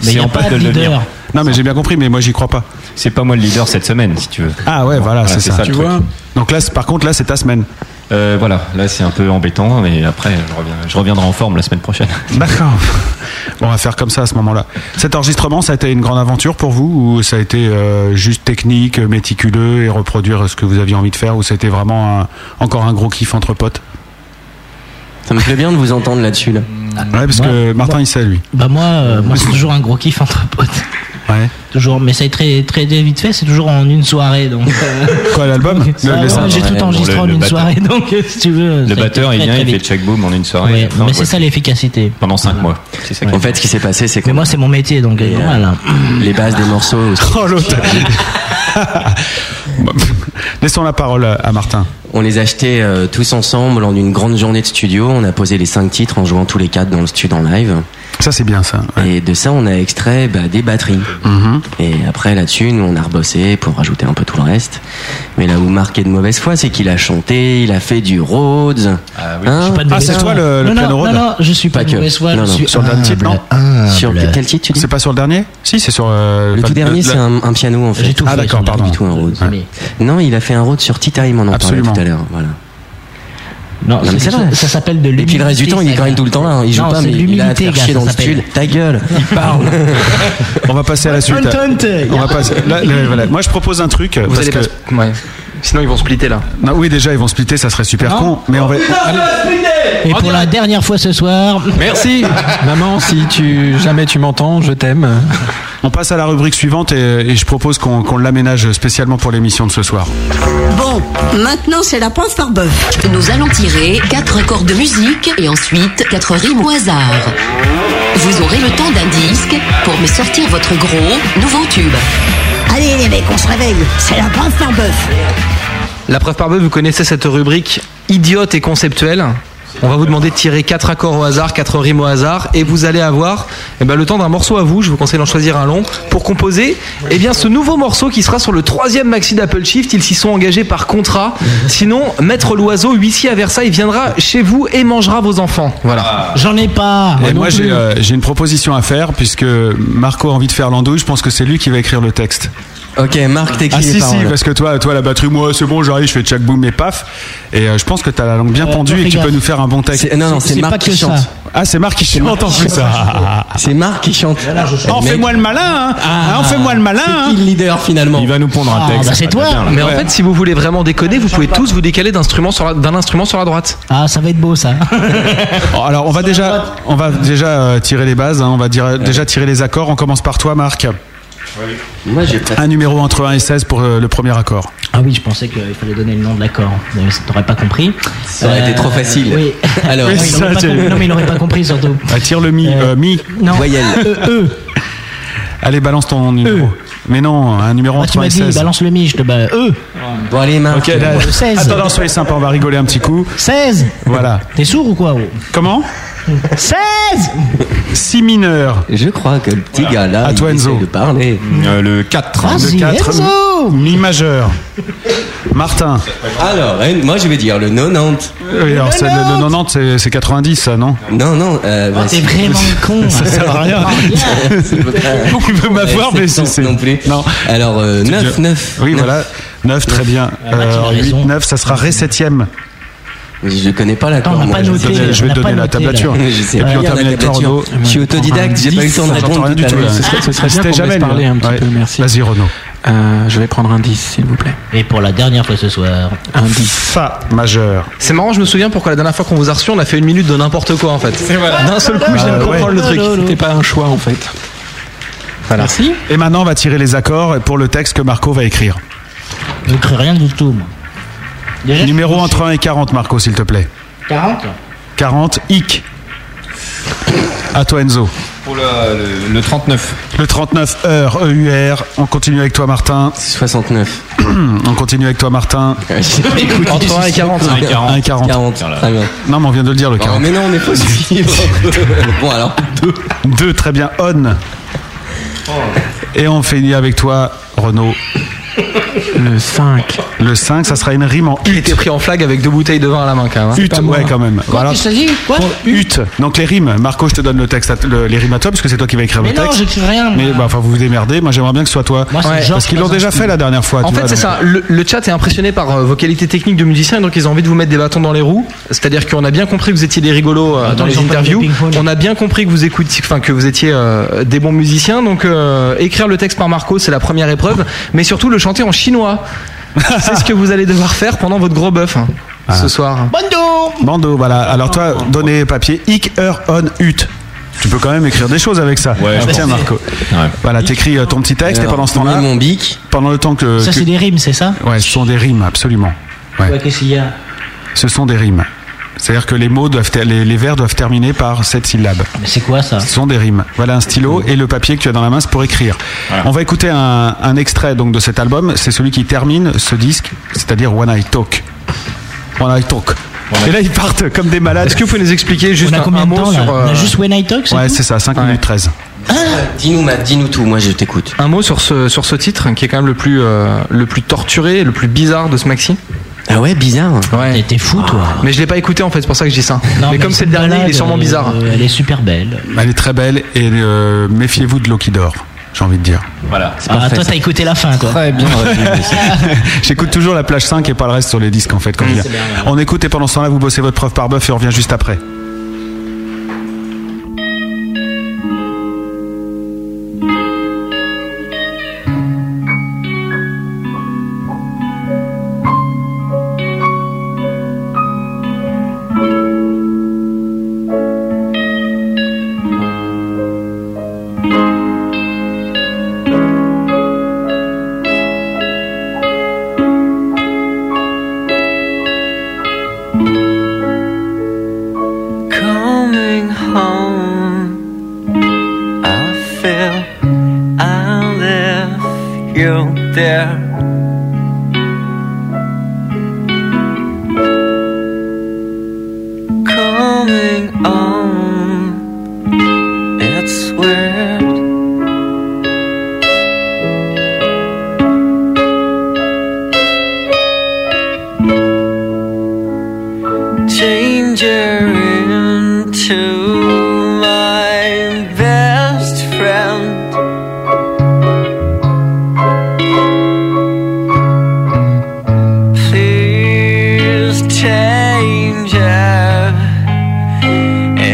[SPEAKER 12] Mais il y a pas de leader.
[SPEAKER 3] Non mais j'ai bien compris, mais moi j'y crois pas.
[SPEAKER 12] C'est pas moi le leader cette semaine, si tu veux.
[SPEAKER 3] Ah ouais, voilà,
[SPEAKER 12] Voilà,
[SPEAKER 3] c'est
[SPEAKER 12] c'est
[SPEAKER 3] ça.
[SPEAKER 12] ça, Tu le truc. vois
[SPEAKER 3] Donc là, c'est- par contre, là c'est ta semaine.
[SPEAKER 12] Euh, voilà, là c'est un peu embêtant, mais après je, reviens, je reviendrai en forme la semaine prochaine.
[SPEAKER 3] D'accord. Bon, on va faire comme ça à ce moment-là. Cet enregistrement, ça a été une grande aventure pour vous ou ça a été euh, juste technique, euh, méticuleux et reproduire ce que vous aviez envie de faire ou c'était vraiment un- encore un gros kiff entre potes
[SPEAKER 11] Ça me plaît bien de vous entendre là-dessus. Là.
[SPEAKER 3] Ouais, parce que Martin, il sait lui.
[SPEAKER 8] Bah, moi, euh, moi c'est toujours un gros kiff entre potes.
[SPEAKER 3] Ouais.
[SPEAKER 8] Toujours, mais ça est très, très vite fait, c'est toujours en une soirée donc. euh,
[SPEAKER 3] Quoi, l'album
[SPEAKER 8] donc, ça,
[SPEAKER 12] Le- le
[SPEAKER 8] ouais,
[SPEAKER 12] sound,
[SPEAKER 8] J'ai
[SPEAKER 12] ouais.
[SPEAKER 8] tout enregistré
[SPEAKER 12] Bon, le-
[SPEAKER 8] en
[SPEAKER 12] le
[SPEAKER 8] une
[SPEAKER 12] batteur.
[SPEAKER 8] soirée donc, euh, si tu veux. ça
[SPEAKER 12] Le
[SPEAKER 8] a été
[SPEAKER 12] batteur il
[SPEAKER 8] très,
[SPEAKER 12] vient,
[SPEAKER 8] très
[SPEAKER 12] il fait
[SPEAKER 8] vite.
[SPEAKER 12] check boom en une soirée.
[SPEAKER 8] Ouais,
[SPEAKER 12] Non,
[SPEAKER 8] mais
[SPEAKER 12] ouais.
[SPEAKER 8] c'est ça l'efficacité.
[SPEAKER 12] Pendant 5 mois. C'est ça qui-
[SPEAKER 11] En fait, ce qui s'est passé, c'est que
[SPEAKER 8] Mais moi, c'est mon métier donc. euh, normal, hein.
[SPEAKER 11] les bases des morceaux.
[SPEAKER 3] Oh l'autre Bon, Laissons la parole à à Martin.
[SPEAKER 11] On les achetait euh, tous ensemble en une grande journée de studio. On a posé les cinq titres en jouant tous les quatre dans le studio en live.
[SPEAKER 3] Ça, c'est bien ça.
[SPEAKER 11] Et de ça, on a extrait bah, des batteries. Et après, là-dessus, nous, on a rebossé pour rajouter un peu tout le reste. Mais là où Marc est de mauvaise foi, c'est qu'il a chanté, il a fait du Rhodes. Hein
[SPEAKER 8] suis pas de Ah, mauvaise c'est foi. toi le- le
[SPEAKER 11] Non, non,
[SPEAKER 8] piano Rhodes
[SPEAKER 11] non, non,
[SPEAKER 8] je suis pas de
[SPEAKER 11] que.
[SPEAKER 8] mauvaise foi,
[SPEAKER 11] Non,
[SPEAKER 8] je
[SPEAKER 11] non.
[SPEAKER 8] suis
[SPEAKER 11] Sur le dernier titre, non
[SPEAKER 8] humble.
[SPEAKER 11] Sur quel titre tu dis
[SPEAKER 3] C'est pas sur le dernier Si, c'est sur. euh,
[SPEAKER 11] Le
[SPEAKER 3] pas-
[SPEAKER 11] tout dernier,
[SPEAKER 3] la-
[SPEAKER 11] c'est un, un piano en fait.
[SPEAKER 3] J'ai tout Ah, fait, d'accord, j'ai pardon.
[SPEAKER 11] Pas du tout un Rhodes.
[SPEAKER 3] Ouais.
[SPEAKER 11] Non, il a fait un Rhodes sur T-Time, on en parlait
[SPEAKER 3] Absolument.
[SPEAKER 11] tout à l'heure. Voilà.
[SPEAKER 8] Non,
[SPEAKER 11] mais
[SPEAKER 8] c'est-
[SPEAKER 11] c'est vrai.
[SPEAKER 8] ça- ça s'appelle de
[SPEAKER 11] Et puis le reste du
[SPEAKER 8] l'humilité,
[SPEAKER 11] temps, il est
[SPEAKER 8] ça,
[SPEAKER 11] quand même
[SPEAKER 8] gars.
[SPEAKER 11] tout le temps là. Il joue
[SPEAKER 8] Non,
[SPEAKER 11] pas,
[SPEAKER 8] c'est
[SPEAKER 11] mais
[SPEAKER 8] de
[SPEAKER 11] il a
[SPEAKER 8] l'humilité,
[SPEAKER 11] faire
[SPEAKER 8] gars,
[SPEAKER 11] chier
[SPEAKER 8] ça
[SPEAKER 11] dans le
[SPEAKER 8] s'appelle.
[SPEAKER 11] studio. Ta gueule, il parle.
[SPEAKER 3] On va passer à la suite.
[SPEAKER 8] Content.
[SPEAKER 3] On va passer. là, là, voilà. Moi, je propose un truc.
[SPEAKER 6] Vous
[SPEAKER 3] parce
[SPEAKER 6] allez
[SPEAKER 3] que-
[SPEAKER 6] pas- ouais. Sinon, ils vont splitter là.
[SPEAKER 3] Non, oui, déjà, ils vont splitter, ça serait super
[SPEAKER 8] Non.
[SPEAKER 3] con. Mais on va.
[SPEAKER 8] Et pour la dernière fois ce soir.
[SPEAKER 10] Merci Maman, si tu jamais tu m'entends, je t'aime.
[SPEAKER 3] On passe à la rubrique suivante et, et je propose qu'on qu'on l'aménage spécialement pour l'émission de ce soir.
[SPEAKER 15] Bon, maintenant c'est la preuve par bœuf. Nous allons tirer quatre accords de musique et ensuite quatre rimes au hasard. Vous aurez le temps d'un disque pour me sortir votre gros nouveau tube.
[SPEAKER 1] Allez les mecs, on se réveille. C'est la preuve par bœuf.
[SPEAKER 6] La preuve par bœuf, vous connaissez cette rubrique idiote et conceptuelle. On va vous demander de tirer quatre accords au hasard, quatre rimes au hasard, et vous allez avoir eh ben, le temps d'un morceau à vous. Je vous conseille d'en choisir un long pour composer eh bien, ce nouveau morceau qui sera sur le troisième maxi d'Apple Shift. Ils s'y sont engagés par contrat. Sinon, Maître Loiseau, huissier à Versailles, viendra chez vous et mangera vos enfants. Voilà.
[SPEAKER 8] J'en ai
[SPEAKER 6] Ah,
[SPEAKER 8] pas.
[SPEAKER 3] Et moi, j'ai euh, j'ai une proposition à faire puisque Marco a envie de faire l'andouille. Je pense que c'est lui qui va écrire le texte.
[SPEAKER 11] Ok, Marc, t'écris
[SPEAKER 3] Ah
[SPEAKER 11] les
[SPEAKER 3] si si
[SPEAKER 11] paroles.
[SPEAKER 3] parce que toi toi la batterie moi c'est bon j'arrive je fais check boom et paf et euh, je pense que t'as la langue bien
[SPEAKER 11] Euh,
[SPEAKER 3] pendue
[SPEAKER 11] non,
[SPEAKER 3] et que tu
[SPEAKER 11] fais
[SPEAKER 3] peux
[SPEAKER 11] gaffe.
[SPEAKER 3] nous faire un bon texte.
[SPEAKER 11] C'est- non, non, C'est- c'est c'est Marc pas qui que chante. ça.
[SPEAKER 3] Ah c'est Marc qui chante en plus ah. ça.
[SPEAKER 11] C'est Marc qui chante.
[SPEAKER 3] On
[SPEAKER 11] Mais-
[SPEAKER 3] fais-moi le malin hein. Ah, on fais-moi le malin. hein.
[SPEAKER 11] C'est qui le leader finalement
[SPEAKER 3] Il va nous pondre un texte.
[SPEAKER 6] Mais en
[SPEAKER 3] Ouais.
[SPEAKER 6] fait, si vous voulez vraiment déconner, vous pouvez tous vous décaler d'instrument sur la- d'un instrument sur la droite.
[SPEAKER 8] Ah, ça va être beau ça.
[SPEAKER 3] Oh, alors on va déjà on va déjà euh, tirer les bases hein, on va dire, déjà tirer les accords on commence par toi Marc.
[SPEAKER 11] Moi j'ai
[SPEAKER 3] Un numéro entre 1 et 16 pour euh, le premier accord.
[SPEAKER 8] Ah oui, je pensais qu'il fallait donner le nom de l'accord. Mais ça, T'aurais pas compris. Euh,
[SPEAKER 11] Ça aurait été trop facile.
[SPEAKER 8] Oui.
[SPEAKER 11] Alors,
[SPEAKER 8] Oui, il
[SPEAKER 11] c'est ça,
[SPEAKER 8] aurait pas
[SPEAKER 11] c'est-
[SPEAKER 8] compris. non, mais il aurait pas compris surtout.
[SPEAKER 3] Ah, tire le mi euh, mi.
[SPEAKER 8] Non.
[SPEAKER 11] Voyelle.
[SPEAKER 8] E, E.
[SPEAKER 3] Allez balance ton numéro. Mais non un numéro
[SPEAKER 8] Moi,
[SPEAKER 3] entre
[SPEAKER 8] Ah, tu
[SPEAKER 3] 1
[SPEAKER 8] m'as
[SPEAKER 3] et
[SPEAKER 8] dit,
[SPEAKER 3] 16.
[SPEAKER 8] balance le mi, je te bats. E.
[SPEAKER 11] Bon allez Marc.
[SPEAKER 3] Ok, là,
[SPEAKER 8] Le 16.
[SPEAKER 3] Attends, soyez sympa, on va rigoler un petit coup.
[SPEAKER 8] 16.
[SPEAKER 3] Voilà.
[SPEAKER 8] T'es sourd ou quoi oh
[SPEAKER 3] Comment
[SPEAKER 8] 16
[SPEAKER 3] Si mineur.
[SPEAKER 11] Je crois que le petit gars là,
[SPEAKER 3] À toi,
[SPEAKER 11] il
[SPEAKER 3] Enzo.
[SPEAKER 11] essaie de parler.
[SPEAKER 12] Euh, le 4.
[SPEAKER 8] Ah,
[SPEAKER 3] Le
[SPEAKER 8] si,
[SPEAKER 3] 4,
[SPEAKER 8] Enzo
[SPEAKER 3] mi majeur. Martin.
[SPEAKER 11] Alors, hein, moi je vais dire le 90.
[SPEAKER 3] Oui, alors c'est- le, le 90, c'est- c'est 90, ça, non
[SPEAKER 11] Non, non. Euh, bah,
[SPEAKER 8] Oh, T'es
[SPEAKER 11] c'est-
[SPEAKER 8] vraiment con. hein.
[SPEAKER 3] Ça sert à rien. Tu peux
[SPEAKER 11] Ouais,
[SPEAKER 3] m'avoir, mais
[SPEAKER 11] Euh, c'est
[SPEAKER 3] si c'est.
[SPEAKER 11] non plus. Alors, euh,
[SPEAKER 3] C'est
[SPEAKER 11] 9,
[SPEAKER 3] bien.
[SPEAKER 11] 9.
[SPEAKER 3] Oui,
[SPEAKER 11] neuf.
[SPEAKER 3] voilà. 9, très bien.
[SPEAKER 8] Max, il a
[SPEAKER 3] 8,
[SPEAKER 8] raison.
[SPEAKER 3] 9, ça sera ré 7
[SPEAKER 11] Je connais pas la
[SPEAKER 8] Attends, on n'a pas noté.
[SPEAKER 3] Euh, Je
[SPEAKER 8] on
[SPEAKER 3] vais
[SPEAKER 8] n'a
[SPEAKER 3] te
[SPEAKER 8] pas
[SPEAKER 3] donner la
[SPEAKER 8] noté,
[SPEAKER 3] tablature.
[SPEAKER 8] là.
[SPEAKER 3] Et
[SPEAKER 11] Je sais
[SPEAKER 3] puis
[SPEAKER 11] rien
[SPEAKER 3] on
[SPEAKER 11] de la
[SPEAKER 3] termine avec
[SPEAKER 11] tablature.
[SPEAKER 3] Renaud.
[SPEAKER 11] Je suis autodidacte, j'ai pas eu le temps de
[SPEAKER 3] J'entends
[SPEAKER 11] répondre
[SPEAKER 3] rien
[SPEAKER 11] tout
[SPEAKER 3] du
[SPEAKER 11] à
[SPEAKER 3] tout là.
[SPEAKER 11] l'heure.
[SPEAKER 10] Ce serait- ce serait bien
[SPEAKER 3] C'était
[SPEAKER 10] qu'on
[SPEAKER 3] jamais
[SPEAKER 10] laisse parler
[SPEAKER 3] le-
[SPEAKER 10] un petit
[SPEAKER 3] ouais.
[SPEAKER 10] peu, merci.
[SPEAKER 3] Vas-y, Renaud.
[SPEAKER 10] Euh, je vais prendre un 10, s'il vous plaît.
[SPEAKER 8] Et pour la dernière fois ce soir.
[SPEAKER 10] Un 10.
[SPEAKER 3] Fa majeur.
[SPEAKER 6] C'est marrant, je me souviens pourquoi la dernière fois qu'on vous a reçu, on a fait une minute de n'importe quoi en fait. D'un seul coup, je viens de
[SPEAKER 3] Ah, ouais.
[SPEAKER 6] comprendre le truc.
[SPEAKER 10] C'était pas un choix en fait. Merci.
[SPEAKER 3] Et maintenant, on va tirer les accords pour le texte que Marco va écrire.
[SPEAKER 8] Je ne crée rien du tout, moi. Déjà,
[SPEAKER 3] Numéro entre 1 et 40, Marco, s'il te plaît.
[SPEAKER 8] 40
[SPEAKER 3] 40, hic. À toi Enzo.
[SPEAKER 12] Pour le, le 39.
[SPEAKER 3] Le 39 heures EUR. On continue avec toi Martin.
[SPEAKER 11] 69.
[SPEAKER 3] on continue avec toi Martin.
[SPEAKER 6] Entre 1 et 40.
[SPEAKER 3] 1 et 40. Non mais on vient de le dire le 40.
[SPEAKER 11] mais non, on est positif. bon alors.
[SPEAKER 3] 2. très bien. On. Et on finit avec toi Renaud.
[SPEAKER 10] Le 5.
[SPEAKER 3] Le 5, ça sera une rime en
[SPEAKER 6] Il était pris en flag avec deux bouteilles de vin à la main quand même. hein.
[SPEAKER 3] Hutte, ouais, quand même. Voilà.
[SPEAKER 8] Il s'agit quoi
[SPEAKER 3] Hutte. Donc les rimes. Marco, je te donne le texte, à t- le- les rimes à toi, parce que c'est toi qui vas écrire
[SPEAKER 8] Mais
[SPEAKER 3] le
[SPEAKER 8] non,
[SPEAKER 3] texte.
[SPEAKER 8] j'écris rien, moi.
[SPEAKER 3] Mais bah, enfin, vous vous démerdez. Moi, j'aimerais bien que ce soit toi.
[SPEAKER 6] Moi, c'est Georges
[SPEAKER 3] parce qu'ils l'ont
[SPEAKER 6] Plaza.
[SPEAKER 3] déjà fait la dernière fois.
[SPEAKER 6] En
[SPEAKER 3] tu
[SPEAKER 6] fait,
[SPEAKER 3] vois,
[SPEAKER 6] c'est
[SPEAKER 3] donc- euh,
[SPEAKER 6] ça. Le, le chat est impressionné par euh, vos qualités techniques de musicien, et donc ils ont envie de vous mettre des bâtons dans les roues. C'est-à-dire qu'on a bien compris que vous étiez des rigolos euh,
[SPEAKER 8] Attends,
[SPEAKER 6] dans les
[SPEAKER 8] ils ont pas
[SPEAKER 6] interviews.
[SPEAKER 8] de ping-pong.
[SPEAKER 6] On a bien compris que vous écoutiez, enfin que vous étiez euh, des bons musiciens. Donc euh, écrire le texte par Marco, c'est la première épreuve, mais surtout le chanter en chinois. c'est ce que vous allez devoir faire pendant votre gros bœuf hein,
[SPEAKER 3] Ah.
[SPEAKER 6] ce soir.
[SPEAKER 8] Bando
[SPEAKER 3] Bando, voilà. Alors toi, donner papier. Hic, heur, on, ut. Tu peux quand même écrire des choses avec ça. Ah, bah,
[SPEAKER 12] Ouais, je
[SPEAKER 3] Tiens,
[SPEAKER 12] pense.
[SPEAKER 3] Marco. Voilà, t'écris euh, ton petit texte et
[SPEAKER 11] Alors,
[SPEAKER 3] pendant ce temps-là.
[SPEAKER 11] mon bic.
[SPEAKER 3] Pendant le temps que.
[SPEAKER 8] Ça,
[SPEAKER 3] euh, que-
[SPEAKER 8] c'est des rimes, c'est ça
[SPEAKER 3] Ouais, ce sont des rimes, absolument. Ouais.
[SPEAKER 8] Ouais, qu'est-ce qu'il y a
[SPEAKER 3] Ce sont des rimes. C'est-à-dire que les mots doivent, ter- les, les vers doivent terminer par cette syllabe.
[SPEAKER 8] Mais c'est quoi ça
[SPEAKER 3] Ce sont des rimes. Voilà un stylo et le papier que tu as dans la main c'est pour écrire. On va écouter un, un extrait donc de cet album. C'est celui qui termine ce disque, c'est-à-dire One Eye Talk. One Eye Talk. Et là ils partent comme des malades.
[SPEAKER 6] Est-ce que vous pouvez les expliquer juste
[SPEAKER 8] On a
[SPEAKER 6] un,
[SPEAKER 8] combien
[SPEAKER 6] un
[SPEAKER 8] de
[SPEAKER 6] mot
[SPEAKER 8] temps là
[SPEAKER 6] sur
[SPEAKER 8] On
[SPEAKER 6] euh,
[SPEAKER 8] a juste When I Talk, c'est
[SPEAKER 3] Ouais
[SPEAKER 8] tout
[SPEAKER 3] c'est ça, 5 minutes 13.
[SPEAKER 11] Ah, Dis-nous, Matt, dis-nous tout. Moi, je t'écoute.
[SPEAKER 6] un mot sur ce sur ce titre qui est quand même le plus euh, le plus torturé, le plus bizarre de ce maxi
[SPEAKER 11] Ah ouais, bizarre.
[SPEAKER 6] Ouais.
[SPEAKER 8] T'es fou, toi
[SPEAKER 6] Mais je l'ai pas écouté en fait, c'est pour ça que je dis ça.
[SPEAKER 8] Non,
[SPEAKER 6] mais, comme c'est
[SPEAKER 8] cette
[SPEAKER 6] le dernier, il est
[SPEAKER 8] balade,
[SPEAKER 6] sûrement
[SPEAKER 8] euh,
[SPEAKER 6] bizarre.
[SPEAKER 8] Elle est super belle.
[SPEAKER 3] Elle est très belle et euh, méfiez-vous de l'eau qui dort. J'ai envie de dire.
[SPEAKER 12] Voilà.
[SPEAKER 8] Ah,
[SPEAKER 11] parfait,
[SPEAKER 8] toi,
[SPEAKER 11] ça.
[SPEAKER 8] t'as écouté la fin, quoi.
[SPEAKER 11] Très bien.
[SPEAKER 3] J'écoute toujours la plage 5 et pas le reste sur les disques en fait. Quand je viens. On écoute et pendant ce temps-là vous bossez votre preuve par bœuf et on revient juste après.
[SPEAKER 7] Coming home, I feel I left you there. Coming home, it's weird. Danger into my best friend. Please change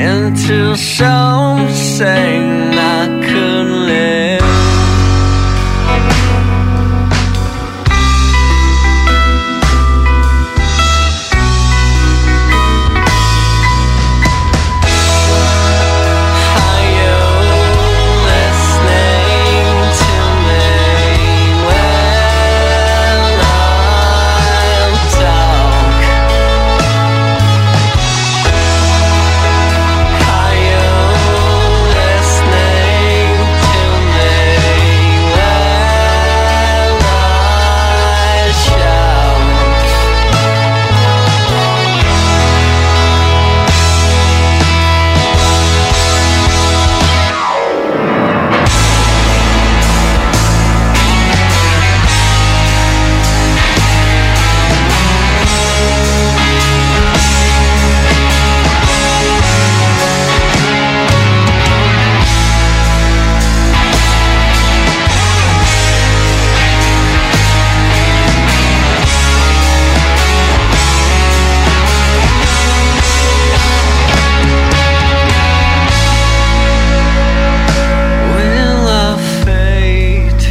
[SPEAKER 7] into something I could live. Are you listening to me when I talk? Are you listening to me when I shout? Will I fade?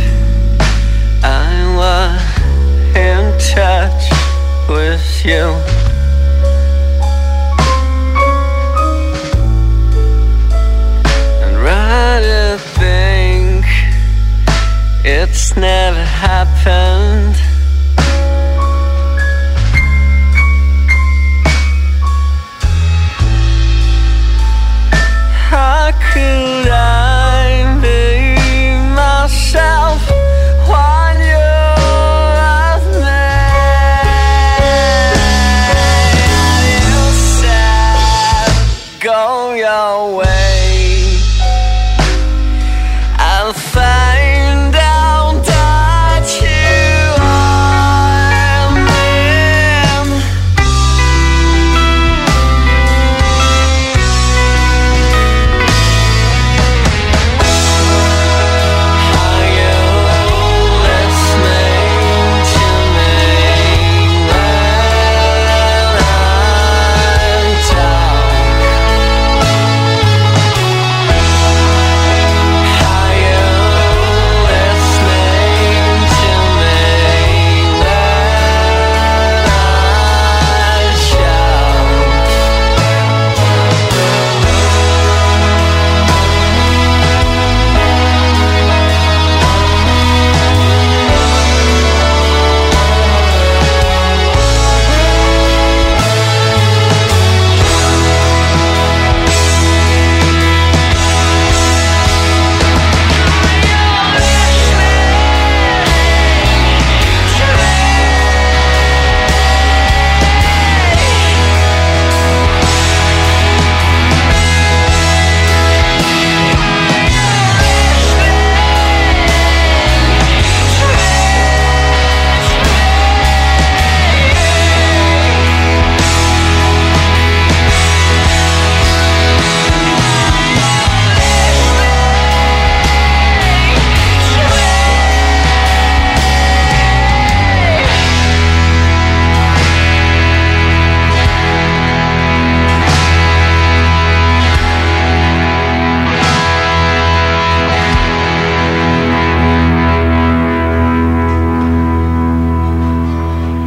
[SPEAKER 7] I was in touch with you. And rather think it's never happened.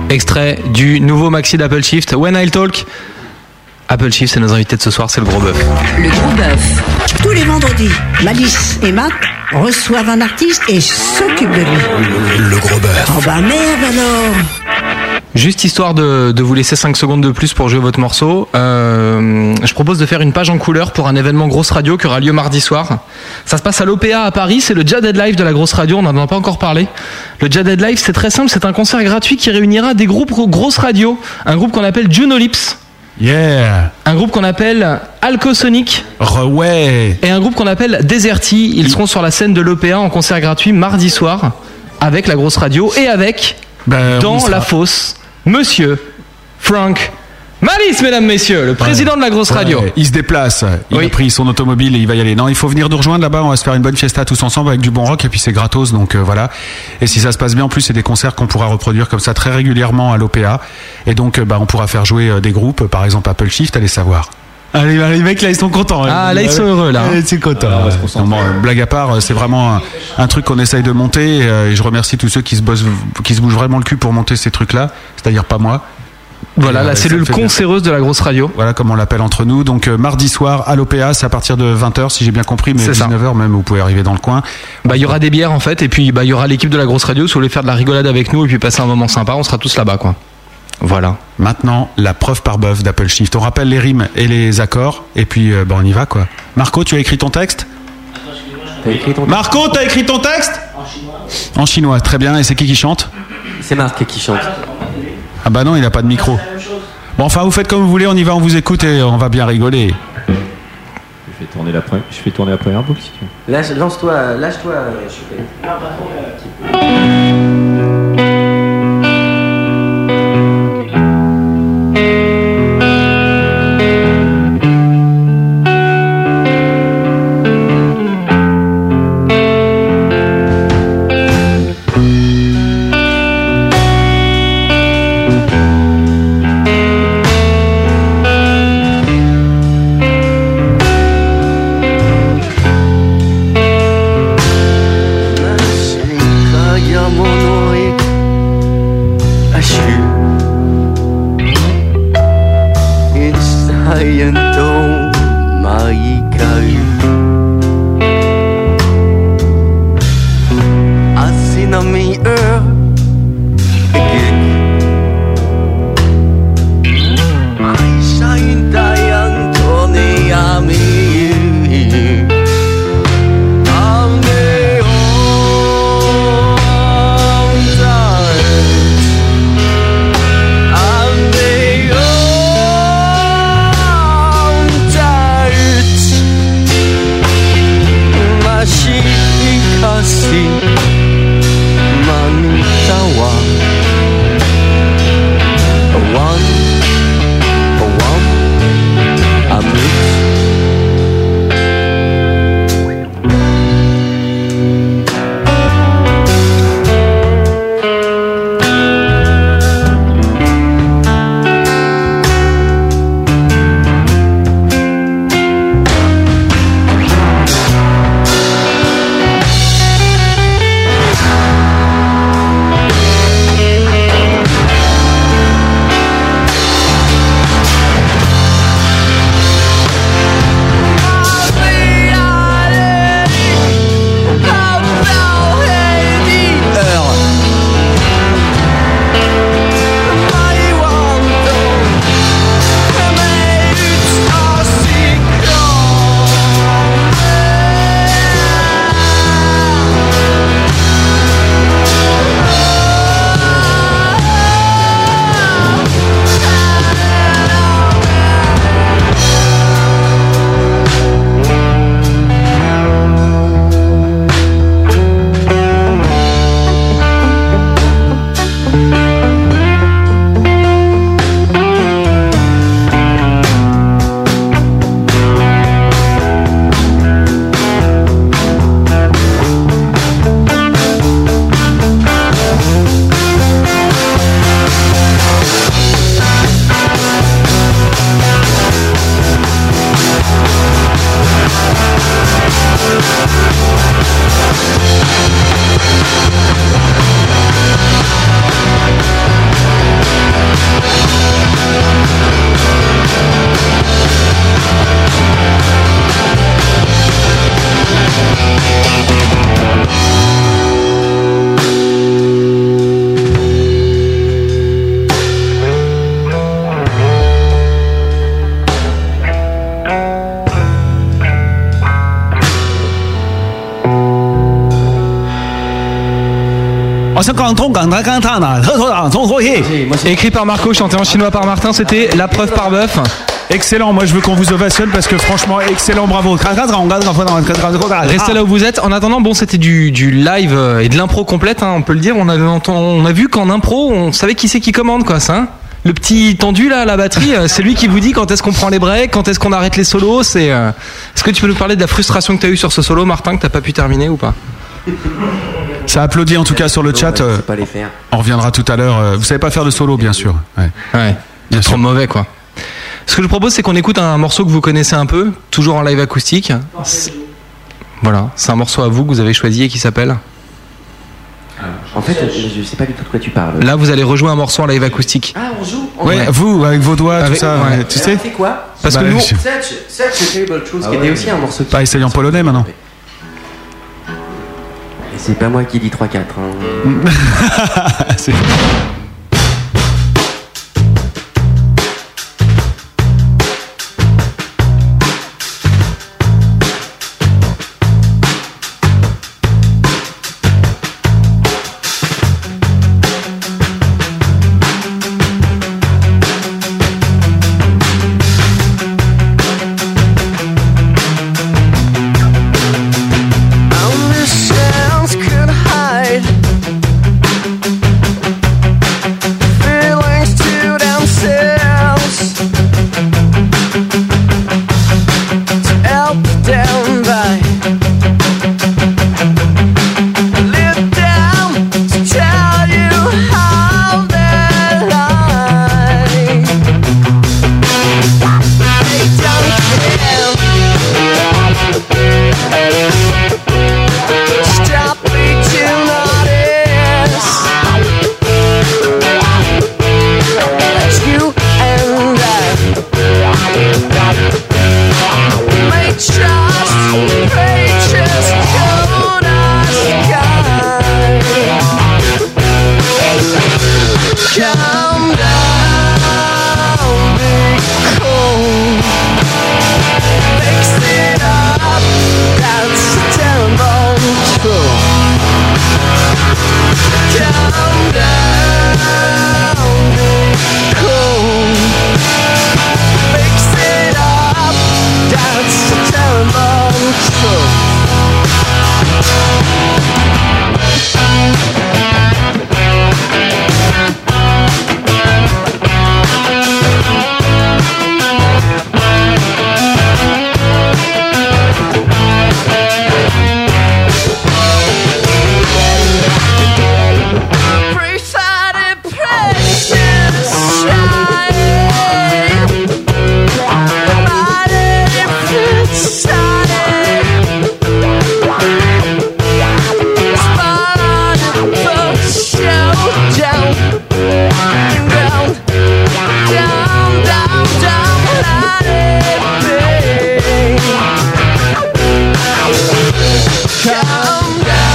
[SPEAKER 6] extrait du nouveau maxi d'Apple Shift, When I Talk. Apple Shift, c'est nos invités de ce soir, c'est le gros bœuf.
[SPEAKER 1] Le gros bœuf. Tous les vendredis, Malice et Matt reçoivent un artiste et s'occupent de lui.
[SPEAKER 2] Le gros bœuf.
[SPEAKER 1] Oh bah merde alors
[SPEAKER 6] Juste histoire de, de vous laisser 5 secondes de plus pour jouer votre morceau, euh, je propose de faire une page en couleur pour un événement Grosse Radio qui aura lieu mardi soir. Ça se passe à l'OPA à Paris, c'est le Jaded Live de la Grosse Radio, on n'en a pas encore parlé. Le Jaded Live, c'est très simple, c'est un concert gratuit qui réunira des groupes Grosse Radio, un groupe qu'on appelle Junolips.
[SPEAKER 3] Yeah
[SPEAKER 6] Un groupe qu'on appelle Alcosonic.
[SPEAKER 3] Ouais
[SPEAKER 6] Et un groupe qu'on appelle Deserti. Ils seront sur la scène de l'OPA en concert gratuit mardi soir avec la grosse radio et avec
[SPEAKER 3] Ben, on
[SPEAKER 6] dans
[SPEAKER 3] sera.
[SPEAKER 6] la fosse Monsieur Frank Malice, mesdames, messieurs, le président de la grosse
[SPEAKER 3] Ouais,
[SPEAKER 6] radio.
[SPEAKER 3] Il se déplace, il a pris son automobile et il va y aller. Non, il faut venir nous rejoindre là-bas, on va se faire une bonne fiesta tous ensemble avec du bon rock et puis c'est gratos donc euh, voilà. Et si ça se passe bien en plus, c'est des concerts qu'on pourra reproduire comme ça très régulièrement à l'OPA et donc euh, bah, on pourra faire jouer euh, des groupes euh, par exemple Apple Shift, allez savoir. Allez, les mecs là ils sont contents. hein.
[SPEAKER 6] Ah, là, ils sont heureux, là.
[SPEAKER 3] Ils sont contents. Non, bon, euh, blague à part, euh, c'est vraiment un, un truc qu'on essaye de monter euh, et je remercie tous ceux qui se, bossent- qui se bougent vraiment le cul pour monter ces trucs-là, c'est-à-dire pas moi.
[SPEAKER 6] Voilà,
[SPEAKER 3] Et, euh,
[SPEAKER 6] la
[SPEAKER 3] ça
[SPEAKER 6] cellule
[SPEAKER 3] me fait plaisir.
[SPEAKER 6] cancéreuse de la grosse radio.
[SPEAKER 3] Voilà comme on l'appelle entre nous. Donc euh, mardi soir à l'OPA, c'est à partir de 20h si j'ai bien compris, mais
[SPEAKER 6] C'est ça.
[SPEAKER 3] 19h même, vous pouvez arriver dans le coin.
[SPEAKER 6] Bah, il y aura des bières en fait, et puis bah, il y aura l'équipe de la grosse radio. Si vous voulez faire de la rigolade avec nous et puis passer un moment sympa, on sera tous là-bas quoi. Voilà.
[SPEAKER 3] Maintenant, la preuve par bœuf d'Apple Shift. On rappelle les rimes et les accords, et puis euh, bah, on y va quoi. Marco, tu as écrit ton texte Marco, t'as écrit ton texte En chinois, très bien. Et c'est qui qui chante
[SPEAKER 11] C'est Marc qui chante.
[SPEAKER 3] Ah bah non, il n'a pas de micro. Bon, enfin, vous faites comme vous voulez, on y va, on vous écoute et on va bien rigoler.
[SPEAKER 12] Je vais tourner la, pre- je fais tourner la première boucle si tu veux.
[SPEAKER 11] Lâche- Lance-toi, lâche-toi, euh, Chopin.
[SPEAKER 7] 何か山の一
[SPEAKER 6] Oh,
[SPEAKER 3] Ah,
[SPEAKER 6] Écrit par Marco, chanté en chinois par Martin, c'était La preuve par bœuf.
[SPEAKER 3] Excellent, moi je veux qu'on vous ovationne parce que franchement, excellent, bravo.
[SPEAKER 11] Ah.
[SPEAKER 3] Ah.
[SPEAKER 6] Restez là où vous êtes. En attendant, bon, c'était du, du live euh, et de l'impro complète, hein, on peut le dire. On, avait entendu- on a vu qu'en impro, on savait qui c'est qui commande, quoi, ça. hein. Le petit tendu là, à la batterie, euh, c'est lui qui vous dit quand est-ce qu'on prend les breaks, quand est-ce qu'on arrête les solos. C'est. euh, Est-ce que tu peux nous parler de la frustration que tu as eue sur ce solo, Martin, que t'as pas pu terminer ou pas
[SPEAKER 3] Ça applaudit en tout cas sur le chat. euh, On reviendra tout à l'heure. euh, Vous savez pas faire de solo, bien sûr. Ouais.
[SPEAKER 6] Bien trop mauvais, quoi. Ce que je propose, c'est qu'on écoute un morceau que vous connaissez un peu, toujours en live acoustique. C'est- Voilà, c'est un morceau à vous que vous avez choisi et qui s'appelle.
[SPEAKER 11] En fait, je sais pas du tout de quoi tu parles.
[SPEAKER 6] Là, vous allez rejouer un morceau en live acoustique.
[SPEAKER 11] Ah, on joue Ah, on
[SPEAKER 6] Ouais,
[SPEAKER 11] joue.
[SPEAKER 3] vous, avec vos doigts,
[SPEAKER 6] Avec-
[SPEAKER 3] tout ça,
[SPEAKER 6] Ah, ouais.
[SPEAKER 3] ouais, Bah, tu sais.
[SPEAKER 11] Alors, c'est quoi
[SPEAKER 6] Parce que nous-
[SPEAKER 11] Such, such a terrible truth, qui était aussi un morceau.
[SPEAKER 3] Bah, essaye en polonais maintenant.
[SPEAKER 11] Et c'est pas moi qui dis hein. 3-4.
[SPEAKER 3] C'est-
[SPEAKER 7] Only sounds could hide feelings to themselves, helped down by lived down to tell you how they lie. They don't care. Stop me to notice As you and I May trust pages cold as sky Come down, be cold Mix it up, that's terrible true Come down, be cold Mix it up, that's terrible true Preferred precious shine. Body preferred. Spot on a boat show down, down, down, down, down. Let it be. Come down.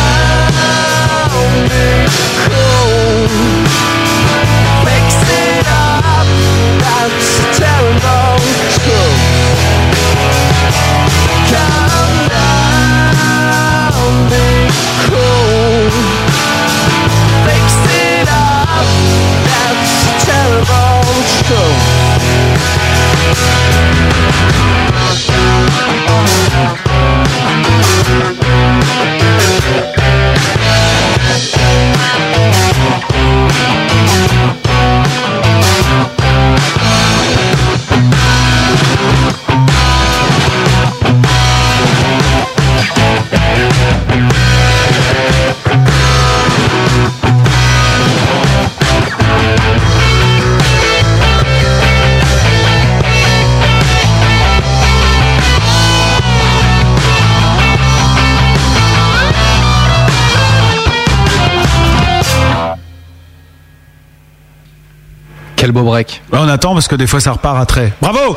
[SPEAKER 6] Quel beau break.
[SPEAKER 3] Ouais, on attend parce que des fois ça repart à trait. Bravo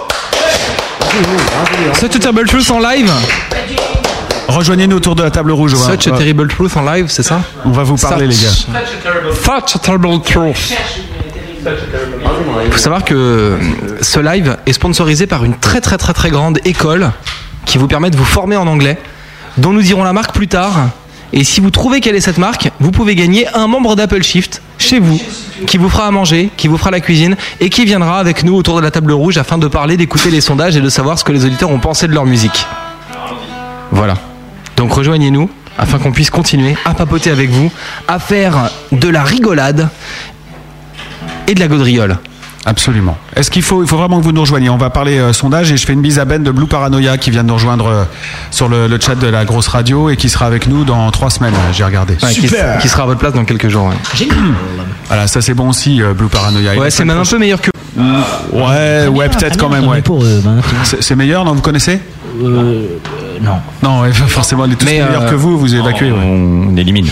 [SPEAKER 6] Such a terrible truth en live
[SPEAKER 3] Rejoignez-nous autour de la table rouge. ouais.
[SPEAKER 6] Such a
[SPEAKER 3] Ouais.
[SPEAKER 6] terrible truth en live, c'est ça
[SPEAKER 3] On va vous parler, les gars.
[SPEAKER 6] Such a terrible truth. Il faut savoir que euh, ce live est sponsorisé par une très très très très grande école qui vous permet de vous former en anglais, dont nous dirons la marque plus tard. Et si vous trouvez quelle est cette marque, vous pouvez gagner un membre d'Apple Shift chez vous, qui vous fera à manger, qui vous fera la cuisine et qui viendra avec nous autour de la table rouge afin de parler, d'écouter les sondages et de savoir ce que les auditeurs ont pensé de leur musique. Voilà. Donc rejoignez-nous afin qu'on puisse continuer à papoter avec vous, à faire de la rigolade et de la gaudriole.
[SPEAKER 3] Absolument. Est-ce qu'il faut, il faut vraiment que vous nous rejoigniez On va parler euh, sondage et je fais une bise à Ben de Blue Paranoia qui vient de nous rejoindre euh, sur le, le chat de la grosse radio et qui sera avec nous dans trois semaines. euh, J'ai regardé.
[SPEAKER 6] Ouais, qui- Super. qui sera à votre place dans quelques jours.
[SPEAKER 3] voilà, ça c'est bon aussi, euh, Blue Paranoia.
[SPEAKER 6] Ouais, c'est même un peu meilleur que.
[SPEAKER 3] Ouais, ouais, peut-être quand même, ouais. C'est- C'est meilleur, non Vous connaissez
[SPEAKER 8] Non.
[SPEAKER 3] Non, ouais, forcément, les tous
[SPEAKER 6] Mais,
[SPEAKER 3] meilleurs
[SPEAKER 6] euh,
[SPEAKER 3] que vous, vous évacuez.
[SPEAKER 12] On, élimine.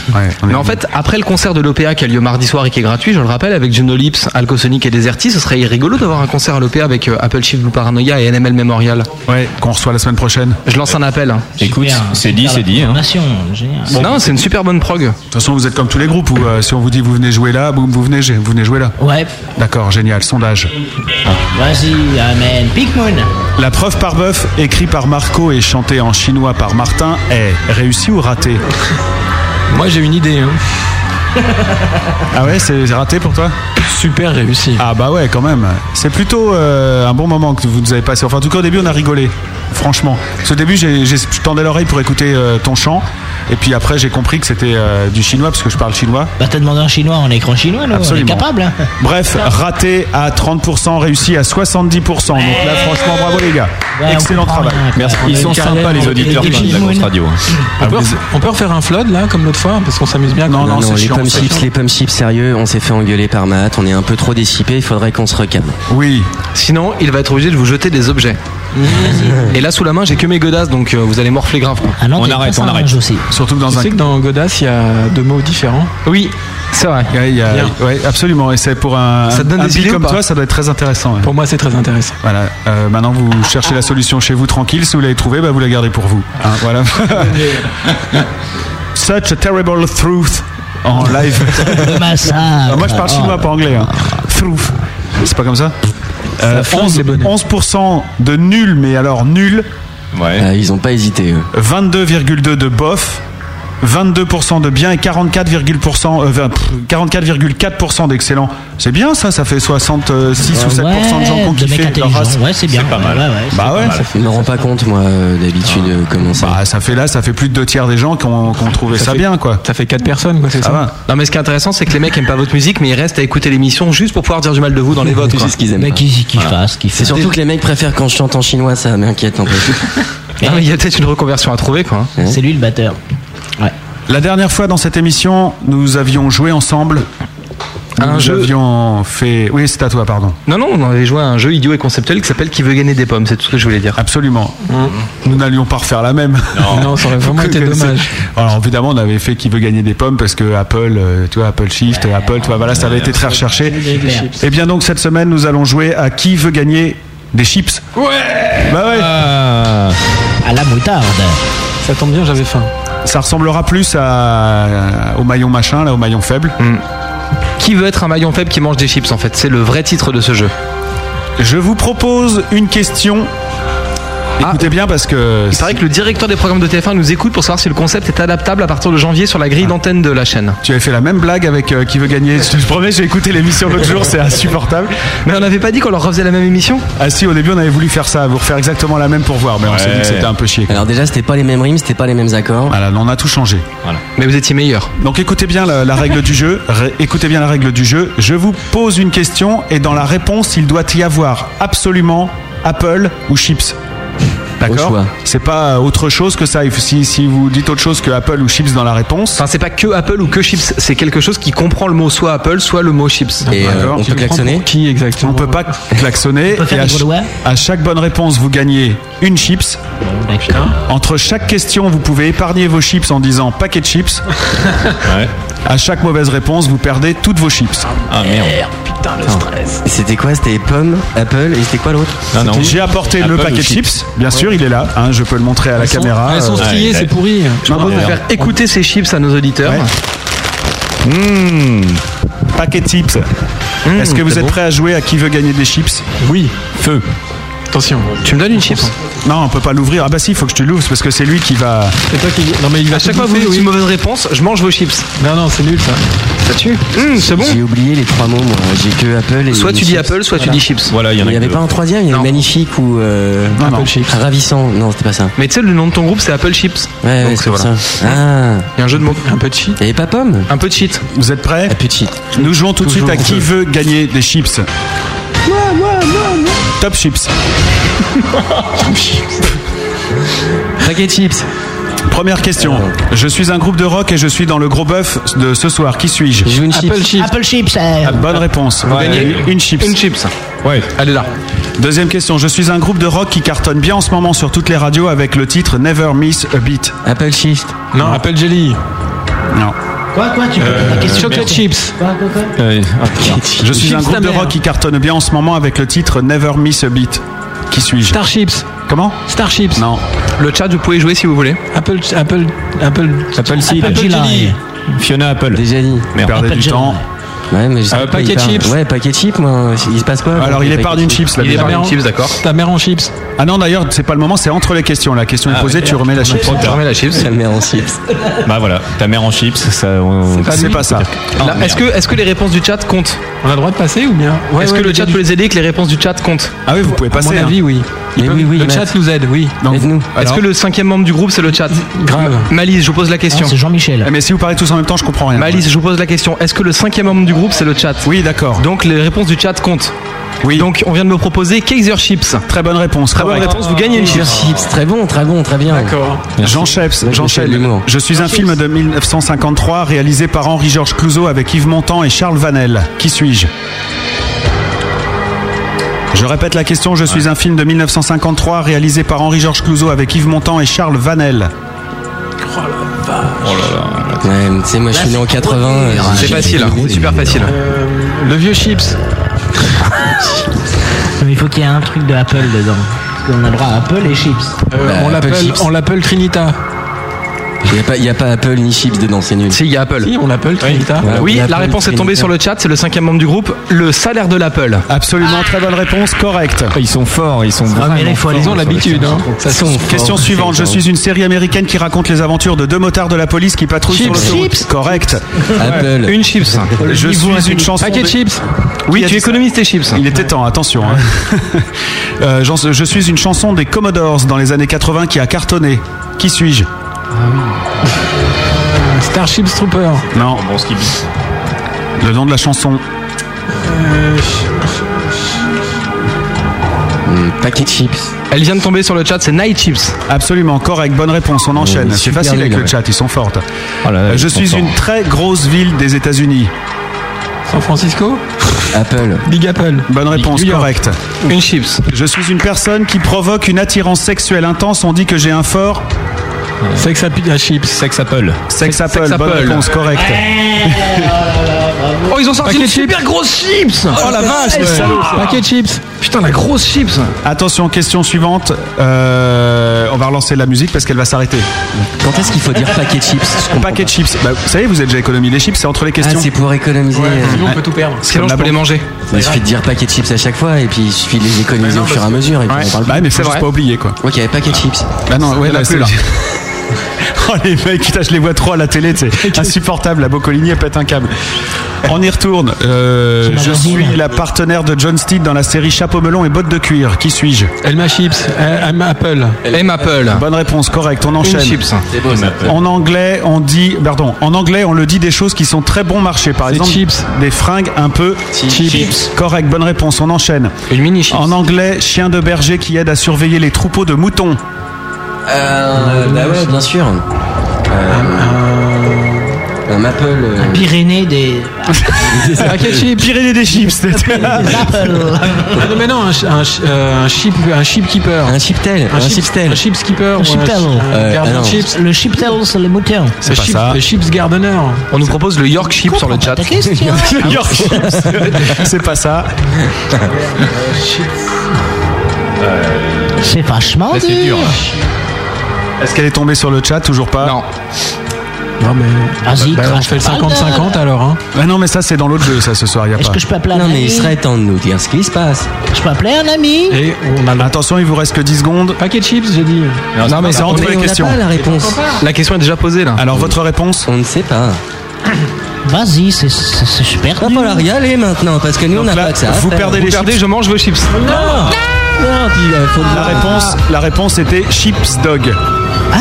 [SPEAKER 6] Mais en fait, après le concert de l'OPA qui a lieu mardi soir et qui est gratuit, je le rappelle, avec Juno Lips, Alcosonic et Deserti, ce serait rigolo d'avoir un concert à l'OPA avec euh, Apple Shift Blue Paranoia et NML Memorial.
[SPEAKER 3] Ouais, qu'on reçoit la semaine prochaine.
[SPEAKER 6] Je lance un appel. hein.
[SPEAKER 12] Écoute, c'est dit, c'est dit. hein.
[SPEAKER 6] Non, c'est une super bonne prog. De
[SPEAKER 3] toute façon, vous êtes comme tous les groupes où euh, si on vous dit vous venez jouer là, boum, vous venez, vous venez jouer là.
[SPEAKER 8] Ouais.
[SPEAKER 3] D'accord, génial. Sondage.
[SPEAKER 8] Vas-y, amen. Big Moon.
[SPEAKER 3] La preuve par bœuf, écrit par Marco et chanté en chinois par Martin, est réussi ou raté
[SPEAKER 10] Moi j'ai une idée. hein.
[SPEAKER 3] Ah ouais, c'est c'est raté pour toi
[SPEAKER 10] Super réussi.
[SPEAKER 3] Ah bah ouais, quand même. C'est plutôt euh, un bon moment que vous nous avez passé. Enfin, en tout cas, au début, on a rigolé. Franchement. Ce début, j'ai- j'ai- je tendais l'oreille pour écouter euh, ton chant. Et puis après, j'ai compris que c'était euh, du chinois, parce que je parle chinois.
[SPEAKER 8] Bah, t'as demandé en chinois, on écran chinois, nous,
[SPEAKER 3] Absolument.
[SPEAKER 8] on est capable. hein.
[SPEAKER 3] Bref, raté à 30%, réussi à 70%. Donc là, franchement, bravo les gars.
[SPEAKER 10] Ouais, on
[SPEAKER 3] Excellent
[SPEAKER 10] comprend
[SPEAKER 3] travail.
[SPEAKER 10] rien, quoi. Merci. Ils sont sympas, les auditeurs de la grosse radio, On peut, on peut refaire un flood là, comme l'autre fois, parce qu'on s'amuse bien.
[SPEAKER 11] Non, non, les pommes chips, les pommes chips, sérieux, on s'est fait engueuler par Matt, on est un peu trop dissipé, il faudrait qu'on se recame.
[SPEAKER 3] Oui.
[SPEAKER 6] Sinon, il va être obligé de vous jeter des objets. Et là, sous la main, j'ai que mes godasses, donc euh, vous allez morfler grave. quoi.
[SPEAKER 10] Mmh. Ah non, On t'as arrête, pas ça, on arrête. Ange, aussi.
[SPEAKER 3] Surtout que
[SPEAKER 10] Tu
[SPEAKER 3] dans un
[SPEAKER 10] sais que dans Godas, il y a deux mots différents.
[SPEAKER 6] Oui, c'est vrai.
[SPEAKER 10] Bien.
[SPEAKER 3] ouais, absolument. Et c'est pour un,
[SPEAKER 10] Ça te donne
[SPEAKER 3] un
[SPEAKER 10] des
[SPEAKER 3] geek
[SPEAKER 10] idées ou
[SPEAKER 3] comme
[SPEAKER 10] pas
[SPEAKER 3] toi, ça doit être très intéressant. Pour
[SPEAKER 10] moi, c'est très intéressant.
[SPEAKER 3] Voilà. Euh, maintenant, vous cherchez la solution chez vous tranquille. Si vous l'avez trouvée, bah, vous la gardez pour vous. Hein, voilà. Such a terrible truth en live.
[SPEAKER 8] Le massacre.
[SPEAKER 3] Alors, moi, je parle chinois, pas anglais. hein. Truth. C'est pas comme ça Euh, 11, 11% de nul, mais alors nul.
[SPEAKER 11] Ah, ils ont pas hésité, eux.
[SPEAKER 3] 22,2 de bof, 22% de bien et 44,4% euh, vingt- pff, 44,4% d'excellent. C'est bien ça, ça fait 66 ou 7% de gens qui ont kiffé leur race.
[SPEAKER 11] c'est pas mal.
[SPEAKER 3] Bah ouais,
[SPEAKER 11] Je me rends pas compte, moi, euh, d'habitude, euh, comment ça.
[SPEAKER 3] Bah, ça fait là, ça fait plus de deux tiers des gens qui ont, qui ont trouvé ça,
[SPEAKER 6] fait-
[SPEAKER 3] bien quoi.
[SPEAKER 10] Ça fait 4 personnes quoi, c'est
[SPEAKER 3] ça. va.
[SPEAKER 6] Non, mais ce qui est intéressant, c'est que les mecs aiment pas votre musique, mais ils restent à écouter l'émission juste pour pouvoir dire du mal de vous dans les votes.
[SPEAKER 11] C'est ce qu'ils aiment. pas. Voilà. C'est surtout que les mecs préfèrent quand je chante en chinois, ça m'inquiète un peu.
[SPEAKER 6] Non, Ah, mais il y a peut-être une reconversion à trouver, quoi.
[SPEAKER 8] C'est lui le batteur.
[SPEAKER 3] La dernière fois dans cette émission, nous avions joué ensemble.
[SPEAKER 6] Un
[SPEAKER 3] nous
[SPEAKER 6] jeu.
[SPEAKER 3] avions fait. Oui, c'est à toi, pardon.
[SPEAKER 6] Non, non, on avait joué à un jeu idiot et conceptuel qui s'appelle Qui veut gagner des pommes, c'est tout ce que je voulais dire. Mm.
[SPEAKER 3] Absolument. Nous n'allions pas refaire la même.
[SPEAKER 10] Non. Non, ça aurait vraiment
[SPEAKER 3] Vous
[SPEAKER 10] été
[SPEAKER 3] connaissez.
[SPEAKER 10] dommage.
[SPEAKER 3] Alors évidemment, on avait fait qui veut gagner des pommes parce que Apple, euh, tu vois, Apple Shift, Apple, tu vois, voilà, ça avait été très recherché. Et bien donc cette semaine, nous allons jouer à qui veut gagner des chips. Ouais. Bah ouais.
[SPEAKER 8] Ah. À la moutarde.
[SPEAKER 10] Ça tombe bien, j'avais faim.
[SPEAKER 3] Ça ressemblera plus à au maillon machin, là, au maillon faible.
[SPEAKER 6] Hmm. Qui veut être un maillon faible qui mange des chips en fait C'est le vrai titre de ce jeu.
[SPEAKER 3] Je vous propose une question.
[SPEAKER 6] Ah.
[SPEAKER 3] Écoutez bien parce que
[SPEAKER 6] Il paraît que le directeur des programmes de TF1 nous écoute pour savoir si le concept est adaptable à partir de janvier sur la grille
[SPEAKER 3] Ah.
[SPEAKER 6] d'antenne de la chaîne.
[SPEAKER 3] tu avais fait la même blague avec euh, qui veut gagner. Je te promets, j'ai écouté l'émission l'autre jour, c'est insupportable.
[SPEAKER 6] Mais on n'avait pas dit qu'on leur refaisait la même émission
[SPEAKER 3] Ah si, au début, on avait voulu faire ça, vous refaire exactement la même pour voir, mais on s'est dit que c'était un peu chier.
[SPEAKER 11] Alors déjà, c'était pas les mêmes rimes, c'était pas les mêmes accords.
[SPEAKER 3] Voilà, on a tout changé.
[SPEAKER 6] Mais vous étiez meilleur.
[SPEAKER 3] Donc écoutez bien la, la règle du jeu. Ré- écoutez bien la règle du jeu. Je vous pose une question et dans la réponse, il doit y avoir absolument Apple ou chips. D'accord
[SPEAKER 11] choix.
[SPEAKER 3] C'est pas euh, autre chose que ça. Il faut- Si, si vous dites autre chose que Apple ou chips dans la réponse.
[SPEAKER 6] Enfin, c'est pas que Apple ou que chips, c'est quelque chose qui comprend le mot soit Apple, soit le mot chips.
[SPEAKER 11] Et euh, on peut klaxonner
[SPEAKER 10] Qui exactement
[SPEAKER 3] On peut pas klaxonner.
[SPEAKER 8] peut faire
[SPEAKER 3] et à,
[SPEAKER 8] des gros
[SPEAKER 3] ch-
[SPEAKER 8] doigts
[SPEAKER 3] à chaque bonne réponse, vous gagnez une chips.
[SPEAKER 8] D'accord.
[SPEAKER 3] Entre chaque question, vous pouvez épargner vos chips en disant paquet de chips. À chaque mauvaise réponse, vous perdez toutes vos chips.
[SPEAKER 12] Ah
[SPEAKER 6] Eh,
[SPEAKER 12] merde.
[SPEAKER 11] Putain, le stress. C'était quoi C'était pommes, Apple et c'était quoi l'autre
[SPEAKER 12] Non, non.
[SPEAKER 3] J'ai apporté
[SPEAKER 12] Apple
[SPEAKER 3] le
[SPEAKER 12] ou
[SPEAKER 3] paquet de
[SPEAKER 12] chips.
[SPEAKER 3] chips. Bien sûr, il est là. hein, je peux le montrer à la
[SPEAKER 10] Elles sont-
[SPEAKER 3] caméra.
[SPEAKER 10] Elles sont
[SPEAKER 3] Euh,
[SPEAKER 10] striées,
[SPEAKER 12] ouais,
[SPEAKER 10] c'est
[SPEAKER 12] ouais.
[SPEAKER 10] pourri.
[SPEAKER 6] Je propose de
[SPEAKER 3] Ouais.
[SPEAKER 6] faire écouter ces chips à nos auditeurs.
[SPEAKER 3] Hmm. Paquet de chips. Est-ce que vous
[SPEAKER 6] c'est
[SPEAKER 3] êtes
[SPEAKER 6] bon.
[SPEAKER 12] Mmh.
[SPEAKER 3] prêts à jouer à qui veut gagner des chips
[SPEAKER 10] Oui.
[SPEAKER 12] Feu.
[SPEAKER 10] Attention.
[SPEAKER 6] Tu me donnes une
[SPEAKER 10] hein.
[SPEAKER 6] chips
[SPEAKER 3] Non, on peut pas l'ouvrir. Ah bah si, faut que je te l'ouvre c'est parce que c'est lui qui va.
[SPEAKER 10] Et toi qui. Non, mais il va
[SPEAKER 6] À chaque fois que vous dites une mauvaise réponse, je mange vos chips.
[SPEAKER 10] Non, non, c'est nul ça.
[SPEAKER 6] Ça tue Hum, C'est bon
[SPEAKER 11] J'ai oublié les trois mots, moi. Euh, J'ai que Apple et.
[SPEAKER 6] Soit tu dis
[SPEAKER 11] chips.
[SPEAKER 6] Apple, soit tu dis chips. Voilà, il y
[SPEAKER 11] Il
[SPEAKER 6] en a
[SPEAKER 11] n'y
[SPEAKER 6] que
[SPEAKER 11] avait
[SPEAKER 6] deux.
[SPEAKER 11] pas un troisième, il y avait magnifique ou. euh,
[SPEAKER 6] Non, non.
[SPEAKER 11] Ravissant. Non, c'était pas ça.
[SPEAKER 6] Mais tu sais, le nom de ton groupe, c'est Apple Chips.
[SPEAKER 11] Ouais, ouais,
[SPEAKER 6] Donc
[SPEAKER 11] c'est
[SPEAKER 6] voilà.
[SPEAKER 11] ça. Ah.
[SPEAKER 6] Il y a un jeu de mots.
[SPEAKER 10] Un peu de cheat.
[SPEAKER 11] Il n'y avait pas pomme
[SPEAKER 6] Un peu de cheat.
[SPEAKER 3] Vous êtes prêts
[SPEAKER 11] Un peu de cheat.
[SPEAKER 3] Nous jouons tout de suite à
[SPEAKER 11] Toujours.
[SPEAKER 3] qui veut gagner des chips. Top chips.
[SPEAKER 11] Paquet chips.
[SPEAKER 3] Première
[SPEAKER 10] Euh.
[SPEAKER 3] question. Je suis un groupe de rock et je suis dans le gros bœuf de ce soir. Qui suis-je
[SPEAKER 8] Apple Chips. Apple Chips. euh,
[SPEAKER 3] Ah, Bonne réponse. Vous
[SPEAKER 10] Ouais.
[SPEAKER 3] gagnez une chips.
[SPEAKER 10] Une chips.
[SPEAKER 3] Ouais.
[SPEAKER 10] Elle est là.
[SPEAKER 3] Deuxième question. Je suis un groupe de rock qui cartonne bien en ce moment sur toutes les radios avec le titre Never Miss a Beat.
[SPEAKER 11] Apple Shift.
[SPEAKER 10] Non, Apple Jelly.
[SPEAKER 3] Non.
[SPEAKER 8] Quoi, quoi, tu peux
[SPEAKER 10] Euh,
[SPEAKER 8] la question
[SPEAKER 10] chocolate
[SPEAKER 8] tu-
[SPEAKER 10] chips.
[SPEAKER 8] Quoi, quoi, quoi
[SPEAKER 12] euh,
[SPEAKER 3] Je suis
[SPEAKER 10] Chips
[SPEAKER 3] un
[SPEAKER 10] ta
[SPEAKER 3] groupe de
[SPEAKER 10] mère.
[SPEAKER 3] rock qui cartonne bien en ce moment avec le titre Never Miss a Beat. Qui suis-je
[SPEAKER 10] Star chips.
[SPEAKER 3] Comment
[SPEAKER 10] Star chips.
[SPEAKER 3] Non.
[SPEAKER 6] Le chat, vous pouvez jouer si vous voulez.
[SPEAKER 10] Apple, Apple, Apple,
[SPEAKER 11] Apple Seed.
[SPEAKER 10] Apple Jelly.
[SPEAKER 12] Fiona Apple.
[SPEAKER 11] Déjà dit.
[SPEAKER 3] Vous perdez
[SPEAKER 8] Apple
[SPEAKER 3] du
[SPEAKER 8] Jelly.
[SPEAKER 3] temps.
[SPEAKER 11] Ouais, mais je sais
[SPEAKER 10] Euh,
[SPEAKER 11] pas, il
[SPEAKER 10] paquet
[SPEAKER 11] parle-
[SPEAKER 10] chips.
[SPEAKER 11] Ouais, paquet chips, moi. Il se passe pas.
[SPEAKER 3] Alors il
[SPEAKER 11] est
[SPEAKER 3] épargne une chips là.
[SPEAKER 6] Il est
[SPEAKER 3] déjà.
[SPEAKER 6] par
[SPEAKER 10] mère
[SPEAKER 6] une
[SPEAKER 10] en-
[SPEAKER 6] chips, d'accord
[SPEAKER 10] Ta mère en chips.
[SPEAKER 3] Ah non d'ailleurs c'est pas le moment, c'est entre les questions. La question est posée, tu remets la chips.
[SPEAKER 6] Je Ah, remets la chips.
[SPEAKER 11] Ça met en chips.
[SPEAKER 12] Bah voilà, ta mère en chips, ça. on-
[SPEAKER 3] C'est pas, Ah, ça.
[SPEAKER 12] Ah,
[SPEAKER 6] Là, Est-ce que, est que les réponses du chat comptent
[SPEAKER 10] On a le droit de passer ou bien Ouais,
[SPEAKER 6] Est-ce
[SPEAKER 10] ouais,
[SPEAKER 6] que le
[SPEAKER 10] les
[SPEAKER 6] chat
[SPEAKER 10] gars,
[SPEAKER 6] peut les aider et que les réponses du chat comptent
[SPEAKER 3] Ah oui, vous pouvez
[SPEAKER 10] À
[SPEAKER 3] passer.
[SPEAKER 10] mon
[SPEAKER 3] hein.
[SPEAKER 10] avis, oui. Ils
[SPEAKER 11] Mais
[SPEAKER 10] peuvent-
[SPEAKER 11] oui, oui,
[SPEAKER 10] le
[SPEAKER 11] Matt.
[SPEAKER 10] chat nous aide, oui.
[SPEAKER 3] Donc,
[SPEAKER 11] Aide-nous.
[SPEAKER 6] Est-ce
[SPEAKER 3] alors-
[SPEAKER 6] que le cinquième membre du groupe, c'est le chat
[SPEAKER 10] Grave.
[SPEAKER 6] Malice, je vous pose la
[SPEAKER 8] Non,
[SPEAKER 6] question.
[SPEAKER 8] Ah, C'est Jean-Michel.
[SPEAKER 3] Eh, Mais si vous parlez tous en même temps, je comprends rien.
[SPEAKER 6] Malice, je vous pose la question. Est-ce que le cinquième membre du groupe, c'est le chat
[SPEAKER 3] Oui, d'accord.
[SPEAKER 6] Donc les réponses du chat comptent.
[SPEAKER 3] Oui.
[SPEAKER 6] Donc on vient de me proposer Kaiser Chips.
[SPEAKER 3] Très bonne réponse.
[SPEAKER 6] Très bonne
[SPEAKER 3] correct.
[SPEAKER 6] réponse, vous gagnez une
[SPEAKER 11] Sur
[SPEAKER 6] chips.
[SPEAKER 11] chips. Très bon, très bon, très bien.
[SPEAKER 10] D'accord.
[SPEAKER 3] Jean Chaps,
[SPEAKER 11] Là,
[SPEAKER 3] Jean
[SPEAKER 11] je fais de
[SPEAKER 3] Chaps.
[SPEAKER 11] l'humour.
[SPEAKER 3] Je suis un film de 1953 réalisé par Henri-Georges Clouzot avec Yves Montand et Charles Vanel. Qui suis-je Je répète la question, je suis un film de 1953 réalisé par Henri-Georges Clouzot avec Yves Montand et Charles Vanel.
[SPEAKER 11] Ouais, mais tu sais, moi je suis né en 80. euh,
[SPEAKER 6] C'est
[SPEAKER 11] j'ai-
[SPEAKER 6] facile,
[SPEAKER 11] j'ai-
[SPEAKER 6] super facile.
[SPEAKER 10] Le vieux chips.
[SPEAKER 8] Mais il faut qu'il y ait un truc de Apple dedans. Parce qu'on a le droit à Apple et chips.
[SPEAKER 10] Euh,
[SPEAKER 11] Bah,
[SPEAKER 10] on
[SPEAKER 11] Apple
[SPEAKER 10] l'appelle,
[SPEAKER 11] chips.
[SPEAKER 10] on l'appelle Trinita.
[SPEAKER 11] Il n'y a, pas- il y a pas Apple ni chips dedans, c'est nul.
[SPEAKER 6] Si, il y a Apple.
[SPEAKER 10] Si, on l'appelle Trinita.
[SPEAKER 11] Ouais.
[SPEAKER 6] Ah, Oui,
[SPEAKER 11] on
[SPEAKER 6] la
[SPEAKER 11] appelle
[SPEAKER 6] réponse est tombée
[SPEAKER 11] Trinita.
[SPEAKER 6] sur le chat, c'est le cinquième membre du groupe. Le salaire de l'Apple.
[SPEAKER 3] Absolument, très bonne réponse, correct.
[SPEAKER 12] Ils sont forts, ils sont
[SPEAKER 8] Ah, mais là,
[SPEAKER 12] vraiment
[SPEAKER 8] il faut aller
[SPEAKER 10] Ils ont
[SPEAKER 12] forts.
[SPEAKER 10] l'habitude. Hein. Ça sont
[SPEAKER 3] Question
[SPEAKER 11] Fort,
[SPEAKER 3] suivante, je
[SPEAKER 11] fort.
[SPEAKER 3] suis une série américaine qui raconte les aventures de deux motards de la police qui patrouillent
[SPEAKER 10] Chips.
[SPEAKER 3] sur l'autoroute. Correct.
[SPEAKER 11] Apple.
[SPEAKER 6] Une chips.
[SPEAKER 3] Je suis une chanson.
[SPEAKER 10] Paquet
[SPEAKER 3] de-
[SPEAKER 10] chips.
[SPEAKER 6] Oui,
[SPEAKER 3] Qui a
[SPEAKER 6] tu
[SPEAKER 3] dit
[SPEAKER 6] économises tes chips.
[SPEAKER 3] Il était temps, attention. hein. Euh, j'en- je suis une chanson des Commodores dans les années 80 qui a cartonné. Qui suis-je
[SPEAKER 10] euh, Starship Trooper.
[SPEAKER 3] Non,
[SPEAKER 12] Bon, ce qui
[SPEAKER 3] le nom de la chanson.
[SPEAKER 10] Euh,
[SPEAKER 11] Hum,
[SPEAKER 12] Mm,
[SPEAKER 11] Paquet chips.
[SPEAKER 6] Elle vient de tomber sur le chat, c'est Night Chips.
[SPEAKER 3] Absolument, correct, bonne réponse, on enchaîne.
[SPEAKER 12] Mm,
[SPEAKER 11] Oui,
[SPEAKER 3] C'est
[SPEAKER 11] super
[SPEAKER 3] facile avec
[SPEAKER 11] nul,
[SPEAKER 3] le
[SPEAKER 11] ouais.
[SPEAKER 3] chat, ils sont fortes.
[SPEAKER 12] Oh là là,
[SPEAKER 3] Euh, je
[SPEAKER 12] ils sont
[SPEAKER 3] suis
[SPEAKER 12] forts.
[SPEAKER 3] une très grosse ville des États-Unis.
[SPEAKER 10] San Francisco.
[SPEAKER 11] Apple.
[SPEAKER 10] Big Apple.
[SPEAKER 3] Bonne réponse,
[SPEAKER 10] New York.
[SPEAKER 3] correct.
[SPEAKER 6] Une chips.
[SPEAKER 3] Je suis une personne qui provoque une attirance sexuelle intense, on dit que j'ai un fort
[SPEAKER 10] Sex Apple à chips.
[SPEAKER 12] Sex Apple.
[SPEAKER 3] sex apple.
[SPEAKER 6] sex
[SPEAKER 3] Bonne
[SPEAKER 6] apple.
[SPEAKER 3] réponse, correct.
[SPEAKER 6] Oh, ils ont sorti une super grosse chips. Oh la vache.
[SPEAKER 10] Paquet chips.
[SPEAKER 6] Putain, la grosse chips.
[SPEAKER 3] Attention, question suivante. Euh, on va relancer la musique parce qu'elle va s'arrêter.
[SPEAKER 11] Quand est-ce qu'il faut dire paquet chips Je comprends
[SPEAKER 3] Paquet de
[SPEAKER 11] pas.
[SPEAKER 3] chips. Bah, vous savez, vous avez déjà économisé les chips, c'est entre
[SPEAKER 11] Ah,
[SPEAKER 3] les questions.
[SPEAKER 11] c'est pour économiser. euh,
[SPEAKER 10] Sinon, on peut tout perdre.
[SPEAKER 6] Ah. Sinon, je
[SPEAKER 3] la Bah
[SPEAKER 6] peux les
[SPEAKER 3] banque.
[SPEAKER 6] manger.
[SPEAKER 11] Il suffit de dire paquet de chips à chaque fois et puis il suffit de les économiser au fur et à mesure. Et puis
[SPEAKER 3] Ouais.
[SPEAKER 11] on parle
[SPEAKER 3] Bah,
[SPEAKER 11] plus.
[SPEAKER 3] mais faut
[SPEAKER 6] C'est
[SPEAKER 3] juste
[SPEAKER 6] vrai.
[SPEAKER 3] pas oublier quoi.
[SPEAKER 11] Ok, paquet de chips.
[SPEAKER 3] Bah non, ouais,
[SPEAKER 6] Il y en a
[SPEAKER 3] là,
[SPEAKER 6] plus,
[SPEAKER 3] c'est-
[SPEAKER 6] là.
[SPEAKER 3] Oh les mecs, putain, je les vois trop à la télé, c'est insupportable. La Boccolini elle pète un câble. On y retourne. Euh,
[SPEAKER 8] C'est
[SPEAKER 3] je
[SPEAKER 8] ma
[SPEAKER 3] suis
[SPEAKER 8] voisine.
[SPEAKER 3] la partenaire de John Steed dans la série Chapeau melon et bottes de cuir. Qui suis-je
[SPEAKER 10] Elma chips. Euh, Elma Apple.
[SPEAKER 6] M Apple.
[SPEAKER 3] Bonne réponse, correct. On
[SPEAKER 6] Une
[SPEAKER 3] enchaîne.
[SPEAKER 6] chips.
[SPEAKER 10] hein.
[SPEAKER 3] En anglais, on dit, pardon, en anglais, on le dit des choses qui sont très bon marché. Par
[SPEAKER 10] Des
[SPEAKER 3] exemple,
[SPEAKER 10] chips.
[SPEAKER 3] des fringues un peu cheap. Correct, bonne réponse. On enchaîne.
[SPEAKER 6] Une mini chips.
[SPEAKER 3] En anglais, chien de berger qui aide à surveiller les troupeaux de moutons.
[SPEAKER 11] Euh, bah ouais, bien sûr. Euh, un Apple. euh,
[SPEAKER 8] Pyrénées des.
[SPEAKER 10] Paquet chips.
[SPEAKER 3] Pyrénées des chips. c'était-
[SPEAKER 8] des Apple.
[SPEAKER 10] Ah, Non, mais non, un, ch- un, ch- euh, un chip, un chip keeper.
[SPEAKER 11] un chiptel. Un
[SPEAKER 10] chip-
[SPEAKER 11] chiptel.
[SPEAKER 10] Un chip skipper. ou Un
[SPEAKER 8] chiptel.
[SPEAKER 10] un
[SPEAKER 11] Euh,
[SPEAKER 10] gardien
[SPEAKER 11] ah non.
[SPEAKER 10] chips.
[SPEAKER 8] Le chiptail, c'est les moutons.
[SPEAKER 3] C'est pas
[SPEAKER 10] chips,
[SPEAKER 3] ça.
[SPEAKER 10] Le chips gardener.
[SPEAKER 6] On nous propose le York Chip sur le chat.
[SPEAKER 8] Ta question
[SPEAKER 3] Le York Chips. C'est pas ça.
[SPEAKER 8] C'est vachement
[SPEAKER 12] c'est dur.
[SPEAKER 8] dur.
[SPEAKER 3] Est-ce qu'elle est tombée sur le chat Toujours pas.
[SPEAKER 6] Non.
[SPEAKER 10] Non, mais.
[SPEAKER 8] Ah,
[SPEAKER 3] Vas-y,
[SPEAKER 10] Bah, on fait le 50-50 alors, hein.
[SPEAKER 3] Ah non, mais ça, c'est dans l'autre jeu, ça, ce soir. Y a pas.
[SPEAKER 8] que je peux appeler un
[SPEAKER 3] Non,
[SPEAKER 8] ami
[SPEAKER 3] mais il serait
[SPEAKER 11] temps de nous dire ce qui se passe.
[SPEAKER 8] Je peux appeler un ami
[SPEAKER 3] Et on a Attention, il vous reste que 10 secondes.
[SPEAKER 10] Paquet de chips, j'ai dit.
[SPEAKER 3] Non,
[SPEAKER 6] Non,
[SPEAKER 3] mais
[SPEAKER 6] mais
[SPEAKER 3] c'est entre
[SPEAKER 6] on
[SPEAKER 3] les
[SPEAKER 6] n'a
[SPEAKER 3] questions.
[SPEAKER 6] pas Ah, la réponse. La question est déjà posée là.
[SPEAKER 3] Alors, votre réponse
[SPEAKER 11] On ne sait pas.
[SPEAKER 8] Vas-y, c'est c'est- c'est super.
[SPEAKER 11] Va falloir y aller maintenant parce que nous on n'a pas de ça. à faire.
[SPEAKER 6] je mange vos chips.
[SPEAKER 12] Ah.
[SPEAKER 3] la, réponse, la réponse était Chips Dog. Ah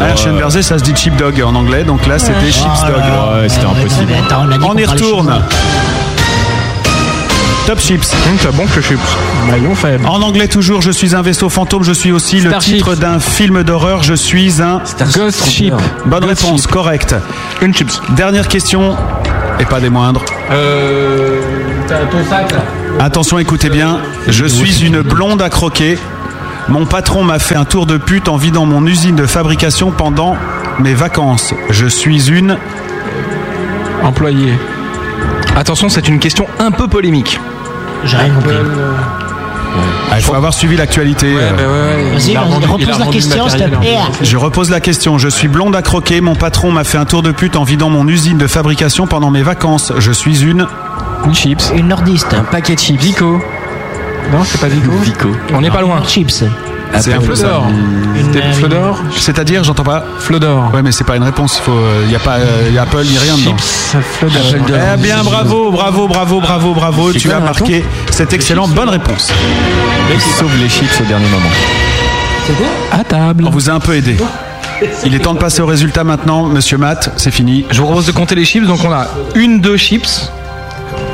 [SPEAKER 12] Ouais.
[SPEAKER 3] Schoenberger, ça se dit Chip Dog en anglais, donc là, c'était
[SPEAKER 12] Ouais.
[SPEAKER 3] Chips
[SPEAKER 12] Oh là
[SPEAKER 3] Dog. Ah,
[SPEAKER 12] là. Ouais, c'était impossible. Attends, on a dit
[SPEAKER 3] on
[SPEAKER 12] qu'on
[SPEAKER 3] y
[SPEAKER 12] parlait
[SPEAKER 3] retourne.
[SPEAKER 12] chinois.
[SPEAKER 3] Top Chips.
[SPEAKER 6] Hum, bon que chips. faible.
[SPEAKER 3] En anglais toujours, je suis un vaisseau fantôme, je suis aussi le
[SPEAKER 6] Star
[SPEAKER 3] titre
[SPEAKER 6] Chips.
[SPEAKER 3] d'un film d'horreur, je suis un
[SPEAKER 6] Ghost Ship.
[SPEAKER 3] Bonne réponse, correcte.
[SPEAKER 6] Une chips.
[SPEAKER 3] Dernière question, et pas des moindres.
[SPEAKER 10] Euh. T'as ton sac là. Euh,
[SPEAKER 3] Attention, écoutez bien, je suis une blonde à croquer. Mon patron m'a fait un tour de pute en vidant mon usine de fabrication pendant mes vacances. Je suis une...
[SPEAKER 6] Employé. Attention, c'est une question un peu polémique.
[SPEAKER 8] J'ai rien compris.
[SPEAKER 6] euh,
[SPEAKER 3] Ah, Il faut avoir suivi l'actualité. euh.
[SPEAKER 6] bah
[SPEAKER 8] Vas-y, vas-y, repose la question, s'il te plaît.
[SPEAKER 3] Je repose la question. Je suis blonde à croquer. Mon patron m'a fait un tour de pute en vidant mon usine de fabrication pendant mes vacances. Je suis une.
[SPEAKER 6] Une chips.
[SPEAKER 8] Une nordiste.
[SPEAKER 11] Un paquet de chips.
[SPEAKER 6] Vico. Non, c'est pas Vico.
[SPEAKER 11] Vico.
[SPEAKER 6] On n'est pas loin.
[SPEAKER 8] Chips.
[SPEAKER 3] Ah. C'est un
[SPEAKER 6] Flodor.
[SPEAKER 3] C'était
[SPEAKER 6] Une- Flodor
[SPEAKER 3] C'est-à-dire, j'entends pas.
[SPEAKER 6] Flodor.
[SPEAKER 3] Ouais, mais c'est pas une réponse. Il n'y a pas euh, y a Apple ni rien dedans.
[SPEAKER 10] Apple d'or.
[SPEAKER 3] Eh bien, bravo, bravo, bravo, bravo, bravo.
[SPEAKER 12] C'est
[SPEAKER 3] Tu
[SPEAKER 12] quoi,
[SPEAKER 3] as
[SPEAKER 12] un
[SPEAKER 3] marqué cette excellente bonne réponse.
[SPEAKER 12] Il sauve les chips au dernier moment.
[SPEAKER 6] À table.
[SPEAKER 3] On vous a un peu aidé. Il est temps de passer au résultat maintenant, monsieur Matt. C'est fini.
[SPEAKER 6] Je vous propose de compter les chips. Donc on a une, deux chips,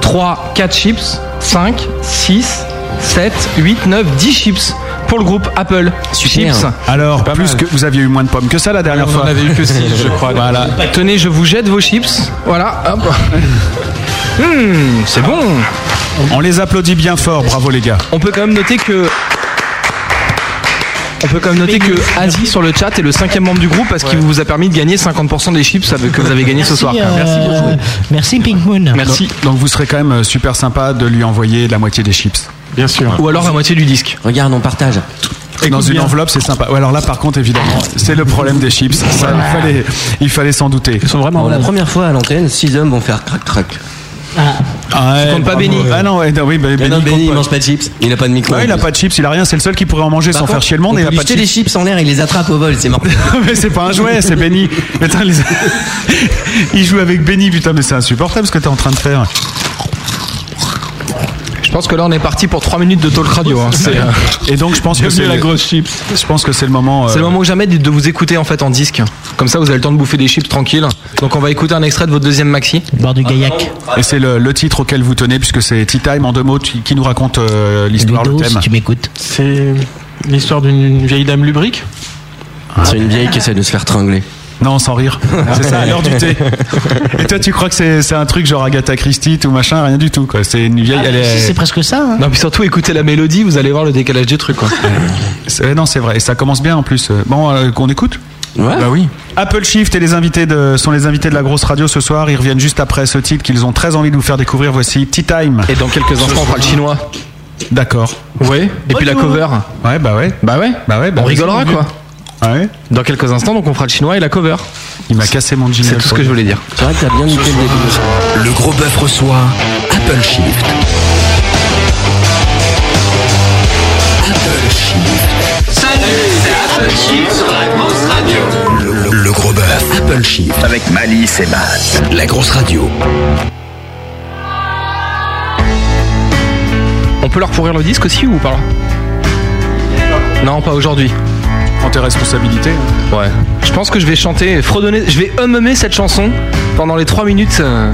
[SPEAKER 6] 3, 4 chips, 5, 6, 7, 8, 9, 10 chips pour le groupe Apple. Chips.
[SPEAKER 3] Alors, plus que vous aviez eu moins de pommes que ça
[SPEAKER 6] Ah,
[SPEAKER 3] la dernière
[SPEAKER 10] On en
[SPEAKER 3] fois.
[SPEAKER 10] avait eu que six, je crois.
[SPEAKER 3] Voilà.
[SPEAKER 6] Tenez, je vous jette vos chips. Voilà, hop. Hmm, c'est bon.
[SPEAKER 3] On les applaudit bien fort. Bravo les gars.
[SPEAKER 6] On peut quand même noter que. On peut quand même noter que Asie sur le chat est le cinquième membre du groupe parce qu'il vous a permis de gagner 50% des chips que vous avez gagné ce soir.
[SPEAKER 8] euh, Merci Pink Moon.
[SPEAKER 6] Merci.
[SPEAKER 3] Donc, donc vous serez quand même euh, super sympa de lui envoyer la moitié des chips.
[SPEAKER 10] Bien sûr.
[SPEAKER 6] Ou alors la moitié du disque.
[SPEAKER 11] Regarde, on partage.
[SPEAKER 3] Dans
[SPEAKER 6] Écoute
[SPEAKER 3] une
[SPEAKER 6] bien.
[SPEAKER 3] enveloppe, c'est sympa. Ouais, alors là, par contre, évidemment, c'est le problème des chips. Ça, il fallait, il fallait s'en douter.
[SPEAKER 10] Ils sont vraiment
[SPEAKER 11] Pour la première fois à l'antenne, 6 hommes vont faire crac crac.
[SPEAKER 3] Ah, ouais,
[SPEAKER 6] comptes pas
[SPEAKER 3] bravo.
[SPEAKER 6] Benny
[SPEAKER 3] Ah non, ouais, non, oui, bah,
[SPEAKER 11] Mais non,
[SPEAKER 3] Benny,
[SPEAKER 11] Benny,
[SPEAKER 3] compte
[SPEAKER 11] il
[SPEAKER 3] pas.
[SPEAKER 11] mange pas de chips. Il n'a pas de micro.
[SPEAKER 3] Ouais, il a pas de chips, il a rien. C'est le seul qui pourrait en manger
[SPEAKER 11] Par
[SPEAKER 3] sans
[SPEAKER 11] contre,
[SPEAKER 3] faire chier le monde.
[SPEAKER 11] on
[SPEAKER 3] et Il a
[SPEAKER 11] peut lui
[SPEAKER 3] pas de
[SPEAKER 11] jeter des
[SPEAKER 3] chips.
[SPEAKER 11] chips en l'air, il les attrape au vol, c'est mort.
[SPEAKER 3] mais c'est pas un jouet, c'est Benny. Mais attends, les- il joue avec Benny, putain, mais c'est insupportable ce que t'es en train de faire.
[SPEAKER 6] Je pense que là on est parti pour 3 minutes de talk radio. hein. C'est euh,
[SPEAKER 3] Et donc, je pense que c'est
[SPEAKER 10] la
[SPEAKER 3] le...
[SPEAKER 10] grosse chips.
[SPEAKER 3] je pense que c'est le moment. euh,
[SPEAKER 6] c'est le moment jamais de de vous écouter en fait en disque. Comme ça vous avez le temps de bouffer des chips tranquille. Donc on va écouter un extrait de votre deuxième maxi.
[SPEAKER 8] Boire du gaillac.
[SPEAKER 3] Et c'est le, le titre auquel vous tenez, puisque c'est Tea Time en deux mots qui qui nous raconte euh, l'histoire, le
[SPEAKER 8] Ludo,
[SPEAKER 3] thème.
[SPEAKER 8] si tu m'écoutes.
[SPEAKER 10] C'est l'histoire d'une vieille dame lubrique.
[SPEAKER 11] C'est une vieille qui essaie de se faire trangler.
[SPEAKER 3] Non, sans rire. C'est ça, Bah, à l'heure du thé. Et toi, tu crois que c'est c'est un truc genre Agatha Christie, tout machin, rien du tout, quoi. C'est une vieille. elle
[SPEAKER 8] Ah, Si,
[SPEAKER 3] est-
[SPEAKER 8] C'est presque ça. hein.
[SPEAKER 6] Non puis surtout écoutez la mélodie, vous allez voir le décalage du truc. quoi.
[SPEAKER 3] c'est- Non, c'est vrai. Et ça commence bien en plus. Bon, euh, qu'on écoute
[SPEAKER 11] Ouais.
[SPEAKER 3] Bah oui. Apple Shift et les invités de, sont les invités de la grosse radio ce soir. Ils reviennent juste après ce titre qu'ils ont très envie de vous faire découvrir. Voici Tea Time.
[SPEAKER 6] Et dans quelques instants on fera le chinois.
[SPEAKER 3] D'accord.
[SPEAKER 6] Ouais. Et puis la cover.
[SPEAKER 3] Ouais, bah ouais.
[SPEAKER 6] Bah ouais.
[SPEAKER 3] Bah ouais, bah
[SPEAKER 6] on
[SPEAKER 3] oui,
[SPEAKER 6] rigolera
[SPEAKER 3] c'est Ah
[SPEAKER 6] quoi.
[SPEAKER 3] Ouais.
[SPEAKER 6] Dans quelques instants donc on fera le chinois et la cover.
[SPEAKER 3] Il m'a cassé mon jingle.
[SPEAKER 6] C'est tout ce que je voulais dire.
[SPEAKER 11] C'est vrai que t'as bien niqué le début.
[SPEAKER 2] Le gros bœuf reçoit Apple Shift. Apple Shift. Salut, c'est Apple Shift sur la grosse radio. Le, le gros bœuf Apple Shift avec Malice et Matt. La grosse radio.
[SPEAKER 6] On peut leur pourrir le disque aussi ou pas là Non pas aujourd'hui.
[SPEAKER 3] Prends tes responsabilités. hein.
[SPEAKER 6] Ouais. Je pense que je vais chanter, fredonner, je vais hummer cette chanson pendant les 3 minutes euh,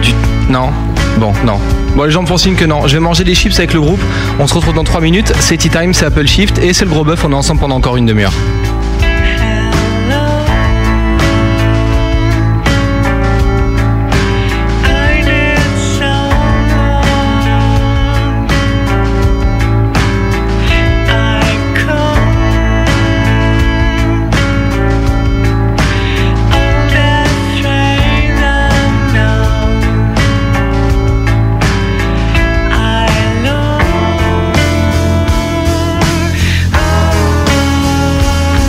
[SPEAKER 6] du. Non Bon, non. Bon, les gens me font signe que non. Je vais manger des chips avec le groupe. On se retrouve dans 3 minutes. C'est Tea Time, c'est Apple Shift et c'est le gros bœuf. On est ensemble pendant encore une demi-heure.
[SPEAKER 7] I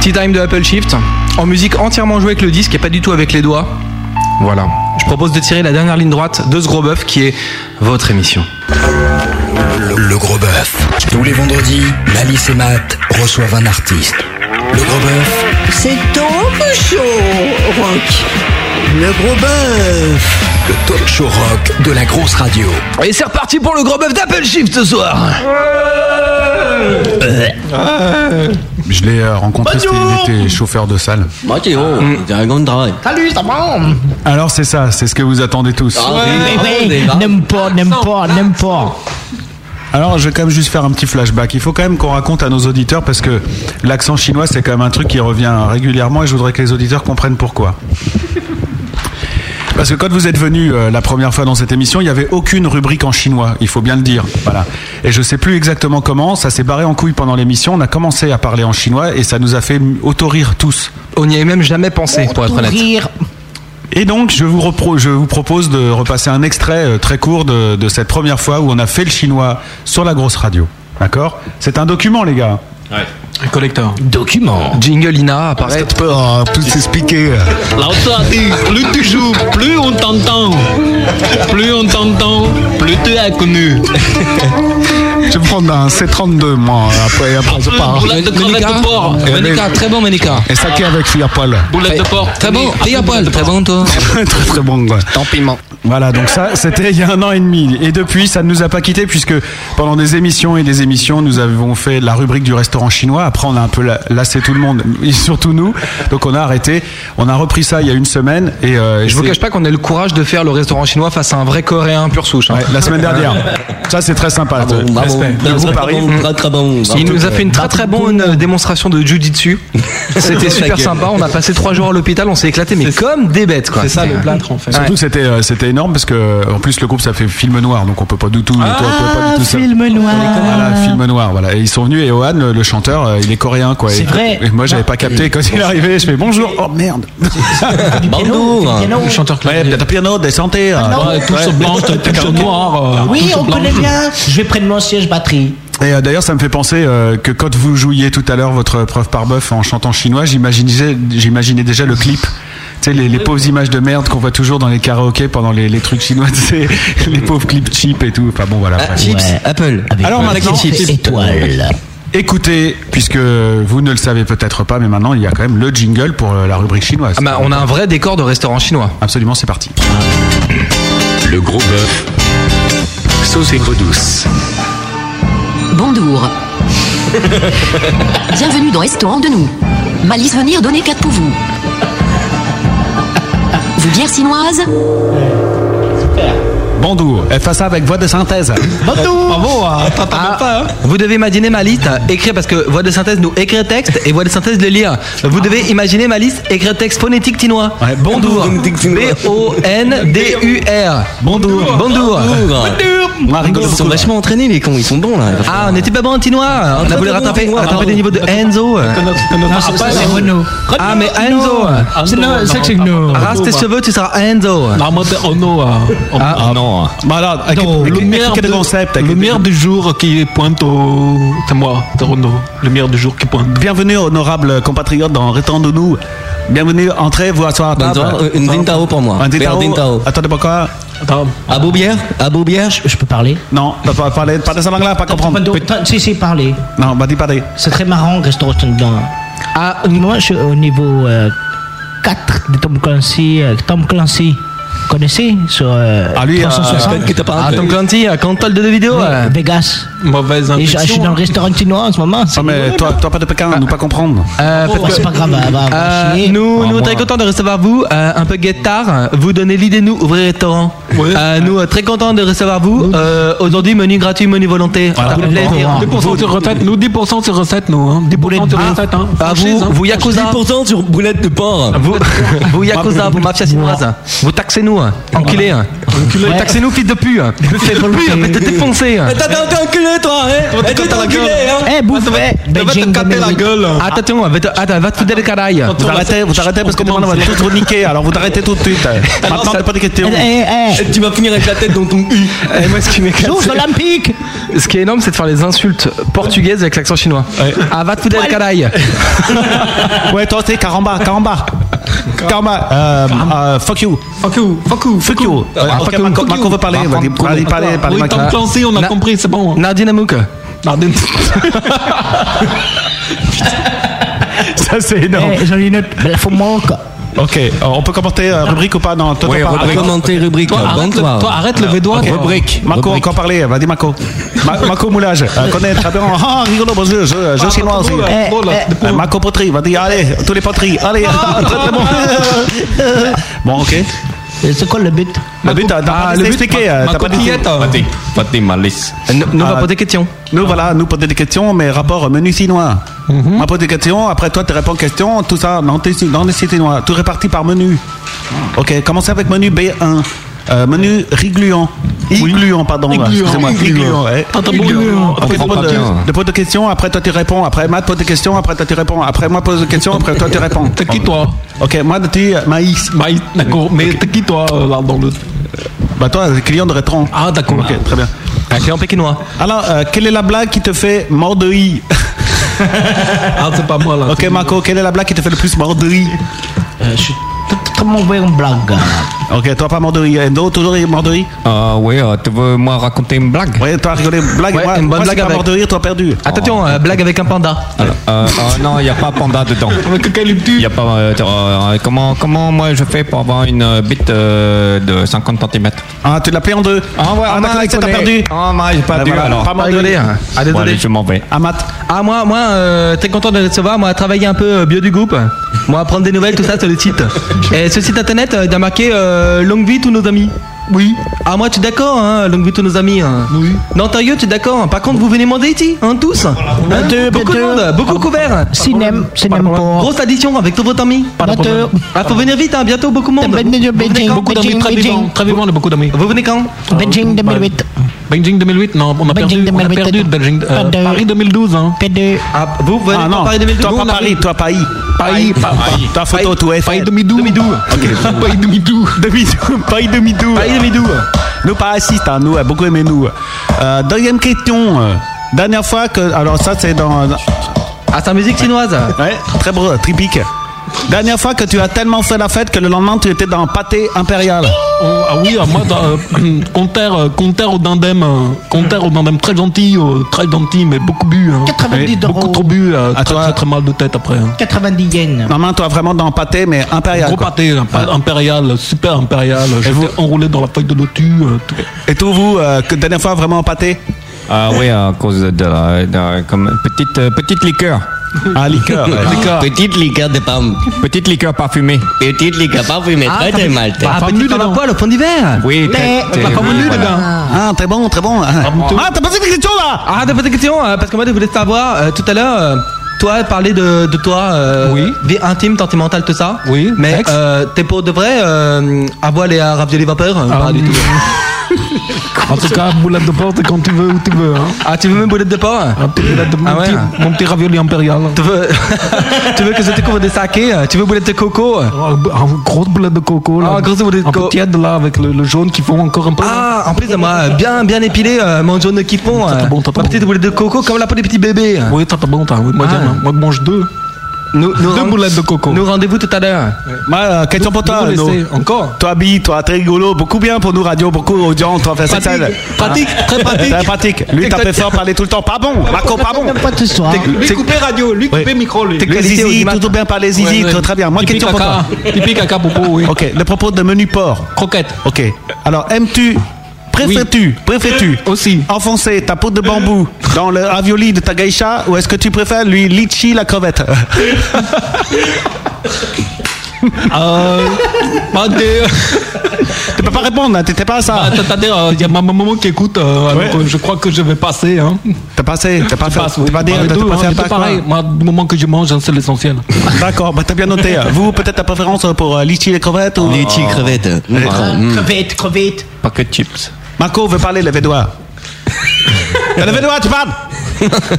[SPEAKER 6] Tea Time de Apple Shift, en musique entièrement jouée avec le disque et pas du tout avec les doigts. Voilà. Je propose de tirer la dernière ligne droite de ce gros bœuf qui est votre émission.
[SPEAKER 2] Le, le gros bœuf. Tous les vendredis, Malice et Matt reçoivent un artiste. Le gros bœuf,
[SPEAKER 1] C'est donc chaud, Rock. Le gros bœuf.
[SPEAKER 2] le talk show rock de la grosse radio.
[SPEAKER 6] Et c'est reparti pour le gros bœuf d'Apple Shift ce soir.
[SPEAKER 8] Euh.
[SPEAKER 3] Je l'ai euh, rencontré, c'était- il était chauffeur de salle.
[SPEAKER 6] Hum.
[SPEAKER 8] Salut, ça va Ah,
[SPEAKER 3] Alors c'est ça, c'est ce que vous attendez tous.
[SPEAKER 8] Oui, oui, n'aime pas, n'aime pas, n'aime pas.
[SPEAKER 3] Alors, je vais quand même juste faire un petit flashback. Il faut quand même qu'on raconte à nos auditeurs parce que l'accent chinois, c'est quand même un truc qui revient régulièrement et je voudrais que les auditeurs comprennent pourquoi. Parce que quand vous êtes venu euh, la première fois dans cette émission, il n'y avait aucune rubrique en chinois, il faut bien le dire. Voilà. Et je sais plus exactement comment, ça s'est barré en couille pendant l'émission, on a commencé à parler en chinois et ça nous a fait m- auto-rire tous.
[SPEAKER 6] On n'y avait même jamais pensé, pour être honnête.
[SPEAKER 3] Et donc, je vous, repro- je vous propose de repasser un extrait euh, très court de, de cette première fois où on a fait le chinois sur la grosse radio. D'accord C'est un document, les gars.
[SPEAKER 12] Ouais.
[SPEAKER 3] Un collector.
[SPEAKER 6] Document. Jingle Ina apparaît.
[SPEAKER 3] pas, Oh, tout s'expliquer.
[SPEAKER 9] L'autre a dit, plus tu joues, plus on t'entend. Plus on t'entend, plus tu es connu.
[SPEAKER 3] Je vais prendre un C32, moi, après, après je pars.
[SPEAKER 9] Boulette de crevette de porc.
[SPEAKER 3] Ménica,
[SPEAKER 6] très bon Ménica.
[SPEAKER 3] Et ça qui est avec Fiapol
[SPEAKER 9] Boulette de porc.
[SPEAKER 6] Très bon, et à poil, très bon toi.
[SPEAKER 3] très très bon. Tant piment. Voilà, donc ça, c'était il y a un an et demi. Et depuis, ça ne nous a pas quittés puisque pendant des émissions et des émissions, nous avons fait la rubrique du restaurant chinois. Après, on a un peu la- lassé tout le monde, et surtout nous. Donc on a arrêté. On a repris ça il y a une semaine. Et, euh,
[SPEAKER 6] Je vous
[SPEAKER 3] c'est-
[SPEAKER 6] cache pas qu'on a le courage de faire le restaurant chinois face à un vrai coréen pur souche. hein.
[SPEAKER 3] Ouais, la semaine dernière. Ça, c'est très
[SPEAKER 10] Ah
[SPEAKER 3] sympa. Respect. Le groupe Paris.
[SPEAKER 6] Il nous a fait une très très bonne euh, démonstration de jujitsu. C'était super sympa. On a passé trois jours à l'hôpital, on s'est éclaté, mais comme des bêtes quoi.
[SPEAKER 10] C'est ça, le
[SPEAKER 6] C'était-
[SPEAKER 10] plâtre, en fait.
[SPEAKER 6] Ouais. Ah,
[SPEAKER 3] Surtout que c'était euh, c'était énorme parce que en plus le groupe ça fait film noir donc on peut pas du tout, on peut pas du tout ça.
[SPEAKER 8] Ah, film noir.
[SPEAKER 3] Voilà, film noir, voilà. Et ils sont venus et Ohan, le, le chanteur, euh, il est coréen, quoi.
[SPEAKER 8] C'est
[SPEAKER 3] Et-
[SPEAKER 8] vrai.
[SPEAKER 3] Et moi, j'avais pas capté. Quand il est arrivé, je fais bonjour. Oh merde.
[SPEAKER 8] Bonjour. du piano.
[SPEAKER 3] Le chanteur clavier. Ouais, peut-être un piano, des santé. hein.
[SPEAKER 6] Ah
[SPEAKER 8] Ouais, tous au blanc, tous au
[SPEAKER 6] Oh,
[SPEAKER 3] noir.
[SPEAKER 8] Oui, on connaît bien. Je vais prendre mon siège batterie.
[SPEAKER 3] Et euh, d'ailleurs, ça me fait penser euh, que quand vous jouiez tout à l'heure votre preuve par bœuf en chantant chinois, j'imaginais, j'imaginais déjà le clip. Tu sais, les, les pauvres images de merde qu'on voit toujours dans les karaokés pendant les, les trucs chinois, tu sais, les pauvres clips cheap et tout. Enfin bon, voilà. bref.
[SPEAKER 11] Apple.
[SPEAKER 3] Alors maintenant,
[SPEAKER 8] étoile.
[SPEAKER 3] Écoutez, puisque vous ne le savez peut-être pas, mais maintenant il y a quand même le jingle pour euh, la rubrique chinoise.
[SPEAKER 6] Ah bah, on a un vrai décor de restaurant chinois.
[SPEAKER 3] Absolument, c'est parti.
[SPEAKER 2] Le gros bœuf, sauce aigre douce.
[SPEAKER 15] Bonjour. Bienvenue dans Restaurant de nous. Malice venir donner 4 pour vous. Vous dire chinoise
[SPEAKER 3] Bonjour, et fais ça avec voix de synthèse.
[SPEAKER 6] Bravo, pas. Vous devez imaginer ma liste, hein. écrire parce que voix de synthèse nous écrit le texte et voix de synthèse le lire. Vous devez imaginer ma liste, écrire le texte phonétique tinois.
[SPEAKER 3] Ouais,
[SPEAKER 6] Bonjour. B-O-N-D-U-R.
[SPEAKER 3] Bonjour.
[SPEAKER 6] Bonjour.
[SPEAKER 3] On a rigolé
[SPEAKER 11] Ils sont
[SPEAKER 3] beaucoup, là.
[SPEAKER 11] vachement entraînés, les cons. Ils sont bons, là.
[SPEAKER 6] Ah, on n'était pas bon en tinois. On a voulu rattraper, rattraper des niveaux de Enzo.
[SPEAKER 8] pas, c'est Renault.
[SPEAKER 6] Ah, mais Enzo.
[SPEAKER 8] C'est non, c'est que c'est nous.
[SPEAKER 6] Rase tes cheveux, tu seras Enzo.
[SPEAKER 3] oh, hein.
[SPEAKER 12] Ah non.
[SPEAKER 3] Voilà, avec-
[SPEAKER 10] Non,
[SPEAKER 3] avec-
[SPEAKER 10] le
[SPEAKER 3] avec-
[SPEAKER 10] meilleur,
[SPEAKER 3] Bah quel
[SPEAKER 10] de-
[SPEAKER 3] concept, avec-
[SPEAKER 10] le meilleur du jour qui pointe au. C'est moi, c'est Renaud. Le meilleur du jour qui pointe.
[SPEAKER 3] Bienvenue, honorable compatriote, dans Rétend de nous. Bienvenue, entrez, vous asseoir à table.
[SPEAKER 11] Bonjour, euh, une dintao pour moi.
[SPEAKER 3] Un
[SPEAKER 11] Vers
[SPEAKER 3] dintao.
[SPEAKER 11] dintao.
[SPEAKER 3] Attendez, pourquoi
[SPEAKER 10] Attends.
[SPEAKER 11] À Beaubière À Beaubière je-
[SPEAKER 8] Je peux parler
[SPEAKER 3] Non, pas, pas, parler- pas de cette langue-là, pas comprendre.
[SPEAKER 8] Si, si, parler.
[SPEAKER 3] Non, bah dis pas des-
[SPEAKER 8] C'est très marrant, restaurant dedans.
[SPEAKER 6] Ah,
[SPEAKER 8] moi, je suis au niveau euh, 4 de Tom Clancy. euh, Tom Clancy, connaissez sur euh,
[SPEAKER 3] Ah, lui, euh,
[SPEAKER 11] que t'as pas
[SPEAKER 6] Ah, Tom Clancy, quand t'as le de vidéo.
[SPEAKER 8] euh, Vegas.
[SPEAKER 10] Mauvaise
[SPEAKER 8] Et je, je suis
[SPEAKER 10] infection.
[SPEAKER 8] dans le restaurant chinois en ce moment. c'est-
[SPEAKER 3] Non, Ah, mais toi, toi, pas de Pékin, nous pas comprendre.
[SPEAKER 6] Euh,
[SPEAKER 8] Oh,
[SPEAKER 6] parce que-
[SPEAKER 8] c'est pas grave, va, va, va
[SPEAKER 6] Euh,
[SPEAKER 8] chier.
[SPEAKER 6] nous,
[SPEAKER 3] Ah,
[SPEAKER 6] nous
[SPEAKER 3] moi.
[SPEAKER 6] très contents de recevoir vous, euh, un peu guettard. Vous donnez l'idée, nous, ouvrir restaurant. Euh, nous, euh, très contents de recevoir vous. Euh, Aujourd'hui, menu gratuit, menu volonté. Ça fait plaisir.
[SPEAKER 10] 2% sur recette, nous 10% sur recette, nous. Hein. 10% sur recette, hein.
[SPEAKER 6] Ah, vous,
[SPEAKER 10] Franchise, hein.
[SPEAKER 6] vous Yakuza,
[SPEAKER 3] Ah,
[SPEAKER 11] sur boulette de porc. Ah,
[SPEAKER 6] Ah, vous, vous Yakuza, vous Mafia chinoise, vous taxez taxez-nous, enculé. hein. Enculé,
[SPEAKER 11] Ouais.
[SPEAKER 6] taxez-nous, fils de hein. pu. Je fais pour lui, mais t'es défoncé. hein.
[SPEAKER 11] Eh, t'as- t'as- t'as enculé, toi, hein
[SPEAKER 6] Toi,
[SPEAKER 11] Eh,
[SPEAKER 6] t'es
[SPEAKER 11] t'es
[SPEAKER 6] t'as la
[SPEAKER 11] enculé,
[SPEAKER 6] gueule.
[SPEAKER 11] hein
[SPEAKER 6] Eh, bouffe, eh,
[SPEAKER 11] va te
[SPEAKER 6] caper
[SPEAKER 11] la gueule.
[SPEAKER 6] Attention, va te, attends, va te foutre les carailles.
[SPEAKER 9] Vous arrêtez, vous arrêtez parce que demain on va tout niquer, alors vous arrêtez tout de suite. Maintenant, t'as pas de Eh, questions.
[SPEAKER 6] Tu vas finir avec la tête dans ton U. moi, ce qui m'éclate.
[SPEAKER 9] Joues
[SPEAKER 6] c'est- Ce qui est énorme, c'est de faire les insultes portugaises avec l'accent chinois. Ah, va te foutre les carailles.
[SPEAKER 9] Ouais, toi, t'es caramba, caramba. Karma, euh, euh, fuck you.
[SPEAKER 10] Fuck you, fuck you,
[SPEAKER 9] fuck you.
[SPEAKER 10] Ah,
[SPEAKER 9] Ouais,
[SPEAKER 10] ok,
[SPEAKER 9] ok, Marco, Marco veut parler. vas-y, Parlez, parlez, parlez,
[SPEAKER 10] Oui,
[SPEAKER 9] Marco.
[SPEAKER 10] t'as clancé, on a
[SPEAKER 6] Na-
[SPEAKER 10] compris, c'est bon. hein.
[SPEAKER 6] Nardine Amouk.
[SPEAKER 10] Nardine.
[SPEAKER 9] Ça, c'est énorme.
[SPEAKER 8] Eh, j'en ai une autre. Mais la faut manque.
[SPEAKER 9] Ok, euh, on peut commenter euh, rubrique ou pas Non, toi,
[SPEAKER 3] Ouais,
[SPEAKER 9] t'en parles.
[SPEAKER 3] rubrique.
[SPEAKER 9] Arrête.
[SPEAKER 3] Commenter rubrique, Toi, là, arrête bon, le- toi. toi, arrête le
[SPEAKER 9] Ok.
[SPEAKER 3] védois, toi. Rubrique.
[SPEAKER 9] Marco,
[SPEAKER 3] Rubrique.
[SPEAKER 9] encore parler. Vas-y, Marco. Ma- Marco Moulage. euh, Connaître, aberrant. Ah, rigolo, bon jeu. Je, je chinois aussi.
[SPEAKER 11] drôle,
[SPEAKER 9] Eh,
[SPEAKER 11] drôle.
[SPEAKER 9] eh, euh, Marco Poterie. Vas-y, allez, tous les poteries. Allez,
[SPEAKER 8] Ah.
[SPEAKER 9] très, très bon. Bon, ok.
[SPEAKER 8] C'est quoi le but Ah,
[SPEAKER 9] Le but, t'as t'as
[SPEAKER 3] Ah,
[SPEAKER 9] pas laissé expliquer. euh, T'as pas dit. Euh,
[SPEAKER 12] Fatih Malis.
[SPEAKER 6] Nous, on
[SPEAKER 8] Ah.
[SPEAKER 6] va poser des questions.
[SPEAKER 9] Nous, voilà, nous posons des questions, mais rapport au menu chinois.
[SPEAKER 8] Mhm.
[SPEAKER 9] On pose des questions, après toi, tu réponds aux questions, tout ça, dans, tes, dans les sites chinois. Tout réparti par menu. Ok, commencez avec menu B1. Euh, menu rigluant. Igluant, pardon.
[SPEAKER 11] Igluant,
[SPEAKER 9] Excusez-moi.
[SPEAKER 11] igluant.
[SPEAKER 9] Igluant, ouais.
[SPEAKER 11] Attends, bon, igluant.
[SPEAKER 9] Ok,
[SPEAKER 11] On
[SPEAKER 9] tu
[SPEAKER 11] comprend
[SPEAKER 9] poses,
[SPEAKER 11] bien.
[SPEAKER 9] euh, tu poses des questions, après toi, tu réponds. Après Matt pose des questions, après toi, tu réponds. Après moi, pose des questions, après toi, tu réponds.
[SPEAKER 10] T'es qui, toi
[SPEAKER 9] Ok, moi, tu maïs.
[SPEAKER 10] Maïs, d'accord. Mais t'es qui, toi, euh, là, dans le.
[SPEAKER 9] Bah, toi, client de rétron.
[SPEAKER 10] Ah, d'accord.
[SPEAKER 9] Ok, très bien.
[SPEAKER 6] Un client pékinois.
[SPEAKER 9] Alors, euh, quelle est la blague qui te fait mort de i
[SPEAKER 10] Ah, c'est pas moi là.
[SPEAKER 9] Ok, Marco, quelle est la blague qui te fait le plus mort de i
[SPEAKER 8] Euh, Je suis très mauvais en blague.
[SPEAKER 9] Ok, toi pas mort de rire. Endo, toujours mort de rire
[SPEAKER 12] Ah ouais, euh, tu veux moi raconter une blague
[SPEAKER 9] Ouais, toi rigolé une blague.
[SPEAKER 12] Ouais,
[SPEAKER 9] moi,
[SPEAKER 12] une bonne
[SPEAKER 9] moi, si
[SPEAKER 12] blague
[SPEAKER 9] t'es pas
[SPEAKER 12] avec.
[SPEAKER 9] mort de rire, toi perdu.
[SPEAKER 6] Attention, euh, blague avec un panda.
[SPEAKER 12] Alors, euh, euh, non, il n'y a pas panda dedans. Il y a pas. euh, euh, comment, comment moi je fais pour avoir une euh, bite euh, de 50 cm
[SPEAKER 9] Ah, tu l'as pris en deux.
[SPEAKER 12] Ah ouais,
[SPEAKER 9] ah,
[SPEAKER 12] ah,
[SPEAKER 9] d'accord,
[SPEAKER 12] mince,
[SPEAKER 9] ça, t'as
[SPEAKER 12] on est-
[SPEAKER 9] perdu.
[SPEAKER 6] Oh
[SPEAKER 12] Ah, mince, j'ai perdu,
[SPEAKER 9] Ah, voilà,
[SPEAKER 12] alors.
[SPEAKER 9] Pas mort de
[SPEAKER 6] Rigolé,
[SPEAKER 9] rire.
[SPEAKER 6] hein. Ah, désolé.
[SPEAKER 12] Bon, allez, je m'en vais.
[SPEAKER 9] Amat.
[SPEAKER 6] Ah moi, moi, euh, très content de les recevoir. Moi, travailler un peu euh, bio du groupe. Moi, prendre des nouvelles, tout ça sur le site. Et ce site internet, euh, il a marqué euh, longue vie tous nos amis. Oui. Ah moi, tu es d'accord, hein, longue vie tous nos amis. Oui. Non, Tario, tu es d'accord. hein. Par contre, vous venez mander ici, hein, tous. Hein, beaucoup de monde, beaucoup couvert.
[SPEAKER 8] Cinem, cinem pour.
[SPEAKER 6] Grosse addition avec tous vos amis.
[SPEAKER 8] de problème.
[SPEAKER 6] Ah, faut venir vite, hein, bientôt beaucoup de monde.
[SPEAKER 10] Beaucoup d'amis, très vivants, très vivants, de beaucoup d'amis. bah,
[SPEAKER 6] Vous venez quand
[SPEAKER 8] Euh, Beijing 2008.
[SPEAKER 10] Beijing 2008, non, on a
[SPEAKER 8] Beijing
[SPEAKER 10] perdu, on a
[SPEAKER 8] 2008,
[SPEAKER 10] perdu de Beijing. euh,
[SPEAKER 8] Pas de-
[SPEAKER 10] Paris 2012, hein.
[SPEAKER 8] P2.
[SPEAKER 6] Ah, vous venez pas
[SPEAKER 9] Ah non,
[SPEAKER 6] Paris 2012
[SPEAKER 9] toi pas Paris, toi pas I.
[SPEAKER 10] Paris, pas- Paris.
[SPEAKER 9] Toi photo, tout F.
[SPEAKER 10] Paris 2012. Paris 2012.
[SPEAKER 9] Demi-doux, pas demi-doux.
[SPEAKER 6] Paris demi-doux.
[SPEAKER 9] Nous pas assistes, hein, nous, a beaucoup aimé nous. Euh, deuxième question. euh, Dernière fois que. Alors, ça, c'est dans.
[SPEAKER 6] Ah, c'est en musique chinoise.
[SPEAKER 9] Ouais, très beau, typique. Dernière fois que tu as tellement fait la fête que le lendemain, tu étais dans pâté impérial.
[SPEAKER 10] Oh, ah oui, ah, moi, dans, euh, compteur, euh, compteur au dandem, euh, compteur au dandem, très gentil, euh, très gentil, mais beaucoup bu. hein.
[SPEAKER 8] 90
[SPEAKER 10] Oui, Beaucoup
[SPEAKER 8] euros.
[SPEAKER 10] trop bu, euh,
[SPEAKER 9] À
[SPEAKER 10] très,
[SPEAKER 9] toi.
[SPEAKER 10] très, très mal de tête après. hein.
[SPEAKER 8] 90 yens.
[SPEAKER 9] Normalement, toi vraiment dans pâté, mais impérial.
[SPEAKER 10] Gros
[SPEAKER 9] quoi.
[SPEAKER 10] pâté, impa- impérial, super impérial. J'étais enroulé dans la feuille de lotus. euh, tout.
[SPEAKER 9] Et tout, vous, euh, que dernière fois vraiment en pâté
[SPEAKER 12] Ah ouais, à cause de la. de- comme, petite, euh, petite liqueur.
[SPEAKER 9] Ah, liqueur. ouais.
[SPEAKER 3] Petite liqueur de pomme.
[SPEAKER 12] Petite liqueur parfumée.
[SPEAKER 3] Petite liqueur parfumée.
[SPEAKER 6] Ah,
[SPEAKER 3] Très
[SPEAKER 6] t'as
[SPEAKER 3] très
[SPEAKER 6] mis-
[SPEAKER 3] mal.
[SPEAKER 6] Bah, petit dans la poêle au fond
[SPEAKER 10] Hein?
[SPEAKER 6] d'hiver.
[SPEAKER 12] Oui,
[SPEAKER 6] Mais-
[SPEAKER 12] t'es-
[SPEAKER 6] Bah,
[SPEAKER 12] t'es-
[SPEAKER 6] pas
[SPEAKER 12] oui,
[SPEAKER 6] venu,
[SPEAKER 12] voilà.
[SPEAKER 6] dedans.
[SPEAKER 9] Ah, très bon, très bon. Ah, Ah, t'as passé des questions là
[SPEAKER 6] Ah, t'as pas des questions euh, Parce que moi, je voulais savoir, euh, tout à l'heure, euh, toi, parler de, de toi, euh,
[SPEAKER 10] Oui.
[SPEAKER 6] vie intime, sentimentale, tout ça.
[SPEAKER 10] Oui,
[SPEAKER 6] Mais
[SPEAKER 10] sexe.
[SPEAKER 6] euh, t'es pour de vrai euh, à voile et à ravioler vapeur euh,
[SPEAKER 10] Ah,
[SPEAKER 6] Pas du tout.
[SPEAKER 10] En tout cas, boulette de porte quand tu veux, où tu veux. hein.
[SPEAKER 6] Ah, tu veux même boulette de porc
[SPEAKER 10] Un petit boulette de- mon,
[SPEAKER 6] Ah ouais.
[SPEAKER 10] petit, mon petit ravioli impérial.
[SPEAKER 6] tu veux, tu veux que je te couvre des sakés hein. Tu veux boulette de coco hein.
[SPEAKER 10] Ah, Une grosse boulette de coco. Là,
[SPEAKER 6] Ah, grosse boulette de
[SPEAKER 10] Un peu
[SPEAKER 6] coco.
[SPEAKER 10] tiède là, avec le, le jaune qui font encore un peu.
[SPEAKER 6] Ah, en plus, moi, euh, bien, bien épilé, euh, mon jaune qui fond.
[SPEAKER 10] T'as
[SPEAKER 6] euh,
[SPEAKER 10] bon, t'as
[SPEAKER 6] ma petite boulette de coco comme la peau des petits bébés. hein.
[SPEAKER 10] Oui, t'as pas bon, t'as. oui, Moi,
[SPEAKER 6] Ah.
[SPEAKER 10] j'aime, hein. moi, je mange deux.
[SPEAKER 6] Nous, nous Ah,
[SPEAKER 10] Deux
[SPEAKER 6] rend-
[SPEAKER 10] boulettes de coco.
[SPEAKER 6] Nous rendez-vous tout à l'heure.
[SPEAKER 9] Bah, euh, question pour toi,
[SPEAKER 10] Vous
[SPEAKER 9] Arnaud.
[SPEAKER 10] laissez encore.
[SPEAKER 9] Toi, Bi, toi, très rigolo, beaucoup bien pour nous, radio, beaucoup audience, toi, fait ça, ça,
[SPEAKER 10] Pratique,
[SPEAKER 9] ça.
[SPEAKER 10] pratique, très pratique.
[SPEAKER 9] Très pratique. Lui, tapait fort, parler tout le temps. Pas bon, Marco, pas bon.
[SPEAKER 8] Pas tout soir.
[SPEAKER 10] Lui couper radio, lui couper micro, lui.
[SPEAKER 9] Les
[SPEAKER 6] qualités
[SPEAKER 9] zizi,
[SPEAKER 6] audimat.
[SPEAKER 9] tout bien parler zizi,
[SPEAKER 10] Ouais, ouais.
[SPEAKER 9] très, très bien. Moi,
[SPEAKER 10] Pipi,
[SPEAKER 9] question pour toi.
[SPEAKER 10] caca. Pipi caca popo, oui.
[SPEAKER 9] Ok, le propos de menu porc.
[SPEAKER 10] Croquette.
[SPEAKER 9] Ok. Alors, aimes-tu Préfères-tu, préfères-tu
[SPEAKER 10] Aussi.
[SPEAKER 9] enfoncer ta peau de bambou dans le ravioli de ta geisha ou est-ce que tu préfères lui litchi la crevette Euh, bah, t'es-
[SPEAKER 3] Tu peux pas répondre, hein, t'étais pas à
[SPEAKER 9] Bah,
[SPEAKER 3] ça.
[SPEAKER 9] C'est-à-dire, il euh, y a ma maman qui écoute, euh, donc, euh, je crois que je vais passer. Hein.
[SPEAKER 3] T'as passé, t'as pas
[SPEAKER 9] Je
[SPEAKER 3] fait-
[SPEAKER 9] passe,
[SPEAKER 3] t'as
[SPEAKER 9] oui.
[SPEAKER 3] pas dit-
[SPEAKER 9] Bah, les
[SPEAKER 3] t'as
[SPEAKER 9] deux,
[SPEAKER 3] pas
[SPEAKER 9] hein,
[SPEAKER 3] fait
[SPEAKER 9] les
[SPEAKER 3] un
[SPEAKER 9] deux
[SPEAKER 3] pas
[SPEAKER 9] pareil.
[SPEAKER 3] quoi.
[SPEAKER 9] Moi, du moment que je mange, hein, c'est l'essentiel.
[SPEAKER 3] D'accord, bah t'as bien noté. Vous, peut-être ta préférence pour euh, litchi et crevettes ou...
[SPEAKER 11] Litchi et crevettes.
[SPEAKER 3] Les trois.
[SPEAKER 8] Crevette, crevette.
[SPEAKER 3] Pas que chips. Marco veut parler, levez-toi. levez-toi, tu parles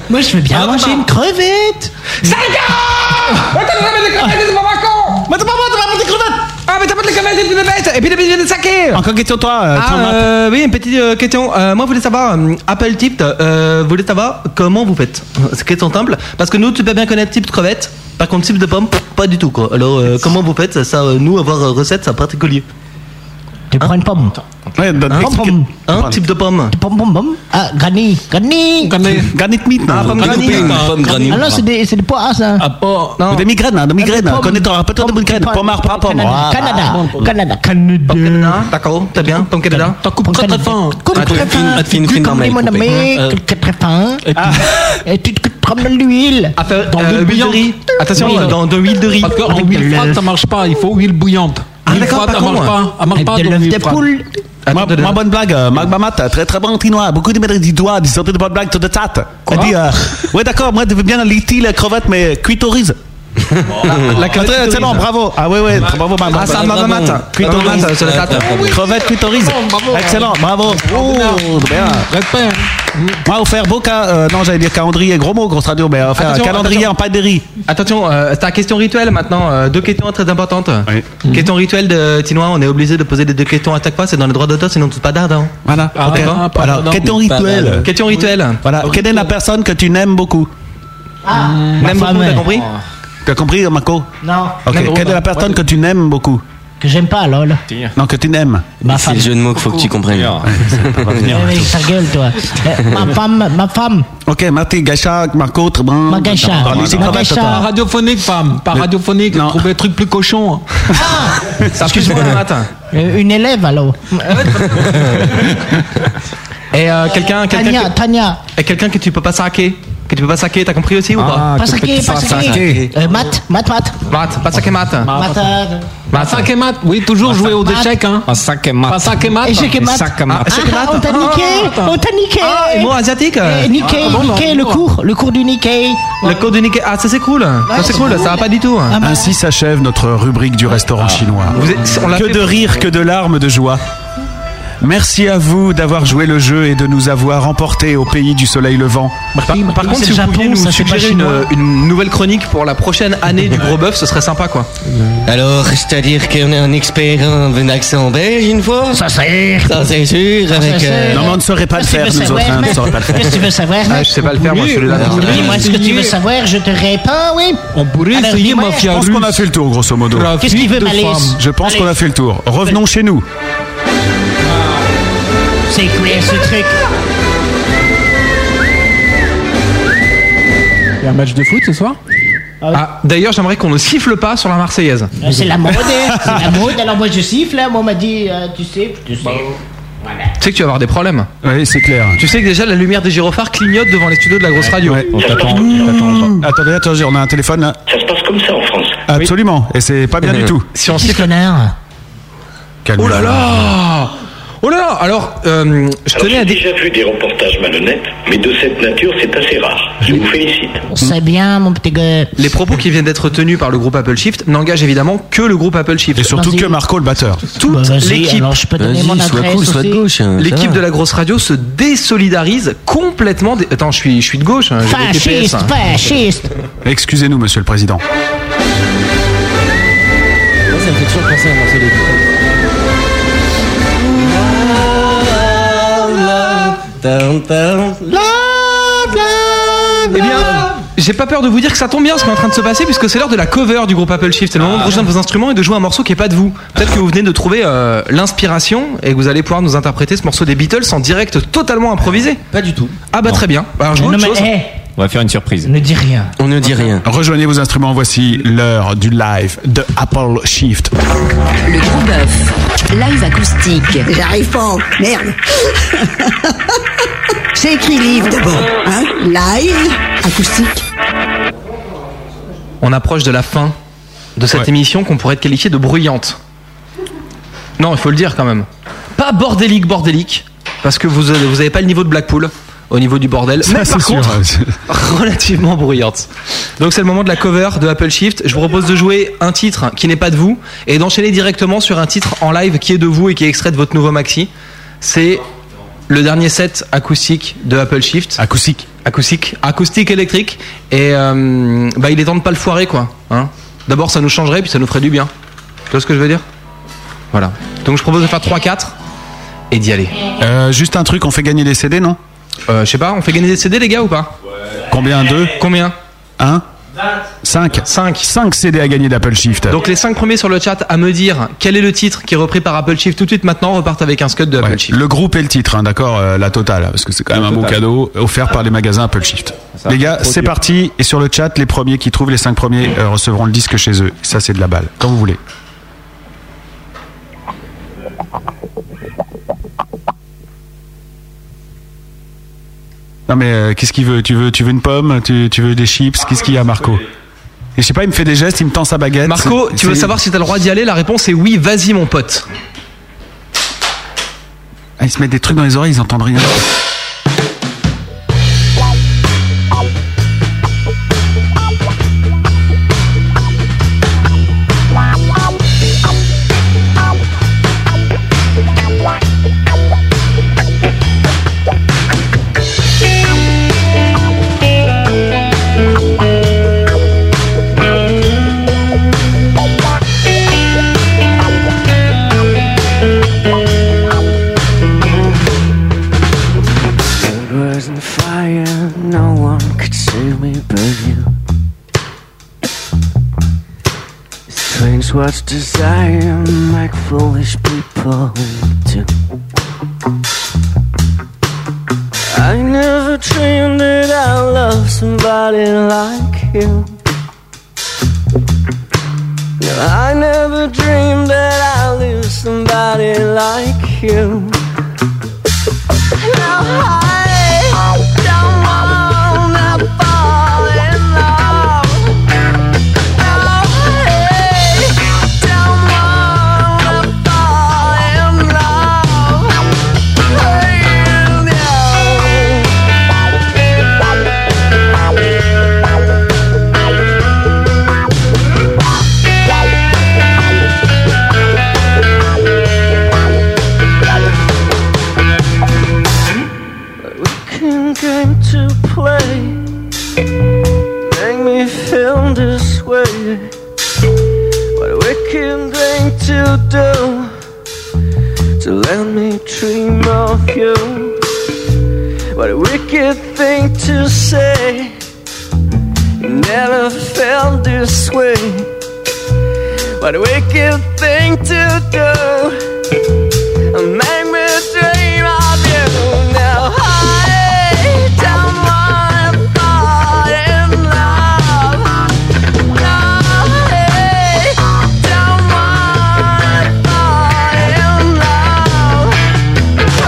[SPEAKER 8] Moi, je veux
[SPEAKER 9] Ah,
[SPEAKER 8] bien manger une crevette.
[SPEAKER 3] Ah.
[SPEAKER 7] Mais t'as jamais des crevettes, c'est pas marquant
[SPEAKER 3] Mais t'as pas t'as pas des crevettes
[SPEAKER 7] Ah, mais t'as pas des crevettes, c'est une bête
[SPEAKER 6] Et puis, depuis, de saké
[SPEAKER 3] Encore question, toi, euh,
[SPEAKER 6] ah,
[SPEAKER 3] Thomas.
[SPEAKER 6] euh, Oui, une petite euh, question. Euh, moi, je voulais savoir, euh, Apple Tipt, euh, voulais savoir comment vous faites. C'est une question simple. Parce que nous, tu peux bien connaître Tipt crevette. Par contre, Tipt de pomme, pff, pas du tout. Quoi. Alors, euh, comment vous faites Ça, euh, nous, avoir euh, recette, ça particulier.
[SPEAKER 8] Tu prends une pomme.
[SPEAKER 3] Ouais, donne
[SPEAKER 6] un,
[SPEAKER 8] Pomme, pomme.
[SPEAKER 6] un Hein? type de bah, pomme.
[SPEAKER 8] Pomme, pomme, pomme. Ah, granny, granny.
[SPEAKER 3] Granny meat. Ah,
[SPEAKER 6] Ah, pomme granny.
[SPEAKER 11] Pomme granny.
[SPEAKER 8] Alors, c'est des, c'est des pois, ça.
[SPEAKER 9] Ah, pas.
[SPEAKER 3] Non. Des migraines, hein, des migraines.
[SPEAKER 8] Pomme.
[SPEAKER 3] Connais-toi, rappelle-toi des migraines. Pomme, marre, pas pomme.
[SPEAKER 8] Canada,
[SPEAKER 3] Ah,
[SPEAKER 8] Canada,
[SPEAKER 3] ah, bon.
[SPEAKER 8] Canada.
[SPEAKER 6] Canada. D'accord, t'as bien. Pomme Canada.
[SPEAKER 9] T'en coupes
[SPEAKER 8] très, très fin. Coupe
[SPEAKER 6] Ah,
[SPEAKER 8] très
[SPEAKER 6] tu-
[SPEAKER 8] fin.
[SPEAKER 6] ah, tu fais une
[SPEAKER 8] Tu
[SPEAKER 6] fine
[SPEAKER 8] coupes
[SPEAKER 6] marmelade
[SPEAKER 8] mon
[SPEAKER 6] coupée.
[SPEAKER 8] ami,
[SPEAKER 6] Euh,
[SPEAKER 8] très, très fin. Et tu te trempes dans l'huile.
[SPEAKER 6] Dans
[SPEAKER 8] l'huile
[SPEAKER 6] l'huile
[SPEAKER 8] bouillante.
[SPEAKER 6] euh, de riz. Attention,
[SPEAKER 8] Oui.
[SPEAKER 6] dans de l'huile de riz.
[SPEAKER 9] Parce qu'en huile froide, ça marche pas. Il faut huile bouillante.
[SPEAKER 6] Ah,
[SPEAKER 9] Huile
[SPEAKER 6] d'accord,
[SPEAKER 9] froide,
[SPEAKER 6] pas
[SPEAKER 9] ça
[SPEAKER 6] con,
[SPEAKER 9] marche
[SPEAKER 6] hein.
[SPEAKER 9] pas. Ça
[SPEAKER 3] Eh,
[SPEAKER 9] marche
[SPEAKER 6] Avec
[SPEAKER 9] pas.
[SPEAKER 6] de
[SPEAKER 9] dans
[SPEAKER 6] l'œuf
[SPEAKER 9] l'huile
[SPEAKER 6] de
[SPEAKER 9] froide.
[SPEAKER 6] poule.
[SPEAKER 3] Ma, ma bonne blague, euh, Marc Mamat, euh, très très bon trinois, beaucoup de mettre du doigt, des sortes de bonnes blagues, tout de tête. Elle dit, euh, ouais d'accord, moi je veux bien la litchi, la crevette, mais cuite au riz.
[SPEAKER 6] la crevette
[SPEAKER 3] Très-
[SPEAKER 6] cuite au
[SPEAKER 3] C'est
[SPEAKER 6] riz.
[SPEAKER 3] bon, bravo. Ah ouais, ouais, très bravo, Marc
[SPEAKER 6] Ah, ça, Marc Mamat.
[SPEAKER 3] Cuite au
[SPEAKER 6] Marc
[SPEAKER 3] riz.
[SPEAKER 6] Mamat, sur la tête.
[SPEAKER 3] Ah oui. Crevette cuite au riz. Excellent, bravo. Oh, bien.
[SPEAKER 6] hein.
[SPEAKER 3] Moi, offert beau ca- euh, non, j'allais dire calendrier, gros mot, grosse radio, mais euh, offert
[SPEAKER 6] Attention,
[SPEAKER 3] calendrier
[SPEAKER 6] attention.
[SPEAKER 3] en pâte de riz.
[SPEAKER 6] Attention, euh, c'est ta question rituelle maintenant. euh, deux questions très importantes. Mhm. Question rituelle de Tinois, on est obligé de poser les deux questions à chaque fois, c'est dans les droits d'auteur, sinon tout pas d'art. hein.
[SPEAKER 3] Voilà.
[SPEAKER 6] Ah,
[SPEAKER 3] Ok.
[SPEAKER 6] d'accord.
[SPEAKER 3] Alors,
[SPEAKER 6] Pardon.
[SPEAKER 3] question rituelle.
[SPEAKER 6] Question rituelle.
[SPEAKER 3] Voilà. Quelle est la personne que tu n'aimes beaucoup
[SPEAKER 6] N'aime beaucoup,
[SPEAKER 8] eh?
[SPEAKER 6] t'as compris
[SPEAKER 3] Oh. T'as compris, Marco
[SPEAKER 8] Non.
[SPEAKER 3] Ok,
[SPEAKER 8] N'aime
[SPEAKER 3] quelle est la
[SPEAKER 8] beaucoup.
[SPEAKER 3] personne que tu n'aimes beaucoup
[SPEAKER 8] Que j'aime pas, lol.
[SPEAKER 3] Non, que tu n'aimes.
[SPEAKER 8] Ma
[SPEAKER 11] C'est le jeu de mots qu'il faut que tu comprennes.
[SPEAKER 8] Eh oui, ta gueule, toi. Eh, Ma femme, ma femme.
[SPEAKER 3] Ok, Marty, Gacha, Marco, très bon.
[SPEAKER 8] Ma Gacha.
[SPEAKER 3] Dans les
[SPEAKER 8] Ma
[SPEAKER 3] cyclopettes,
[SPEAKER 8] Gacha.
[SPEAKER 9] Pas
[SPEAKER 3] toi.
[SPEAKER 9] radiophonique, femme. Pas radiophonique. Trouver des trucs plus cochons.
[SPEAKER 6] Ça plus moi matin.
[SPEAKER 8] Euh, Une élève, alors.
[SPEAKER 6] Et euh, quelqu'un quelqu'un
[SPEAKER 8] Tania,
[SPEAKER 6] que-
[SPEAKER 8] Tania.
[SPEAKER 6] et quelqu'un que tu peux pas saquer, que tu peux pas saquer, t'as compris aussi ou pas
[SPEAKER 8] Pas saqué, pas saqué. Euh, Mat, mat, mat.
[SPEAKER 6] Mat, pas saquer mat.
[SPEAKER 8] Mat, euh,
[SPEAKER 9] Bah, 5 et mat, oui, toujours jouer aux
[SPEAKER 8] mat.
[SPEAKER 9] échecs. Hein.
[SPEAKER 12] Un 5 et mat.
[SPEAKER 9] Pas 5 et mat.
[SPEAKER 8] Échec et mat.
[SPEAKER 9] mat.
[SPEAKER 8] Ah, on t'a niqué, on t'a niqué.
[SPEAKER 6] Ah, et mot asiatique
[SPEAKER 8] Eh, Nikkei,
[SPEAKER 6] Ah, bon, non,
[SPEAKER 8] Nikkei, le
[SPEAKER 6] bon.
[SPEAKER 8] cours, le cours du Nikkei.
[SPEAKER 6] Le code du Nikkei. Ah, ça c'est cool. ça c'est
[SPEAKER 8] c'est
[SPEAKER 6] cool,
[SPEAKER 8] cool. Ah,
[SPEAKER 6] ça va pas du tout. hein.
[SPEAKER 3] Ah, Ainsi s'achève notre rubrique du restaurant chinois.
[SPEAKER 6] Ah. Vous êtes- on l'a
[SPEAKER 3] que
[SPEAKER 6] fait-
[SPEAKER 3] de rire, que de larmes, de joie. Merci à vous d'avoir joué le jeu et de nous avoir emportés au pays du soleil levant.
[SPEAKER 6] Par, par
[SPEAKER 8] oui,
[SPEAKER 6] contre,
[SPEAKER 8] c'est
[SPEAKER 6] si
[SPEAKER 8] le
[SPEAKER 6] vous pouviez
[SPEAKER 8] Japon,
[SPEAKER 6] nous
[SPEAKER 8] ça, c'est pas
[SPEAKER 6] suggérer une,
[SPEAKER 8] chinois.
[SPEAKER 6] une nouvelle chronique pour la prochaine année du gros bœuf, ce serait sympa quoi.
[SPEAKER 11] Alors, c'est-à-dire qu'on est un expert en un accent belge une fois Ça c'est sûr. Ça c'est sûr. Avec, euh,
[SPEAKER 3] Non, mais on ne saurait pas le
[SPEAKER 8] Qu'est-ce que
[SPEAKER 3] faire,
[SPEAKER 8] tu veux
[SPEAKER 3] nous autres.
[SPEAKER 8] savoir,
[SPEAKER 3] hein, on ne
[SPEAKER 8] mec
[SPEAKER 3] saurait pas le
[SPEAKER 8] Qu'est-ce que tu
[SPEAKER 3] faire.
[SPEAKER 8] veux savoir,
[SPEAKER 6] Ah,
[SPEAKER 8] mec
[SPEAKER 6] je sais pas le faire moi celui-là.
[SPEAKER 8] Dis-moi ce que tu veux savoir, je te réponds, oui.
[SPEAKER 9] On pourrait
[SPEAKER 8] Alors,
[SPEAKER 9] essayer
[SPEAKER 8] dis-moi,
[SPEAKER 3] Je
[SPEAKER 9] mafia
[SPEAKER 3] pense
[SPEAKER 9] russe.
[SPEAKER 3] qu'on a fait le tour, grosso modo.
[SPEAKER 8] Qu'est-ce qu'il veut,
[SPEAKER 9] de
[SPEAKER 8] Malais
[SPEAKER 9] femmes.
[SPEAKER 3] Je pense
[SPEAKER 8] Allez.
[SPEAKER 3] qu'on a fait le tour. Revenons chez nous. Oh.
[SPEAKER 8] C'est quoi ce truc
[SPEAKER 9] Il y a un match de foot ce soir
[SPEAKER 6] Ah, D'ailleurs, j'aimerais qu'on ne siffle pas sur la Marseillaise.
[SPEAKER 8] Euh, C'est la mode, hein. c'est la mode. Alors moi je siffle, hein. moi on m'a dit, euh, tu sais, tu sais.
[SPEAKER 6] Tu sais que tu vas avoir des problèmes.
[SPEAKER 3] Oui, c'est clair.
[SPEAKER 6] Tu sais que déjà la lumière des gyrophares clignote devant les studios de la grosse radio.
[SPEAKER 3] Ouais. Attendez, attendez, on a un téléphone là.
[SPEAKER 4] Mmh. Ça se passe comme ça en France.
[SPEAKER 3] Absolument, et c'est pas bien du tout.
[SPEAKER 6] Euh, Si on
[SPEAKER 8] Petit
[SPEAKER 6] siffle.
[SPEAKER 8] connard.
[SPEAKER 6] Oh là là Oh là là Alors, euh, je
[SPEAKER 4] Alors,
[SPEAKER 6] tenais à
[SPEAKER 4] j'ai
[SPEAKER 6] dire.
[SPEAKER 4] déjà vu des reportages malhonnêtes, mais de cette nature, c'est assez rare. Je vous félicite.
[SPEAKER 8] C'est bien, mon petit gars.
[SPEAKER 6] Les propos qui viennent d'être tenus par le groupe Apple Shift n'engagent évidemment que le groupe Apple Shift.
[SPEAKER 3] Et surtout
[SPEAKER 8] Vas-y.
[SPEAKER 3] que Marco, le batteur.
[SPEAKER 6] Toute
[SPEAKER 8] Bah, vas-y,
[SPEAKER 6] l'équipe.
[SPEAKER 8] Alors je peux donner mon
[SPEAKER 11] Vas-y, sois
[SPEAKER 8] adresse
[SPEAKER 11] cool, sois de
[SPEAKER 8] aussi.
[SPEAKER 11] gauche. hein, ça
[SPEAKER 6] L'équipe
[SPEAKER 11] va.
[SPEAKER 6] de la grosse radio se désolidarise complètement. des- Attends, je suis, je suis de gauche. hein, j'ai voté PS,
[SPEAKER 8] Fasciste,
[SPEAKER 6] hein.
[SPEAKER 8] fasciste.
[SPEAKER 3] Excusez-nous, monsieur le président.
[SPEAKER 11] Moi, ça me fait toujours penser à un morceau de
[SPEAKER 6] Eh bien, j'ai pas peur de vous dire que ça tombe bien ce qui est en train de se passer puisque c'est l'heure de la cover du groupe Apple Shift. C'est le moment de rejoindre vos instruments et de jouer un morceau qui est pas de vous. Peut-être que vous venez de trouver euh, l'inspiration et que vous allez pouvoir nous interpréter ce morceau des Beatles en direct totalement improvisé.
[SPEAKER 11] Pas du tout.
[SPEAKER 6] Ah bah très bien. Alors je vois
[SPEAKER 8] Non
[SPEAKER 6] autre
[SPEAKER 8] mais,
[SPEAKER 6] chose.
[SPEAKER 8] eh,
[SPEAKER 12] On va faire une surprise.
[SPEAKER 8] ne dis rien.
[SPEAKER 11] On ne dit rien.
[SPEAKER 3] Rejoignez vos instruments, voici l'heure du live de Apple Shift.
[SPEAKER 15] Le gros bœuf, live acoustique.
[SPEAKER 1] J'arrive pas, merde. J'ai écrit livre d'abord, hein. Live, acoustique.
[SPEAKER 6] On approche de la fin de cette émission qu'on pourrait qualifier de bruyante. Non, il faut le dire quand même. Pas bordélique, bordélique, parce que vous n'avez vous avez pas le niveau de Blackpool au niveau du bordel.
[SPEAKER 3] Ça,
[SPEAKER 6] mais par
[SPEAKER 3] c'est sûr,
[SPEAKER 6] contre,
[SPEAKER 3] ouais, c'est-
[SPEAKER 6] relativement bruyante. Donc c'est le moment de la cover de Apple Shift. Je vous propose de jouer un titre qui n'est pas de vous et d'enchaîner directement sur un titre en live qui est de vous et qui est extrait de votre nouveau maxi. C'est le dernier set acoustique de Apple Shift.
[SPEAKER 3] Acoustique.
[SPEAKER 6] Acoustique. Acoustique électrique. Et euh, bah, il est temps de pas le foirer quoi. hein. D'abord ça nous changerait puis ça nous ferait du bien. Tu vois ce que je veux dire Voilà. Donc je propose de faire 3-4 et d'y aller.
[SPEAKER 3] Euh,
[SPEAKER 6] Euh,
[SPEAKER 3] juste un truc, on fait gagner les CD, non
[SPEAKER 6] Je sais pas, on fait gagner des CD les gars ou pas
[SPEAKER 3] Combien Deux
[SPEAKER 6] Combien
[SPEAKER 3] Un 5
[SPEAKER 6] 5
[SPEAKER 3] 5 CD à gagner d'Apple Shift.
[SPEAKER 6] Donc les 5 premiers sur le chat à me dire quel est le titre qui est repris par Apple Shift tout de suite maintenant repartent avec un scud de Apple Shift.
[SPEAKER 3] le groupe et le titre, hein, d'accord, euh, la totale, parce que c'est quand même un bon cadeau offert par les magasins Apple Shift. Les gars,
[SPEAKER 6] Trop
[SPEAKER 3] c'est
[SPEAKER 6] dur.
[SPEAKER 3] parti, et sur le chat, les premiers qui trouvent les 5 premiers euh, recevront le disque chez eux. Ça, c'est de la balle, quand vous voulez. Non mais euh, qu'est-ce qu'il veut Tu veux tu veux une pomme tu, tu veux des chips Qu'est-ce qu'il y a Marco Et je sais pas, il me fait des gestes, il me tend sa baguette.
[SPEAKER 6] Marco,
[SPEAKER 3] C'est-
[SPEAKER 6] tu veux
[SPEAKER 3] c'est-
[SPEAKER 6] savoir si t'as le droit d'y aller La réponse est oui, vas-y mon pote.
[SPEAKER 3] Ah, ils se mettent des trucs dans les oreilles, ils entendent rien.
[SPEAKER 7] It was in fire, no one could see me but you. Strange what's desire make foolish people do. I never dreamed that I love somebody like you. No, I never dreamed that I lose somebody like you. No, I don't wanna fall in love. No, I don't wanna fall in love Can game to play Make me feel this way What a wicked thing to do To let me dream of you What a wicked thing to say Never felt this way What a wicked thing to do Make me dream of you now. I don't wanna fall in love. No, I don't wanna fall in love.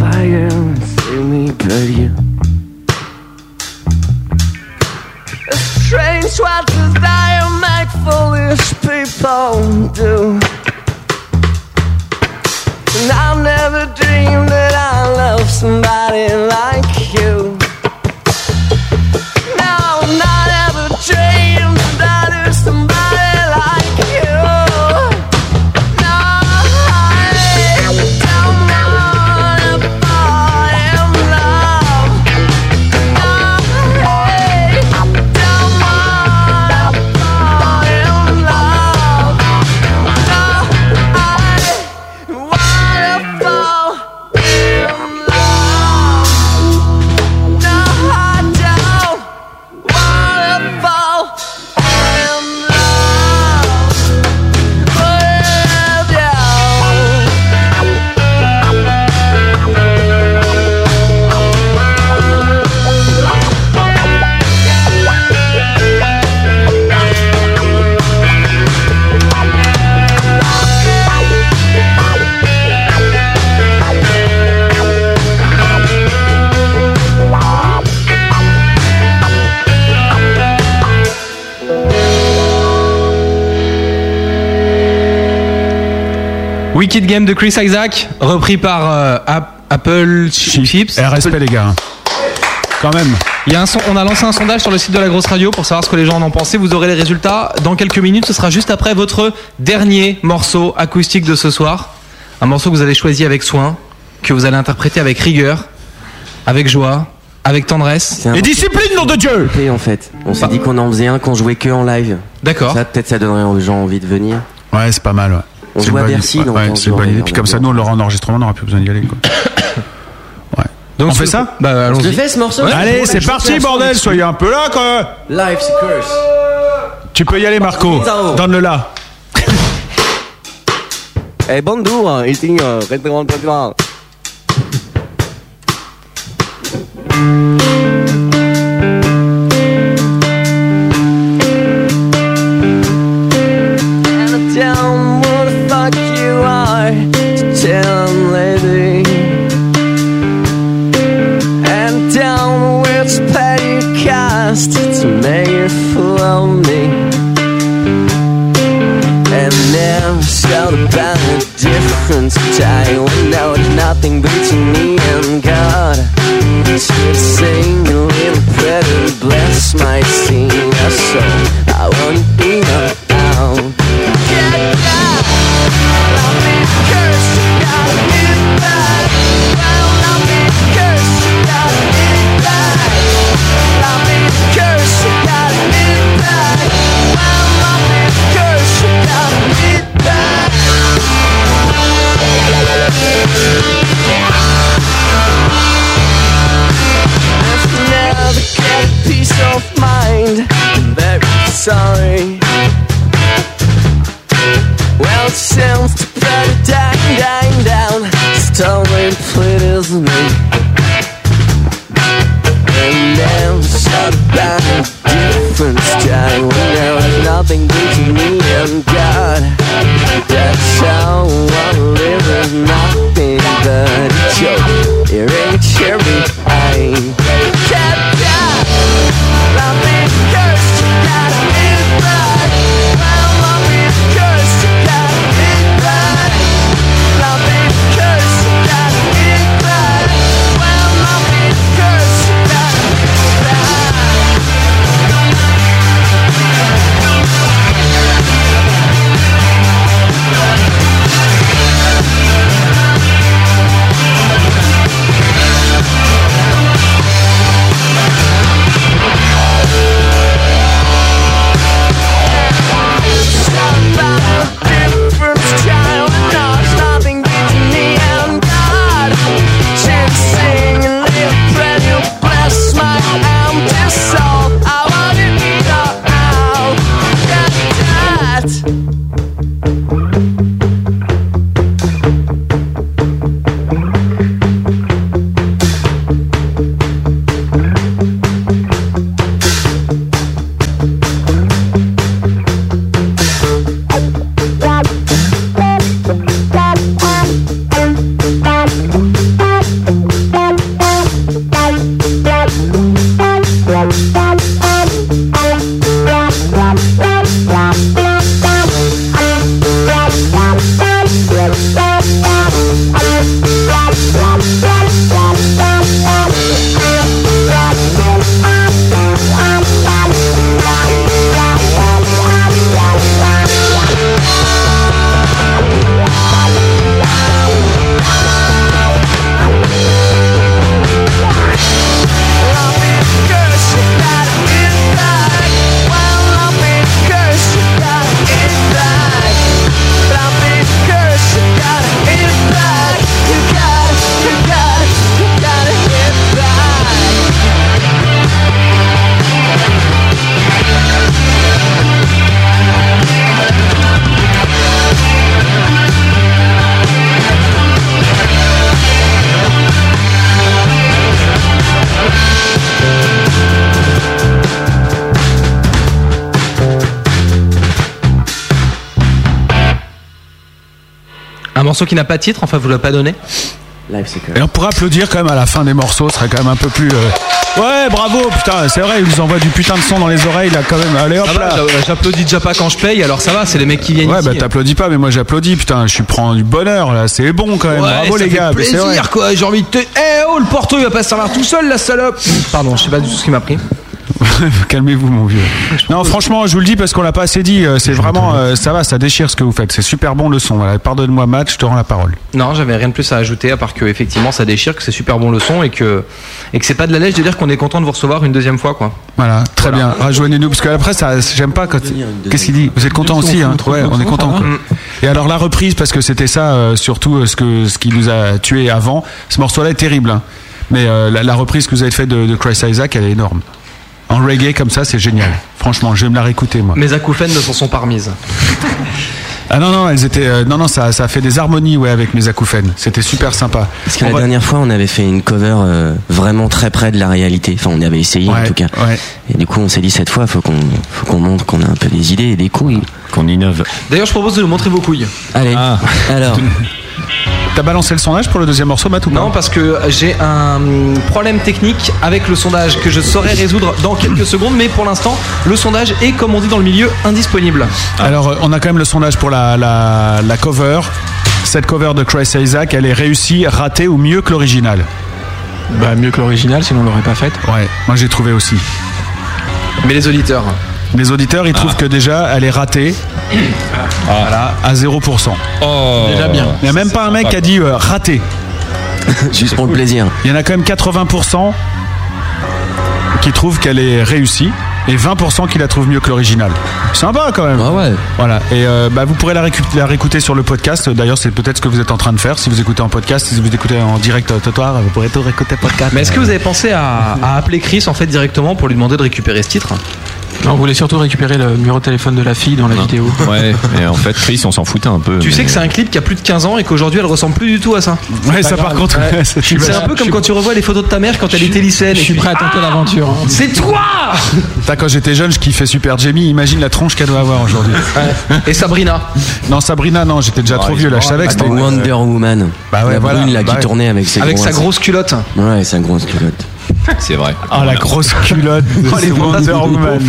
[SPEAKER 7] fire and see me but you A strange what desire make foolish people do And I never dreamed that I love somebody like you No, not ever dreamed that I love somebody like you No, I don't Waterfall,
[SPEAKER 6] Wicked Game de Chris Isaac, repris par euh, App- Apple Chi- Chips.
[SPEAKER 3] respect les gars. Quand même.
[SPEAKER 6] Il y a un son- on a lancé un sondage sur le site de la grosse radio pour savoir ce que les gens en ont pensé. Vous aurez les résultats dans quelques minutes. Ce sera juste après votre dernier morceau acoustique de ce soir. Un morceau que vous avez choisi avec soin, que vous allez interpréter avec rigueur, avec joie, avec tendresse.
[SPEAKER 11] un
[SPEAKER 6] Et
[SPEAKER 11] morceau-
[SPEAKER 6] discipline, nom de Dieu
[SPEAKER 11] Et Bah, en fait, on s'est dit qu'on en faisait un qu'on jouait que en live.
[SPEAKER 6] D'accord.
[SPEAKER 11] Ça, peut-être, ça donnerait aux gens envie de venir.
[SPEAKER 3] Ouais, c'est pas mal. Ouais.
[SPEAKER 11] On
[SPEAKER 3] C'est
[SPEAKER 11] joue à
[SPEAKER 3] une bonne
[SPEAKER 11] Bercy,
[SPEAKER 3] idée.
[SPEAKER 11] donc
[SPEAKER 3] Ouais,
[SPEAKER 11] on
[SPEAKER 3] c'est une
[SPEAKER 11] joue
[SPEAKER 3] bonne
[SPEAKER 11] en-
[SPEAKER 3] idée. Puis comme ça, nous, on l'aura en enregistrement, on n'aura plus besoin d'y aller. Quoi. Ouais. on fait ça
[SPEAKER 6] Bah,
[SPEAKER 11] allons-y. Je le fais, ce morceau
[SPEAKER 3] Allez,
[SPEAKER 11] Ouais.
[SPEAKER 3] c'est
[SPEAKER 11] Je le fais,
[SPEAKER 3] parti,
[SPEAKER 11] ce
[SPEAKER 3] bordel.
[SPEAKER 11] morceau.
[SPEAKER 3] Soyez un peu là, quoi.
[SPEAKER 11] Life's a curse.
[SPEAKER 3] Tu peux y aller, Eh, Marco.
[SPEAKER 11] Ciao.
[SPEAKER 3] Donne-le là.
[SPEAKER 11] Eh, bonjour, ici, euh, restaurant Trottoir.
[SPEAKER 7] And I don't wanna fuck you are to tell lady And down which pay you cast to make you fool of me And never shout about the difference I will know it's nothing between me and God Should sing a little prayer to bless my senior soul I won't be around Never get peace of mind. I'm very sorry. Well, it seems to better dying, dying down. Stolen pleaders me. And now shut down a different time. When there was nothing between me and God. That's how I live is nothing but a joke. You're in cherry eye. Can't die. Love me, curse you, gotta live right. Love me, curse you, gotta live right. Love me, curse you, gotta live right. Well, love me, curse you, gotta live
[SPEAKER 6] Un morceau qui n'a pas de titre, enfin vous l'a pas donné
[SPEAKER 11] Life's a curse.
[SPEAKER 3] Et on pourra applaudir quand même à la fin des morceaux, ce serait quand même un peu plus. euh, Ouais, bravo, putain, c'est vrai, ils nous envoient du putain de son dans les oreilles là quand même. Allez hop
[SPEAKER 6] Ah bah,
[SPEAKER 3] là.
[SPEAKER 6] j'a- J'applaudis déjà pas quand je paye, alors ça va, c'est les mecs qui viennent
[SPEAKER 3] Ouais,
[SPEAKER 6] ici.
[SPEAKER 3] bah t'applaudis pas, mais moi j'applaudis, putain, je suis prends du bonheur là, c'est bon quand même.
[SPEAKER 6] Ouais,
[SPEAKER 3] bravo
[SPEAKER 6] ça
[SPEAKER 3] les
[SPEAKER 6] fait
[SPEAKER 3] gars, mais c'est
[SPEAKER 6] plaisir,
[SPEAKER 3] vrai.
[SPEAKER 6] quoi, j'ai envie de te. Eh oh, le porto il va pas se servir tout seul, la salope Pardon, je sais pas du tout ce qui m'a pris.
[SPEAKER 3] Calmez-vous, mon vieux. Non, franchement, je vous le dis parce qu'on l'a pas assez dit. euh, C'est vraiment, euh, ça va, ça déchire ce que vous faites. C'est super bon le son. Voilà. Pardonne-moi, Matt, je te rends la parole.
[SPEAKER 6] Non, j'avais rien de plus à ajouter à part que effectivement ça déchire, que c'est super bon le son et que, et que c'est pas de la lèche de dire qu'on est content de vous recevoir une deuxième fois quoi.
[SPEAKER 3] Voilà, très bien. Rejoignez-nous parce que après, ça, j'aime pas quand. Qu'est-ce qu'il dit Vous êtes content
[SPEAKER 6] Ils sont
[SPEAKER 3] aussi, hein
[SPEAKER 6] foutre,
[SPEAKER 3] Ouais,
[SPEAKER 6] ils
[SPEAKER 3] on est
[SPEAKER 6] sont
[SPEAKER 3] content.
[SPEAKER 6] forts, hein.
[SPEAKER 3] Et alors la reprise, parce que c'était ça, euh, surtout euh, ce que ce qui nous a tué avant. Ce morceau-là est terrible. hein. Mais euh, la, la reprise que vous avez faite de, de Christ Isaac, elle est énorme. En reggae comme ça, c'est génial. Franchement, je vais me la réécouter moi.
[SPEAKER 6] Mes acouphènes ne s'en sont pas remises.
[SPEAKER 3] Ah non non, elles étaient euh, non non, ça ça a fait des harmonies ouais avec mes acouphènes. C'était super sympa.
[SPEAKER 11] Parce que
[SPEAKER 3] On
[SPEAKER 11] la
[SPEAKER 3] va-
[SPEAKER 11] dernière fois, on avait fait une cover euh, vraiment très près de la réalité. Enfin, on avait essayé en tout cas. Et du coup, on s'est dit cette fois, faut qu'on, faut qu'on montre qu'on a un peu des idées et des couilles.
[SPEAKER 12] Qu'on innove.
[SPEAKER 6] D'ailleurs, je propose de nous montrer vos couilles.
[SPEAKER 11] Allez. Alors.
[SPEAKER 3] Ah. T'as balancé le sondage pour le deuxième morceau, Matt ou
[SPEAKER 6] Non, parce que j'ai un problème technique avec le sondage que je saurai résoudre dans quelques secondes, mais pour l'instant, le sondage est, comme on dit dans le milieu, indisponible.
[SPEAKER 10] Ah.
[SPEAKER 3] Alors, euh, on a quand même le sondage pour la, la- la cover. Cette cover de Chris Isaac, elle est réussie, ratée ou mieux que l'original
[SPEAKER 10] Bah, mieux que l'original, sinon on l'aurait pas faite.
[SPEAKER 3] Ouais, moi j'ai trouvé aussi.
[SPEAKER 6] Mais les auditeurs
[SPEAKER 3] Les auditeurs, ils
[SPEAKER 10] Ah.
[SPEAKER 3] trouvent que déjà, elle est ratée. Voilà, à 0%.
[SPEAKER 12] Déjà bien.
[SPEAKER 3] Il n'y a même pas un mec qui a dit euh, raté.
[SPEAKER 11] Juste pour le plaisir.
[SPEAKER 3] Il y en a quand même 80% qui trouvent qu'elle est réussie. Et 20% qui la trouvent mieux que l'original. Sympa quand
[SPEAKER 6] Ah
[SPEAKER 3] même. Voilà. Et euh, bah, vous pourrez la, récu- la réécouter sur le podcast. D'ailleurs, c'est peut-être ce que vous êtes en train de faire. Si vous écoutez en podcast, si vous écoutez en direct euh, trottoir, vous pourrez tout réécouter podcast.
[SPEAKER 6] Mais est-ce que vous avez pensé à, à appeler Chris en fait directement pour lui demander de récupérer ce titre
[SPEAKER 10] Non, on voulait surtout récupérer le numéro de téléphone de la fille dans la vidéo.
[SPEAKER 12] Ouais, mais en fait, Chris, on s'en foutait un peu.
[SPEAKER 6] Tu
[SPEAKER 12] mais-
[SPEAKER 6] sais que c'est un clip qui a plus de 15 ans et qu'aujourd'hui elle ressemble plus du tout à ça.
[SPEAKER 3] Ouais, ça, par contre, ouais, ça, je suis
[SPEAKER 6] c'est un
[SPEAKER 3] pas-
[SPEAKER 6] peu
[SPEAKER 3] je
[SPEAKER 6] comme
[SPEAKER 3] suis-
[SPEAKER 6] quand tu revois les photos de ta mère quand elle était lycéenne. Je suis prêt à tenter l'aventure. hein. C'est toi
[SPEAKER 3] Putain, quand j'étais jeune, je kiffais Super Jamie. Imagine la tronche qu'elle doit avoir aujourd'hui.
[SPEAKER 6] Et Sabrina
[SPEAKER 3] Non, Sabrina, non, j'étais déjà trop vieux là. Je savais que c'était une-
[SPEAKER 11] Ah, Wonder Woman.
[SPEAKER 3] Bah ouais,
[SPEAKER 11] la
[SPEAKER 3] voilà.
[SPEAKER 11] brune, là,
[SPEAKER 3] Bah
[SPEAKER 11] qui
[SPEAKER 3] ouais.
[SPEAKER 11] tournait avec ses
[SPEAKER 3] Avec sa grosse
[SPEAKER 6] culotte.
[SPEAKER 11] Ouais, sa grosse culotte.
[SPEAKER 12] C'est vrai.
[SPEAKER 3] Ah, la grosse culotte de
[SPEAKER 11] Oh, les
[SPEAKER 3] Wonder
[SPEAKER 11] bras.
[SPEAKER 3] Woman.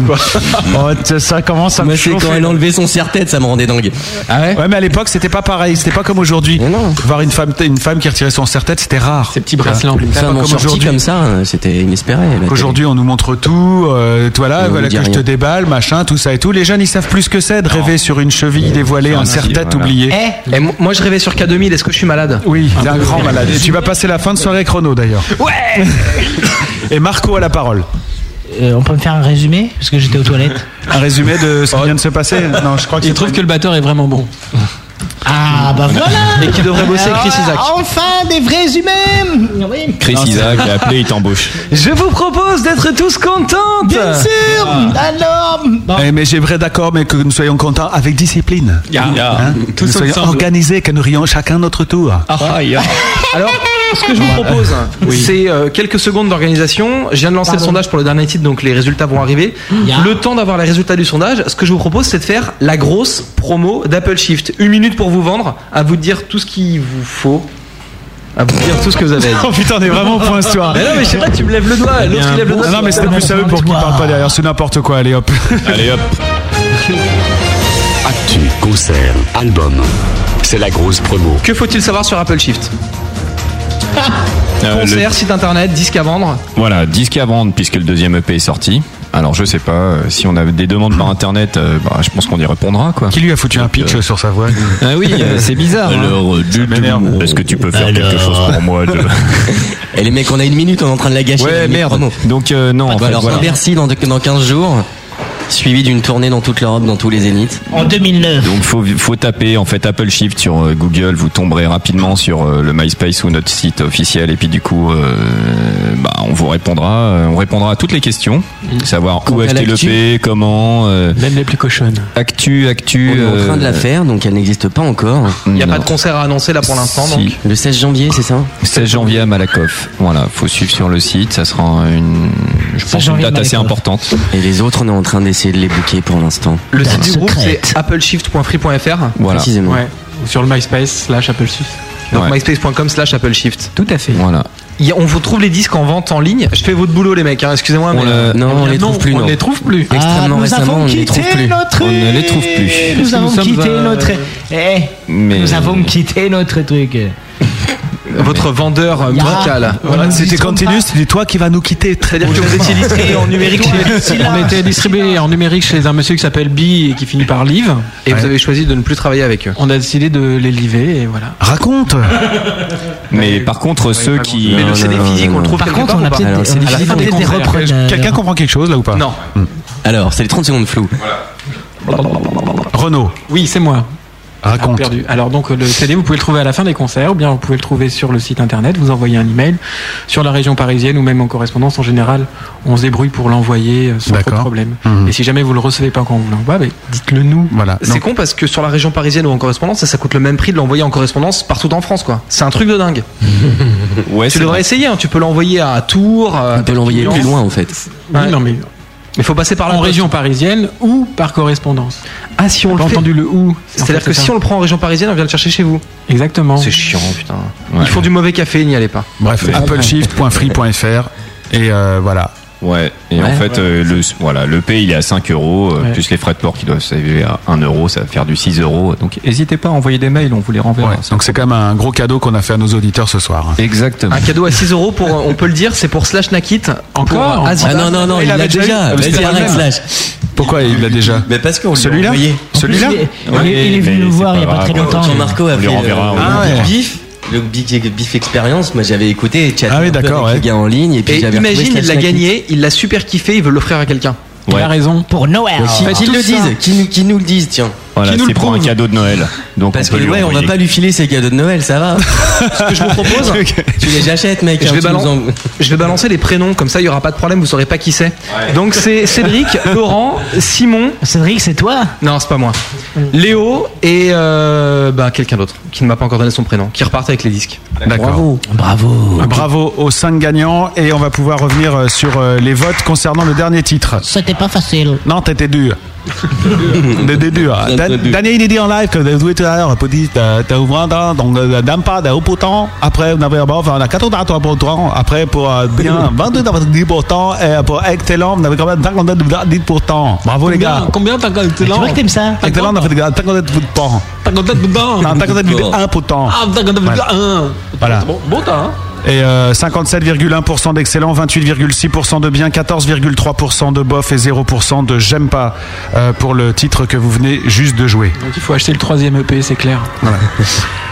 [SPEAKER 3] Oh, t- ça commence à me
[SPEAKER 11] Moi, c'est quand
[SPEAKER 3] chauffer.
[SPEAKER 11] elle enlevait son serre-tête, ça me rendait dingue.
[SPEAKER 6] Ah ouais
[SPEAKER 3] Ouais, mais à l'époque, c'était pas pareil. C'était pas comme aujourd'hui. Voir une femme, une femme qui retirait son serre-tête, c'était rare. Ces petits
[SPEAKER 11] bracelets en
[SPEAKER 3] Pas
[SPEAKER 11] Une femme en
[SPEAKER 3] comme
[SPEAKER 11] sortie
[SPEAKER 3] aujourd'hui.
[SPEAKER 11] comme ça, euh, c'était inespéré. la télé.
[SPEAKER 3] Aujourd'hui, on nous montre tout. euh, toi
[SPEAKER 11] Et
[SPEAKER 3] là,
[SPEAKER 11] on
[SPEAKER 3] voilà
[SPEAKER 11] nous dit
[SPEAKER 3] que je te
[SPEAKER 11] rien.
[SPEAKER 3] déballe, machin, tout ça et tout. Les jeunes, ils savent plus ce que c'est de rêver sur une cheville dévoilée,
[SPEAKER 6] Sur
[SPEAKER 3] un
[SPEAKER 6] un
[SPEAKER 3] serre-tête
[SPEAKER 6] outil, voilà.
[SPEAKER 3] oublié.
[SPEAKER 6] Eh, et mo- moi je rêvais sur K2000, est-ce que je suis malade
[SPEAKER 3] Oui, d'un grand malade. Et tu vas passer la fin de soirée chrono d'ailleurs.
[SPEAKER 6] Ouais
[SPEAKER 3] Et Marco a la parole.
[SPEAKER 8] Euh, on peut me faire un résumé Parce que j'étais aux toilettes.
[SPEAKER 3] Un résumé de ce qui vient de se passer Non, je crois que
[SPEAKER 10] Il trouve que le batteur est vraiment bon.
[SPEAKER 8] Ah bah voilà
[SPEAKER 10] Et qui devrait bosser avec Chris Isaac.
[SPEAKER 8] Enfin des vrais humains Oui.
[SPEAKER 12] Chris Isaac l'a appelé, il t'embauche.
[SPEAKER 6] Je vous propose d'être tous Ah. contents
[SPEAKER 8] Bien sûr
[SPEAKER 3] Ah
[SPEAKER 8] Alors bon.
[SPEAKER 3] Eh, mais j'aimerais d'accord, mais que nous soyons contents avec discipline.
[SPEAKER 12] Ya. Ya.
[SPEAKER 3] Hein
[SPEAKER 12] Tous
[SPEAKER 3] nous soyons
[SPEAKER 12] ensemble.
[SPEAKER 3] organisés, que nous rions chacun notre tour.
[SPEAKER 6] Ah, Alors, ce que je vous propose,
[SPEAKER 3] Oui.
[SPEAKER 6] c'est euh, quelques secondes d'organisation. Je viens de lancer le
[SPEAKER 8] Pardon.
[SPEAKER 6] sondage pour le dernier titre, donc les résultats vont arriver.
[SPEAKER 8] Yeah.
[SPEAKER 6] Le temps d'avoir les résultats du sondage, ce que je vous propose, c'est de faire la grosse promo d'Apple Shift. Une minute pour vous vendre, à vous dire tout ce qu'il vous faut. À vous dire tout ce que vous avez. à dire.
[SPEAKER 3] Oh putain, on est vraiment au point ce soir. Eh
[SPEAKER 6] Mais non, mais je sais pas, tu me lèves le doigt, l'autre il lève le doigt.
[SPEAKER 3] Non, mais c'était plus sérieux pour qu'il parle pas derrière, c'est n'importe quoi, allez hop.
[SPEAKER 12] Allez hop.
[SPEAKER 16] Actu, concert, album. C'est la grosse promo.
[SPEAKER 6] Que faut-il savoir sur Apple Shift
[SPEAKER 12] Euh, le-
[SPEAKER 6] Concert, site internet, disque à vendre.
[SPEAKER 12] Voilà, disque à vendre puisque le deuxième EP est sorti. Alors je sais pas, euh, si on a des demandes par internet, euh, bah, je pense qu'on y répondra quoi.
[SPEAKER 3] Qui lui a foutu un pitch sur sa voix
[SPEAKER 12] Ah oui, euh, c'est bizarre. Alors, euh, du tout, est-ce que tu peux faire quelque chose pour moi de...
[SPEAKER 11] Et Eh, les mecs, on a une minute, on est en train de la gâcher. Ah,
[SPEAKER 12] Ouais,
[SPEAKER 11] la minute
[SPEAKER 12] merde.
[SPEAKER 11] promo.
[SPEAKER 12] Donc euh, non, en
[SPEAKER 11] Bon,
[SPEAKER 12] fait,
[SPEAKER 11] alors,
[SPEAKER 12] voilà.
[SPEAKER 11] Bercy Bah, dans, dans 15 jours, suivi d'une tournée dans toute l'Europe, dans tous les zéniths.
[SPEAKER 8] En 2009.
[SPEAKER 12] Donc faut, faut taper en fait Apple Shift sur euh, Google, vous tomberez rapidement sur euh, le MySpace ou notre site officiel et puis du coup euh, bah, on vous répondra, euh, on répondra à toutes les questions,
[SPEAKER 11] Mm.
[SPEAKER 12] savoir où
[SPEAKER 11] à
[SPEAKER 12] acheter
[SPEAKER 11] l'actu.
[SPEAKER 12] l'EP, comment, euh,
[SPEAKER 10] Même les plus cochonnes.
[SPEAKER 12] actu, actu.
[SPEAKER 11] On est en
[SPEAKER 12] euh,
[SPEAKER 11] train de la faire, donc elle n'existe pas encore.
[SPEAKER 6] Il n'y a
[SPEAKER 12] Non.
[SPEAKER 6] pas de concert à annoncer là pour l'instant.
[SPEAKER 12] Si.
[SPEAKER 6] donc.
[SPEAKER 11] Le 16 janvier, c'est ça
[SPEAKER 12] 16 janvier à Malakoff. Voilà, faut suivre sur le site, ça sera une, je pense une
[SPEAKER 11] janvier à
[SPEAKER 12] date assez
[SPEAKER 11] Malakoff.
[SPEAKER 12] importante.
[SPEAKER 11] Et les autres, on est en train d'essayer de les booker pour l'instant.
[SPEAKER 6] Le site du groupe, c'est appleshift.free.fr.
[SPEAKER 11] Voilà. Précisément.
[SPEAKER 10] Ouais. Sur le MySpace slash Apple Shift.
[SPEAKER 6] Donc myspace.com slash Apple Shift.
[SPEAKER 10] Tout à fait.
[SPEAKER 12] Voilà.
[SPEAKER 6] il y a- on vous trouve les disques en vente en ligne. Je fais votre boulot, les mecs. hein, Excusez-moi. mais, euh,
[SPEAKER 11] non, on
[SPEAKER 6] eh bien,
[SPEAKER 11] les trouve plus.
[SPEAKER 6] On
[SPEAKER 11] non.
[SPEAKER 6] les trouve plus.
[SPEAKER 8] Ah,
[SPEAKER 11] Extrêmement récemment, on ne les trouve plus. On ne les trouve plus.
[SPEAKER 8] Nous avons quitté notre. Eh,
[SPEAKER 11] Mais-
[SPEAKER 8] Nous avons quitté notre truc.
[SPEAKER 6] Votre vendeur euh,
[SPEAKER 8] Ya.
[SPEAKER 6] musical.
[SPEAKER 8] Voilà,
[SPEAKER 3] c'était Cantinus, c'est toi qui vas nous quitter.
[SPEAKER 6] C'est-à-dire que vous étiez distribué en numérique chez
[SPEAKER 10] On était distribué en numérique chez un monsieur qui s'appelle Bi et qui finit par Live.
[SPEAKER 6] Et vous avez choisi de ne plus travailler avec eux.
[SPEAKER 10] On a décidé de les liver et voilà.
[SPEAKER 3] Raconte
[SPEAKER 12] Mais par contre, ceux qui.
[SPEAKER 10] Mais le CD
[SPEAKER 3] Euh,
[SPEAKER 10] physique, on le trouve Par quelque contre, part on ou a pas peut-être Alors, des- c'est on a difficile. peut-être des repreneurs.
[SPEAKER 3] Quelqu'un comprend quelque chose là ou pas
[SPEAKER 6] Non.
[SPEAKER 11] Alors, c'est les 30 secondes floues.
[SPEAKER 3] Renaud.
[SPEAKER 10] Oui, c'est moi.
[SPEAKER 3] Raconte.
[SPEAKER 10] perdu. Alors donc euh, le CD vous pouvez le trouver à la fin des concerts ou bien vous pouvez le trouver sur le site internet, vous envoyez un email sur la région parisienne ou même en correspondance en général, on se débrouille pour l'envoyer euh, sans trop de problème.
[SPEAKER 3] Hmm.
[SPEAKER 10] Et si jamais vous le recevez pas quand on vous l'envoie, ben, dites-le nous.
[SPEAKER 3] Voilà.
[SPEAKER 6] C'est con parce que sur la région parisienne ou en correspondance, ça, ça coûte le même prix de l'envoyer en correspondance partout en France, quoi. C'est un truc de dingue.
[SPEAKER 12] Ouais,
[SPEAKER 6] tu
[SPEAKER 12] c'est
[SPEAKER 6] devrais
[SPEAKER 12] vrai.
[SPEAKER 6] essayer. hein. Tu peux l'envoyer à Tours. euh, On peut
[SPEAKER 11] l'envoyer plus loin, en fait.
[SPEAKER 10] non mais
[SPEAKER 6] il faut passer par la
[SPEAKER 10] en
[SPEAKER 6] poste.
[SPEAKER 10] région parisienne ou par correspondance.
[SPEAKER 6] Ah si on
[SPEAKER 10] le entendu le ou.
[SPEAKER 6] C'est-à-dire que si on le prend en région parisienne, on vient le chercher chez vous.
[SPEAKER 10] Exactement.
[SPEAKER 6] C'est chiant, putain.
[SPEAKER 12] Ouais.
[SPEAKER 6] Ils font du mauvais café, n'y allez pas.
[SPEAKER 3] Bref, appleshift.free.fr et euh, voilà.
[SPEAKER 12] Ouais, et en
[SPEAKER 6] Ouais.
[SPEAKER 12] fait, euh, le, voilà, le P il est à 5 euros, euh,
[SPEAKER 10] Ouais.
[SPEAKER 12] plus les frais de port qui doivent s'élever à 1 euro, ça va faire du 6 euros. Donc n'hésitez pas à envoyer des mails, on vous les renverra.
[SPEAKER 3] Ouais, donc c'est quand même un gros cadeau qu'on a fait à nos auditeurs ce soir.
[SPEAKER 12] Exactement.
[SPEAKER 6] Un cadeau à 6 euros pour, euh, on peut le dire, c'est pour euh, Slash Nakit.
[SPEAKER 10] Encore
[SPEAKER 11] Ah non, non, non, il l'a
[SPEAKER 12] Ah,
[SPEAKER 11] déjà. Vas-y, arrête, slash.
[SPEAKER 3] Pourquoi il l'a déjà
[SPEAKER 11] Mais parce qu'on
[SPEAKER 3] Celui-là Celui-là
[SPEAKER 11] Quand Marco a
[SPEAKER 3] On lui
[SPEAKER 11] fait le,
[SPEAKER 3] renverra,
[SPEAKER 11] le
[SPEAKER 3] on lui renverra.
[SPEAKER 11] bif, le bif, bif expérience, moi j'avais écouté et chatté
[SPEAKER 3] Ah oui,
[SPEAKER 11] un peu
[SPEAKER 3] d'accord,
[SPEAKER 11] avec
[SPEAKER 3] ouais.
[SPEAKER 11] les gars en ligne et puis
[SPEAKER 6] Et
[SPEAKER 11] j'avais
[SPEAKER 6] imagine,
[SPEAKER 11] retrouvé
[SPEAKER 6] il l'a
[SPEAKER 11] Slash
[SPEAKER 6] gagné, il l'a super kiffé, il veut l'offrir à quelqu'un.
[SPEAKER 12] Ouais.
[SPEAKER 10] Il a raison. Bah, hein.
[SPEAKER 8] Pour Noël.
[SPEAKER 11] Qui,
[SPEAKER 8] Ah.
[SPEAKER 11] qui
[SPEAKER 8] Tout
[SPEAKER 11] le
[SPEAKER 8] ça.
[SPEAKER 11] disent qui nous, qui nous le disent, tiens
[SPEAKER 12] Voilà, c'est pour un cadeau de Noël. Donc
[SPEAKER 11] Parce
[SPEAKER 12] on
[SPEAKER 11] que
[SPEAKER 12] peut lui
[SPEAKER 11] ouais, on va
[SPEAKER 12] envoyer.
[SPEAKER 11] pas lui filer ses cadeaux de Noël, ça va
[SPEAKER 6] Ce que je vous propose,
[SPEAKER 11] Tu les achètes, mec.
[SPEAKER 6] je
[SPEAKER 11] hein,
[SPEAKER 6] vais,
[SPEAKER 11] tu nous
[SPEAKER 6] balan-
[SPEAKER 11] en-
[SPEAKER 6] je vais balancer les prénoms, comme ça il n'y aura pas de problème, vous saurez pas qui c'est. Donc c'est Cédric, Laurent, Simon.
[SPEAKER 8] Cédric, c'est toi
[SPEAKER 6] Non, c'est pas moi. Léo et euh, bah, quelqu'un d'autre qui ne m'a pas encore donné son prénom, qui repart avec les disques.
[SPEAKER 3] Bravo.
[SPEAKER 8] Bravo.
[SPEAKER 3] Bravo aux 5 gagnants et on va pouvoir revenir euh, sur euh, les votes concernant le dernier titre.
[SPEAKER 8] C'était pas facile.
[SPEAKER 3] Non, t'étais dur. T'étais dur. Dan- Daniel, il dit en live que vous avez joué tout à l'heure, petit, euh, t'as ouvert un, donc euh, d'un pas, d'un haut pourtant. Après, on avait, bon, enfin, on a 14 à toi pour toi. Après, pour euh, bien, 22 dans votre 10 pourtant. Et euh, pour excellent, on avait quand même 52 dans 10 pourtant. Bravo, les gars.
[SPEAKER 10] Combien t'as
[SPEAKER 8] Tu vois que t'aimes ça
[SPEAKER 3] Excellent, on a fait 52 pourtant.
[SPEAKER 10] T'as content de dedans
[SPEAKER 3] Non, 52 1 pourtant.
[SPEAKER 10] Ah, t'as content de
[SPEAKER 3] Ouais.
[SPEAKER 10] dedans.
[SPEAKER 3] Voilà.
[SPEAKER 10] Bon, bon t'as. hein.
[SPEAKER 3] Et euh, 57,1% d'excellent, 28,6% de bien, 14,3% de bof et 0% de j'aime pas euh, pour le titre que vous venez juste de jouer.
[SPEAKER 10] Donc il faut acheter le troisième EP, c'est clair.
[SPEAKER 3] Voilà.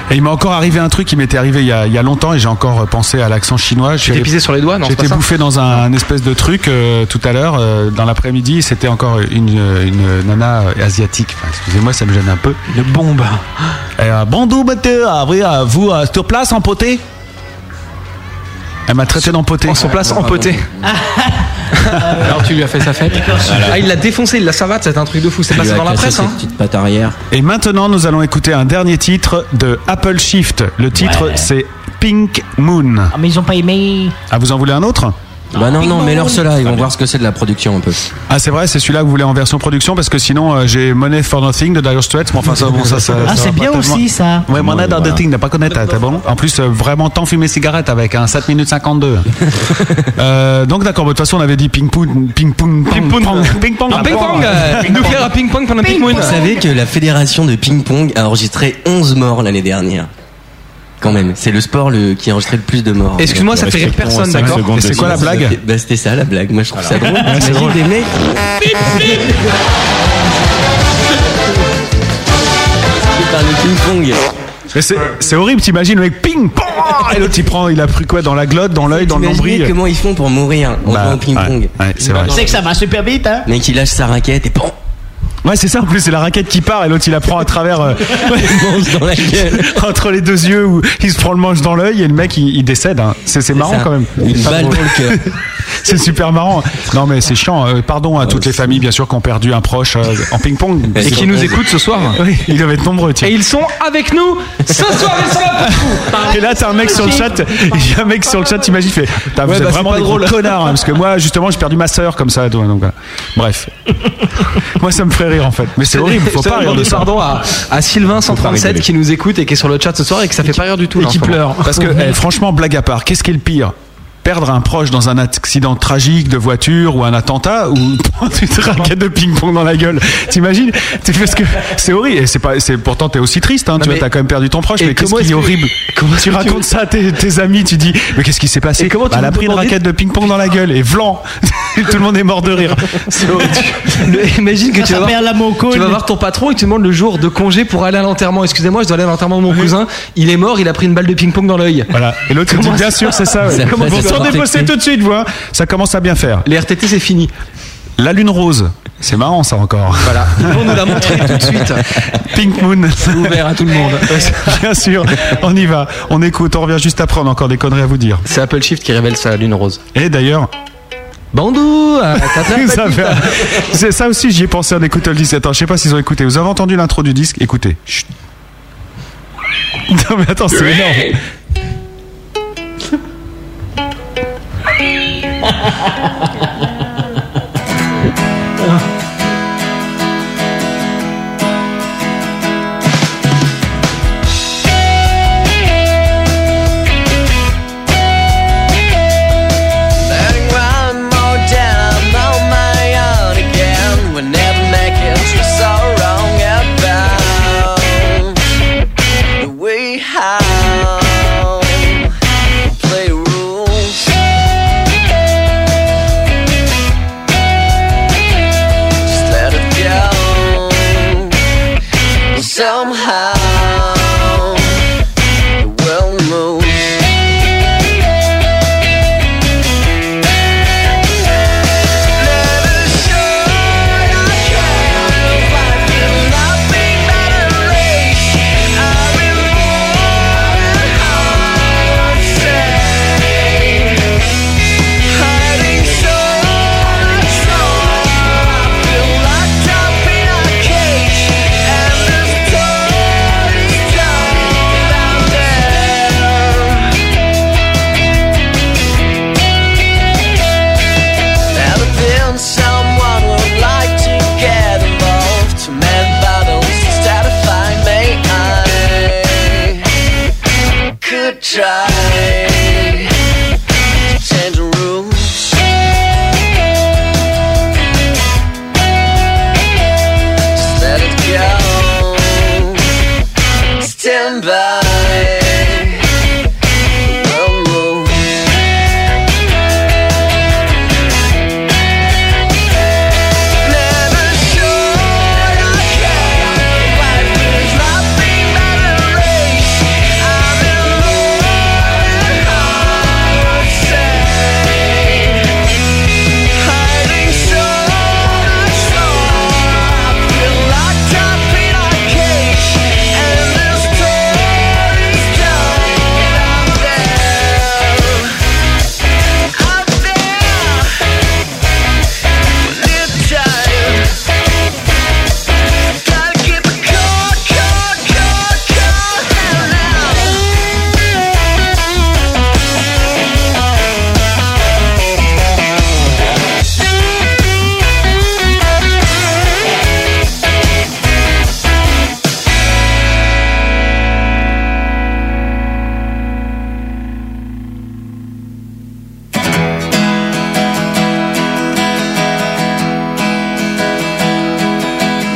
[SPEAKER 3] Et il m'est encore arrivé un truc qui m'était arrivé il y, a, il y a longtemps et j'ai encore euh, pensé à l'accent chinois. Je suis
[SPEAKER 6] t'es
[SPEAKER 3] allé-
[SPEAKER 6] pissé sur les doigts Non, c'est
[SPEAKER 3] J'étais
[SPEAKER 6] pas ça.
[SPEAKER 3] bouffé dans un, un espèce de truc euh, tout à l'heure, euh, dans l'après-midi. C'était encore une, une nana euh, asiatique. Enfin, excusez-moi, ça me gêne un peu.
[SPEAKER 10] Le bombe.
[SPEAKER 3] Et, euh, Bandou, battez, ah, oui, ah, vous, euh, sur place, empoté Elle m'a traité d'empoté.
[SPEAKER 6] En son place, empoté.
[SPEAKER 10] Alors tu lui as fait sa fête
[SPEAKER 6] Ah, il l'a défoncé, il l'a savate, c'est un truc de fou. C'est passé dans la presse, hein.
[SPEAKER 11] petite patte arrière.
[SPEAKER 3] Et maintenant, nous allons écouter un dernier titre de Apple Shift. Le titre,
[SPEAKER 8] Ouais.
[SPEAKER 3] c'est Pink Moon.
[SPEAKER 8] Ah, mais ils ont pas aimé.
[SPEAKER 3] Ah, vous en voulez un autre
[SPEAKER 11] Bah non, non, mets-leur cela, ils vont voir ce que c'est de la production un peu.
[SPEAKER 3] Ah, c'est vrai, c'est celui-là que vous voulez en version production parce que sinon, euh, j'ai Money for Nothing de Dire Straits. Mais enfin, ça, bon, ça, ça. ça
[SPEAKER 8] Ah,
[SPEAKER 3] va
[SPEAKER 8] c'est
[SPEAKER 3] pas
[SPEAKER 8] bien
[SPEAKER 3] tellement.
[SPEAKER 8] aussi ça.
[SPEAKER 3] Ouais, Money for Nothing, n'a pas connaître, t'es bon En plus, euh, vraiment, tant fumer cigarette avec un 7 minutes 52. Euh, donc, d'accord, bah, de toute façon, on avait dit Pink Poon. Ping Poon. Ping Poon. Ping Pong.
[SPEAKER 6] Un ping-pong euh, Nucléaire à ping-pong pendant Pink Moon
[SPEAKER 11] Vous savez que la fédération de ping-pong a enregistré 11 morts l'année dernière. Quand même, c'est le sport le- qui a enregistré le plus de morts.
[SPEAKER 6] Excuse-moi, ça fait rire
[SPEAKER 12] Respectons
[SPEAKER 6] personne,
[SPEAKER 12] cinq
[SPEAKER 6] d'accord
[SPEAKER 12] secondes
[SPEAKER 3] Et c'est
[SPEAKER 12] de
[SPEAKER 3] quoi la
[SPEAKER 12] silence.
[SPEAKER 3] blague
[SPEAKER 11] Bah c'était ça la blague, moi je trouve ça drôle.
[SPEAKER 3] c'est
[SPEAKER 11] T'imagines
[SPEAKER 3] drôle.
[SPEAKER 11] des mecs qui parlent de ping-pong.
[SPEAKER 3] Mais c'est c'est horrible, t'imagines, le mec ping pong Et l'autre, il prend, il a pris quoi dans la glotte, dans l'œil, dans le
[SPEAKER 11] T'imagines
[SPEAKER 3] nombril
[SPEAKER 11] comment ils font pour mourir en
[SPEAKER 3] Bah,
[SPEAKER 11] jouant au ping-pong.
[SPEAKER 3] ouais, ouais, c'est vrai.
[SPEAKER 8] Tu sais que ça va super vite, hein
[SPEAKER 11] Mec qui lâche sa raquette et pan
[SPEAKER 3] Ouais, c'est ça. En plus, c'est la raquette qui part et l'autre il la prend à travers euh,
[SPEAKER 11] dans la gueule.
[SPEAKER 3] entre les deux yeux où il se prend le manche dans l'œil et le mec il, il décède. hein. C'est c'est marrant
[SPEAKER 11] ça.
[SPEAKER 3] quand même.
[SPEAKER 11] Une
[SPEAKER 3] C'est pas
[SPEAKER 11] balle
[SPEAKER 3] drôle.
[SPEAKER 11] dans le cœur.
[SPEAKER 3] c'est super marrant. Non, mais c'est chiant. Euh, pardon à toutes les familles, bien sûr, qui ont perdu un proche euh, en ping-pong.
[SPEAKER 6] Et qui nous écoutent ce soir.
[SPEAKER 3] Oui, ils doivent être nombreux, tiens.
[SPEAKER 6] Et ils sont avec nous ce soir, ils sont là pour vous.
[SPEAKER 3] Et là, t'as un mec sur le chat, il y a un mec sur le chat, t'imagines, il fait Putain, Vous
[SPEAKER 6] Ouais,
[SPEAKER 3] êtes
[SPEAKER 6] bah, c'est
[SPEAKER 3] vraiment
[SPEAKER 6] pas
[SPEAKER 3] des gros
[SPEAKER 6] drôle.
[SPEAKER 3] connards, hein, parce que moi, justement, j'ai perdu ma sœur comme ça. Donc, voilà. Bref. moi, ça me ferait rire, en fait. Mais c'est horrible, faut
[SPEAKER 6] Ça,
[SPEAKER 3] pas
[SPEAKER 6] on
[SPEAKER 3] rire de
[SPEAKER 6] dit
[SPEAKER 3] ça.
[SPEAKER 6] Pardon à, à Sylvain 137
[SPEAKER 3] rigoler.
[SPEAKER 6] qui nous écoute et qui est sur le chat ce soir et que ça fait pas rire du tout.
[SPEAKER 3] Et
[SPEAKER 6] là, en
[SPEAKER 3] qui
[SPEAKER 6] ce moment.
[SPEAKER 3] pleure. Parce que, eh, franchement, blague à part, qu'est-ce qui est le pire Perdre un proche dans un accident tragique de voiture ou un attentat ou tu te raquettes de ping-pong dans la gueule. T'imagines C'est parce que c'est horrible. Et c'est pas, c'est pourtant t'es aussi triste. Hein, tu
[SPEAKER 6] Non,
[SPEAKER 3] vois,
[SPEAKER 6] mais-
[SPEAKER 3] t'as quand même perdu ton proche.
[SPEAKER 6] et
[SPEAKER 3] mais qu'est-ce
[SPEAKER 6] comment
[SPEAKER 3] qui
[SPEAKER 6] est-ce
[SPEAKER 3] est
[SPEAKER 6] que-
[SPEAKER 3] horrible
[SPEAKER 6] comment est-ce
[SPEAKER 3] Tu
[SPEAKER 6] que tu-
[SPEAKER 3] racontes ça à tes, tes amis. Tu dis mais qu'est-ce qui s'est passé
[SPEAKER 6] Et comment tu
[SPEAKER 3] Bah, Elle
[SPEAKER 6] veux
[SPEAKER 3] a pris une
[SPEAKER 6] demander-
[SPEAKER 3] raquette de ping-pong dans la gueule et vlan. Tout le monde est mort de rire. C'est horrible.
[SPEAKER 6] Le- imagine que
[SPEAKER 8] Ça
[SPEAKER 6] tu vas,
[SPEAKER 8] s'appelle
[SPEAKER 6] voir,
[SPEAKER 8] la moco,
[SPEAKER 6] tu vas
[SPEAKER 8] mais-
[SPEAKER 6] voir ton patron et tu demandes le jour de congé pour aller à l'enterrement. Excusez-moi, je dois aller à l'enterrement de mon cousin. Il est mort, il a pris une balle de ping-pong dans l'œil.
[SPEAKER 3] Voilà. Et l'autre dit bien sûr c'est ça. ouais.
[SPEAKER 6] Ça-
[SPEAKER 3] Comment
[SPEAKER 6] ça-
[SPEAKER 3] vous
[SPEAKER 6] ça-
[SPEAKER 3] sortez
[SPEAKER 6] ça-
[SPEAKER 3] bosser tout de suite, vous, hein Ça commence à bien faire.
[SPEAKER 6] Les RTT c'est fini.
[SPEAKER 3] La lune rose. C'est marrant ça encore.
[SPEAKER 6] Voilà. Ils vont nous la montrer tout de suite.
[SPEAKER 3] Pink Moon.
[SPEAKER 6] ouvert à tout le monde.
[SPEAKER 3] Bien sûr, on y va. On écoute, on revient juste après, on a encore des conneries à vous dire.
[SPEAKER 6] C'est Apple Shift qui révèle sa lune rose.
[SPEAKER 3] Et d'ailleurs.
[SPEAKER 6] Bandou euh, t'as plein de
[SPEAKER 3] ça,
[SPEAKER 6] petites-
[SPEAKER 3] fait- c'est ça aussi, j'y ai pensé en écoutant le 17 ans. Je sais pas s'ils ont écouté. Vous avez entendu l'intro du disque Écoutez. Chut. Non mais attends, c'est énorme.
[SPEAKER 7] Bang one more time on my own again. We never make it. We're so wrong about the way how we play rules. Just let it go. Somehow the world moves. Never been someone would like to get involved To mend bottles instead of find me I could try to change the rules Just let it go Stand by the world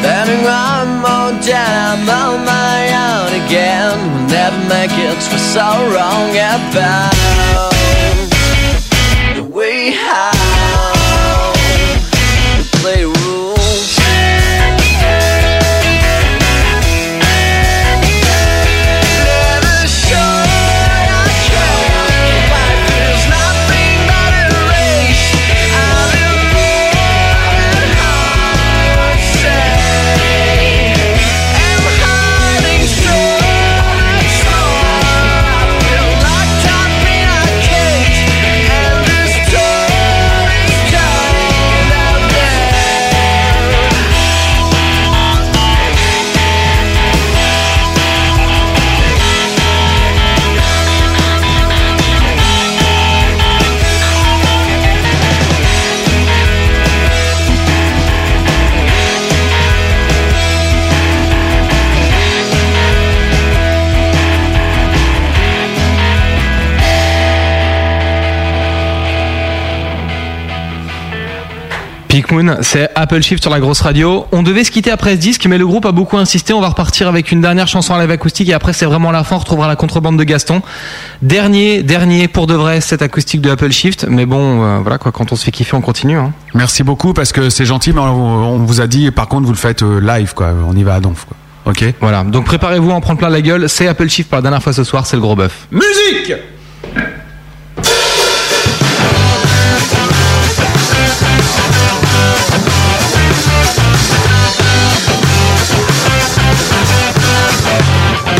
[SPEAKER 7] Burning one more time on my own again. We'll never make it. We're so wrong about the way how we play rules. Never should I care. Life is nothing but a race. I'm in Hiding so, so I feel locked up in a cage.
[SPEAKER 6] Pink Moon, c'est Apple Shift sur la grosse radio. On devait se quitter après ce disque, mais le groupe a beaucoup insisté. On va repartir avec une dernière chanson à live acoustique et après c'est vraiment la fin. On retrouvera la contrebande de Gaston. Dernier, dernier pour de vrai cette acoustique de Apple Shift. Mais bon, euh, voilà quoi. Quand on se fait kiffer, on continue. hein.
[SPEAKER 3] Merci beaucoup parce que c'est gentil, mais on on vous a dit, par contre, vous le faites euh, live, quoi. On y va à donf, quoi. Ok
[SPEAKER 6] Voilà. Donc préparez-vous à en prendre plein la gueule. C'est Apple Shift pour la dernière fois ce soir. C'est le gros bœuf.
[SPEAKER 3] Musique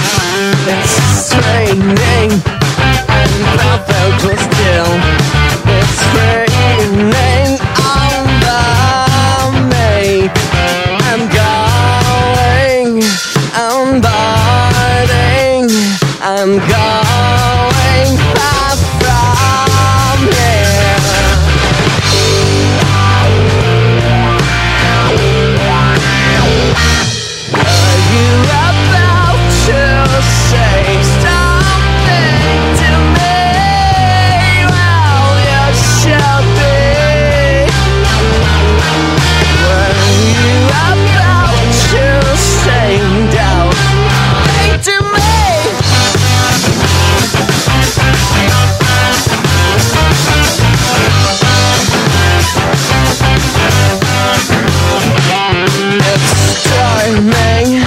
[SPEAKER 7] It's raining and perfect was still. It's raining on the me. I'm going, I'm burning, I'm going far from here. It's timing.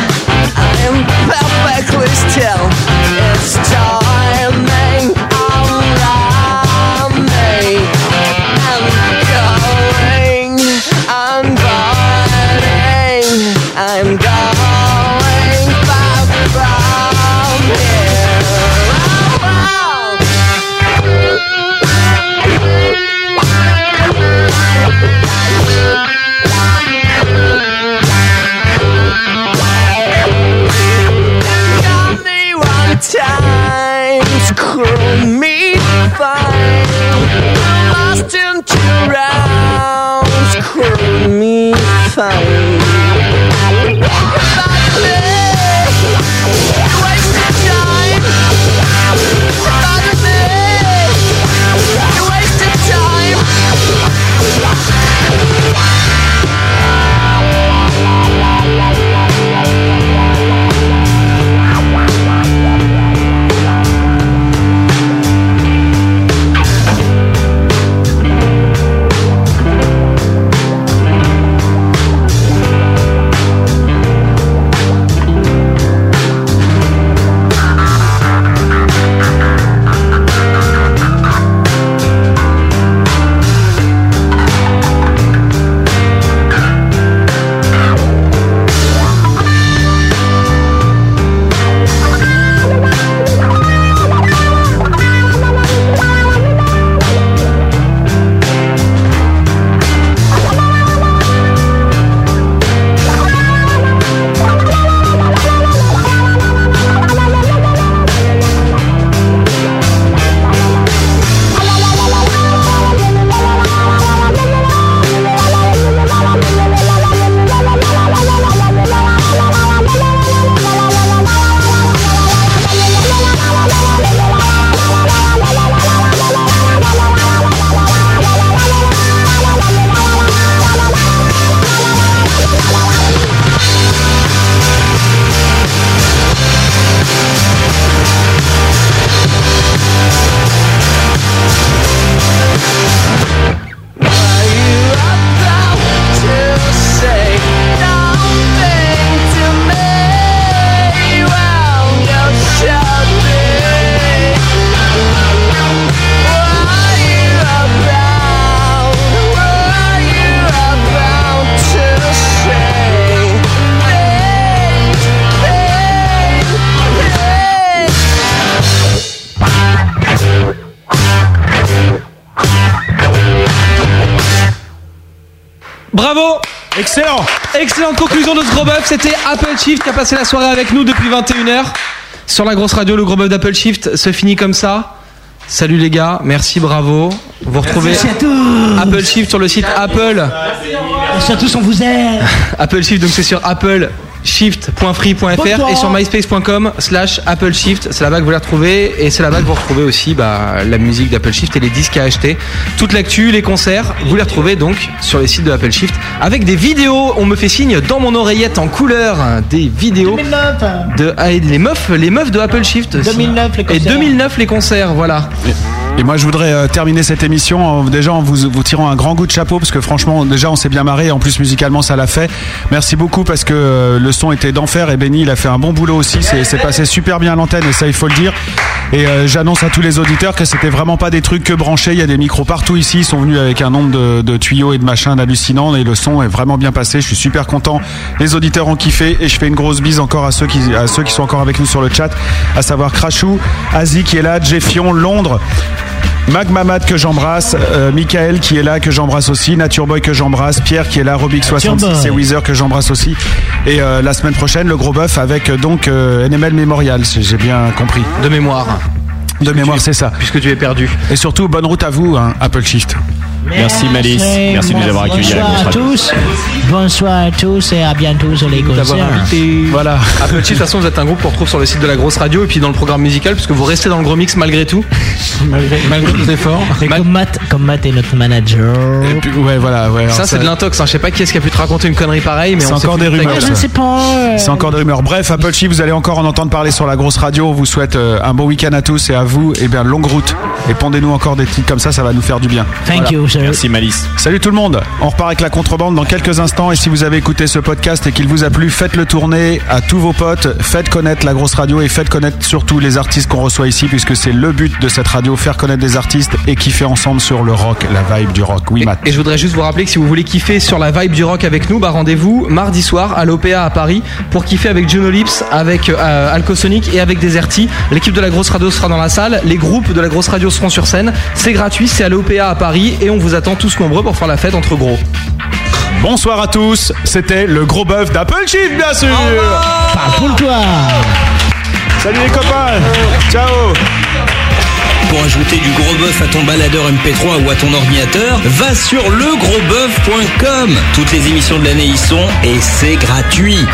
[SPEAKER 7] I'm perfectly still. It's timing around me. I'm going. I'm burning. I'm going far from Oh, Got me one time, screw me fine. Lost in two rounds, screw me fine. About me, wasted time. About me, wasted time.
[SPEAKER 6] Bravo Excellent Excellente conclusion de ce gros bœuf, c'était Apple Shift qui a passé la soirée avec nous depuis 21h. Sur la grosse radio, le gros bœuf d'Apple Shift se finit comme ça. Salut les gars, merci, bravo. Vous retrouvez
[SPEAKER 8] Merci à tous.
[SPEAKER 6] Apple Shift sur le site Apple.
[SPEAKER 8] Merci à tous, on vous aime.
[SPEAKER 6] Apple Shift, donc c'est sur Apple shift.free.fr et sur myspace.com slash appleshift. C'est là-bas que vous la retrouvez et c'est là-bas que vous retrouvez aussi bah, la musique d'Apple Shift et les disques à acheter. Toute l'actu, les concerts, vous les retrouvez donc sur les sites de Apple Shift avec des vidéos. On me fait signe dans mon oreillette en couleur hein, des vidéos
[SPEAKER 8] 2009.
[SPEAKER 6] de ah, et les meufs, les meufs de Apple Shift. aussi.
[SPEAKER 8] 2009, les
[SPEAKER 6] Et
[SPEAKER 8] concerts.
[SPEAKER 6] 2009 les concerts, voilà.
[SPEAKER 3] Et moi, je voudrais euh, terminer cette émission en, déjà en vous, vous tirant un grand coup de chapeau parce que franchement, déjà, on s'est bien marré. En plus, musicalement, ça l'a fait. Merci beaucoup parce que euh, le son était d'enfer et Benny, il a fait un bon boulot aussi. C'est c'est passé super bien à l'antenne et ça, il faut le dire. Et euh, j'annonce à tous les auditeurs que c'était vraiment pas des trucs que branchés. Il y a des micros partout ici. Ils sont venus avec un nombre de, de tuyaux et de machins hallucinants et le son est vraiment bien passé. Je suis super content. Les auditeurs ont kiffé et je fais une grosse bise encore à ceux qui, à ceux qui sont encore avec nous sur le chat, à savoir Crashou, Asie qui est là, Jeffion, Londres. Mag Mamad que j'embrasse, euh, Michael qui est là que j'embrasse aussi, Nature Boy que j'embrasse, Pierre qui est là, Robic66
[SPEAKER 8] Boy.
[SPEAKER 3] et Weezer que j'embrasse aussi. Et euh, la semaine prochaine, le gros bœuf avec euh, donc euh, NML Memorial, si j'ai bien compris.
[SPEAKER 6] De mémoire.
[SPEAKER 3] De mémoire, c'est ça.
[SPEAKER 6] Puisque tu es perdu.
[SPEAKER 3] Et surtout, bonne route à vous, hein, Apple Shift.
[SPEAKER 12] Merci Malice, merci de nous avoir accueillis à la
[SPEAKER 8] Bonsoir
[SPEAKER 12] grosse
[SPEAKER 8] à
[SPEAKER 12] radio.
[SPEAKER 8] tous. Bonsoir à tous et à bientôt sur les
[SPEAKER 6] d'avoir
[SPEAKER 8] concerts.
[SPEAKER 6] invité. Voilà. Apple Chips, de toute façon, vous êtes un groupe qu'on retrouve sur le site de la grosse radio et puis dans le programme musical, puisque vous restez dans le gros mix malgré tout. malgré, tous les efforts.
[SPEAKER 8] Et comme Matt, comme Matt est notre manager.
[SPEAKER 3] ouais, voilà, ouais.
[SPEAKER 6] Ça, c'est de l'intox. hein. Je sais pas qui est-ce qui a pu te raconter une connerie pareille, mais
[SPEAKER 3] C'est
[SPEAKER 6] on s'est
[SPEAKER 3] encore
[SPEAKER 6] foutu
[SPEAKER 3] des
[SPEAKER 6] de ta
[SPEAKER 3] rumeurs,
[SPEAKER 6] gueule.
[SPEAKER 3] ça.
[SPEAKER 8] pas.
[SPEAKER 3] C'est encore des rumeurs. Bref, Apple Chief, vous allez encore en entendre parler sur la grosse radio. On vous souhaite euh, un bon week-end à tous et à vous. Et bien, longue route. Et pendez-nous encore des titres comme ça, ça va nous faire du bien.
[SPEAKER 8] Thank you, sir.
[SPEAKER 12] Merci Malice.
[SPEAKER 3] Salut tout le monde. On repart avec la contrebande dans quelques instants. Et si vous avez écouté ce podcast et qu'il vous a plu, faites-le tourner à tous vos potes. Faites connaître la grosse radio et faites connaître surtout les artistes qu'on reçoit ici, puisque c'est le but de cette radio, faire connaître des artistes et kiffer ensemble sur le rock, la vibe du rock. Oui, Matt.
[SPEAKER 6] Et je voudrais juste vous rappeler que si vous voulez kiffer sur la vibe du rock avec nous, bah rendez-vous mardi soir à l'OPA à Paris pour kiffer avec Juno Lips, avec euh, Alcosonic et avec Deserti. L'équipe de la grosse radio sera dans la salle, les groupes de la grosse radio seront sur scène. C'est gratuit, c'est à l'OPA à Paris et on vous attend tous nombreux pour faire la fête entre gros.
[SPEAKER 3] Bonsoir à tous. C'était le gros bœuf d'Apple Chief, bien sûr.
[SPEAKER 8] Pour toi.
[SPEAKER 3] Salut les copains. Ciao.
[SPEAKER 17] Pour ajouter du gros bœuf à ton baladeur MP3 ou à ton ordinateur, va sur legrosboeuf.com. Toutes les émissions de l'année y sont et c'est gratuit.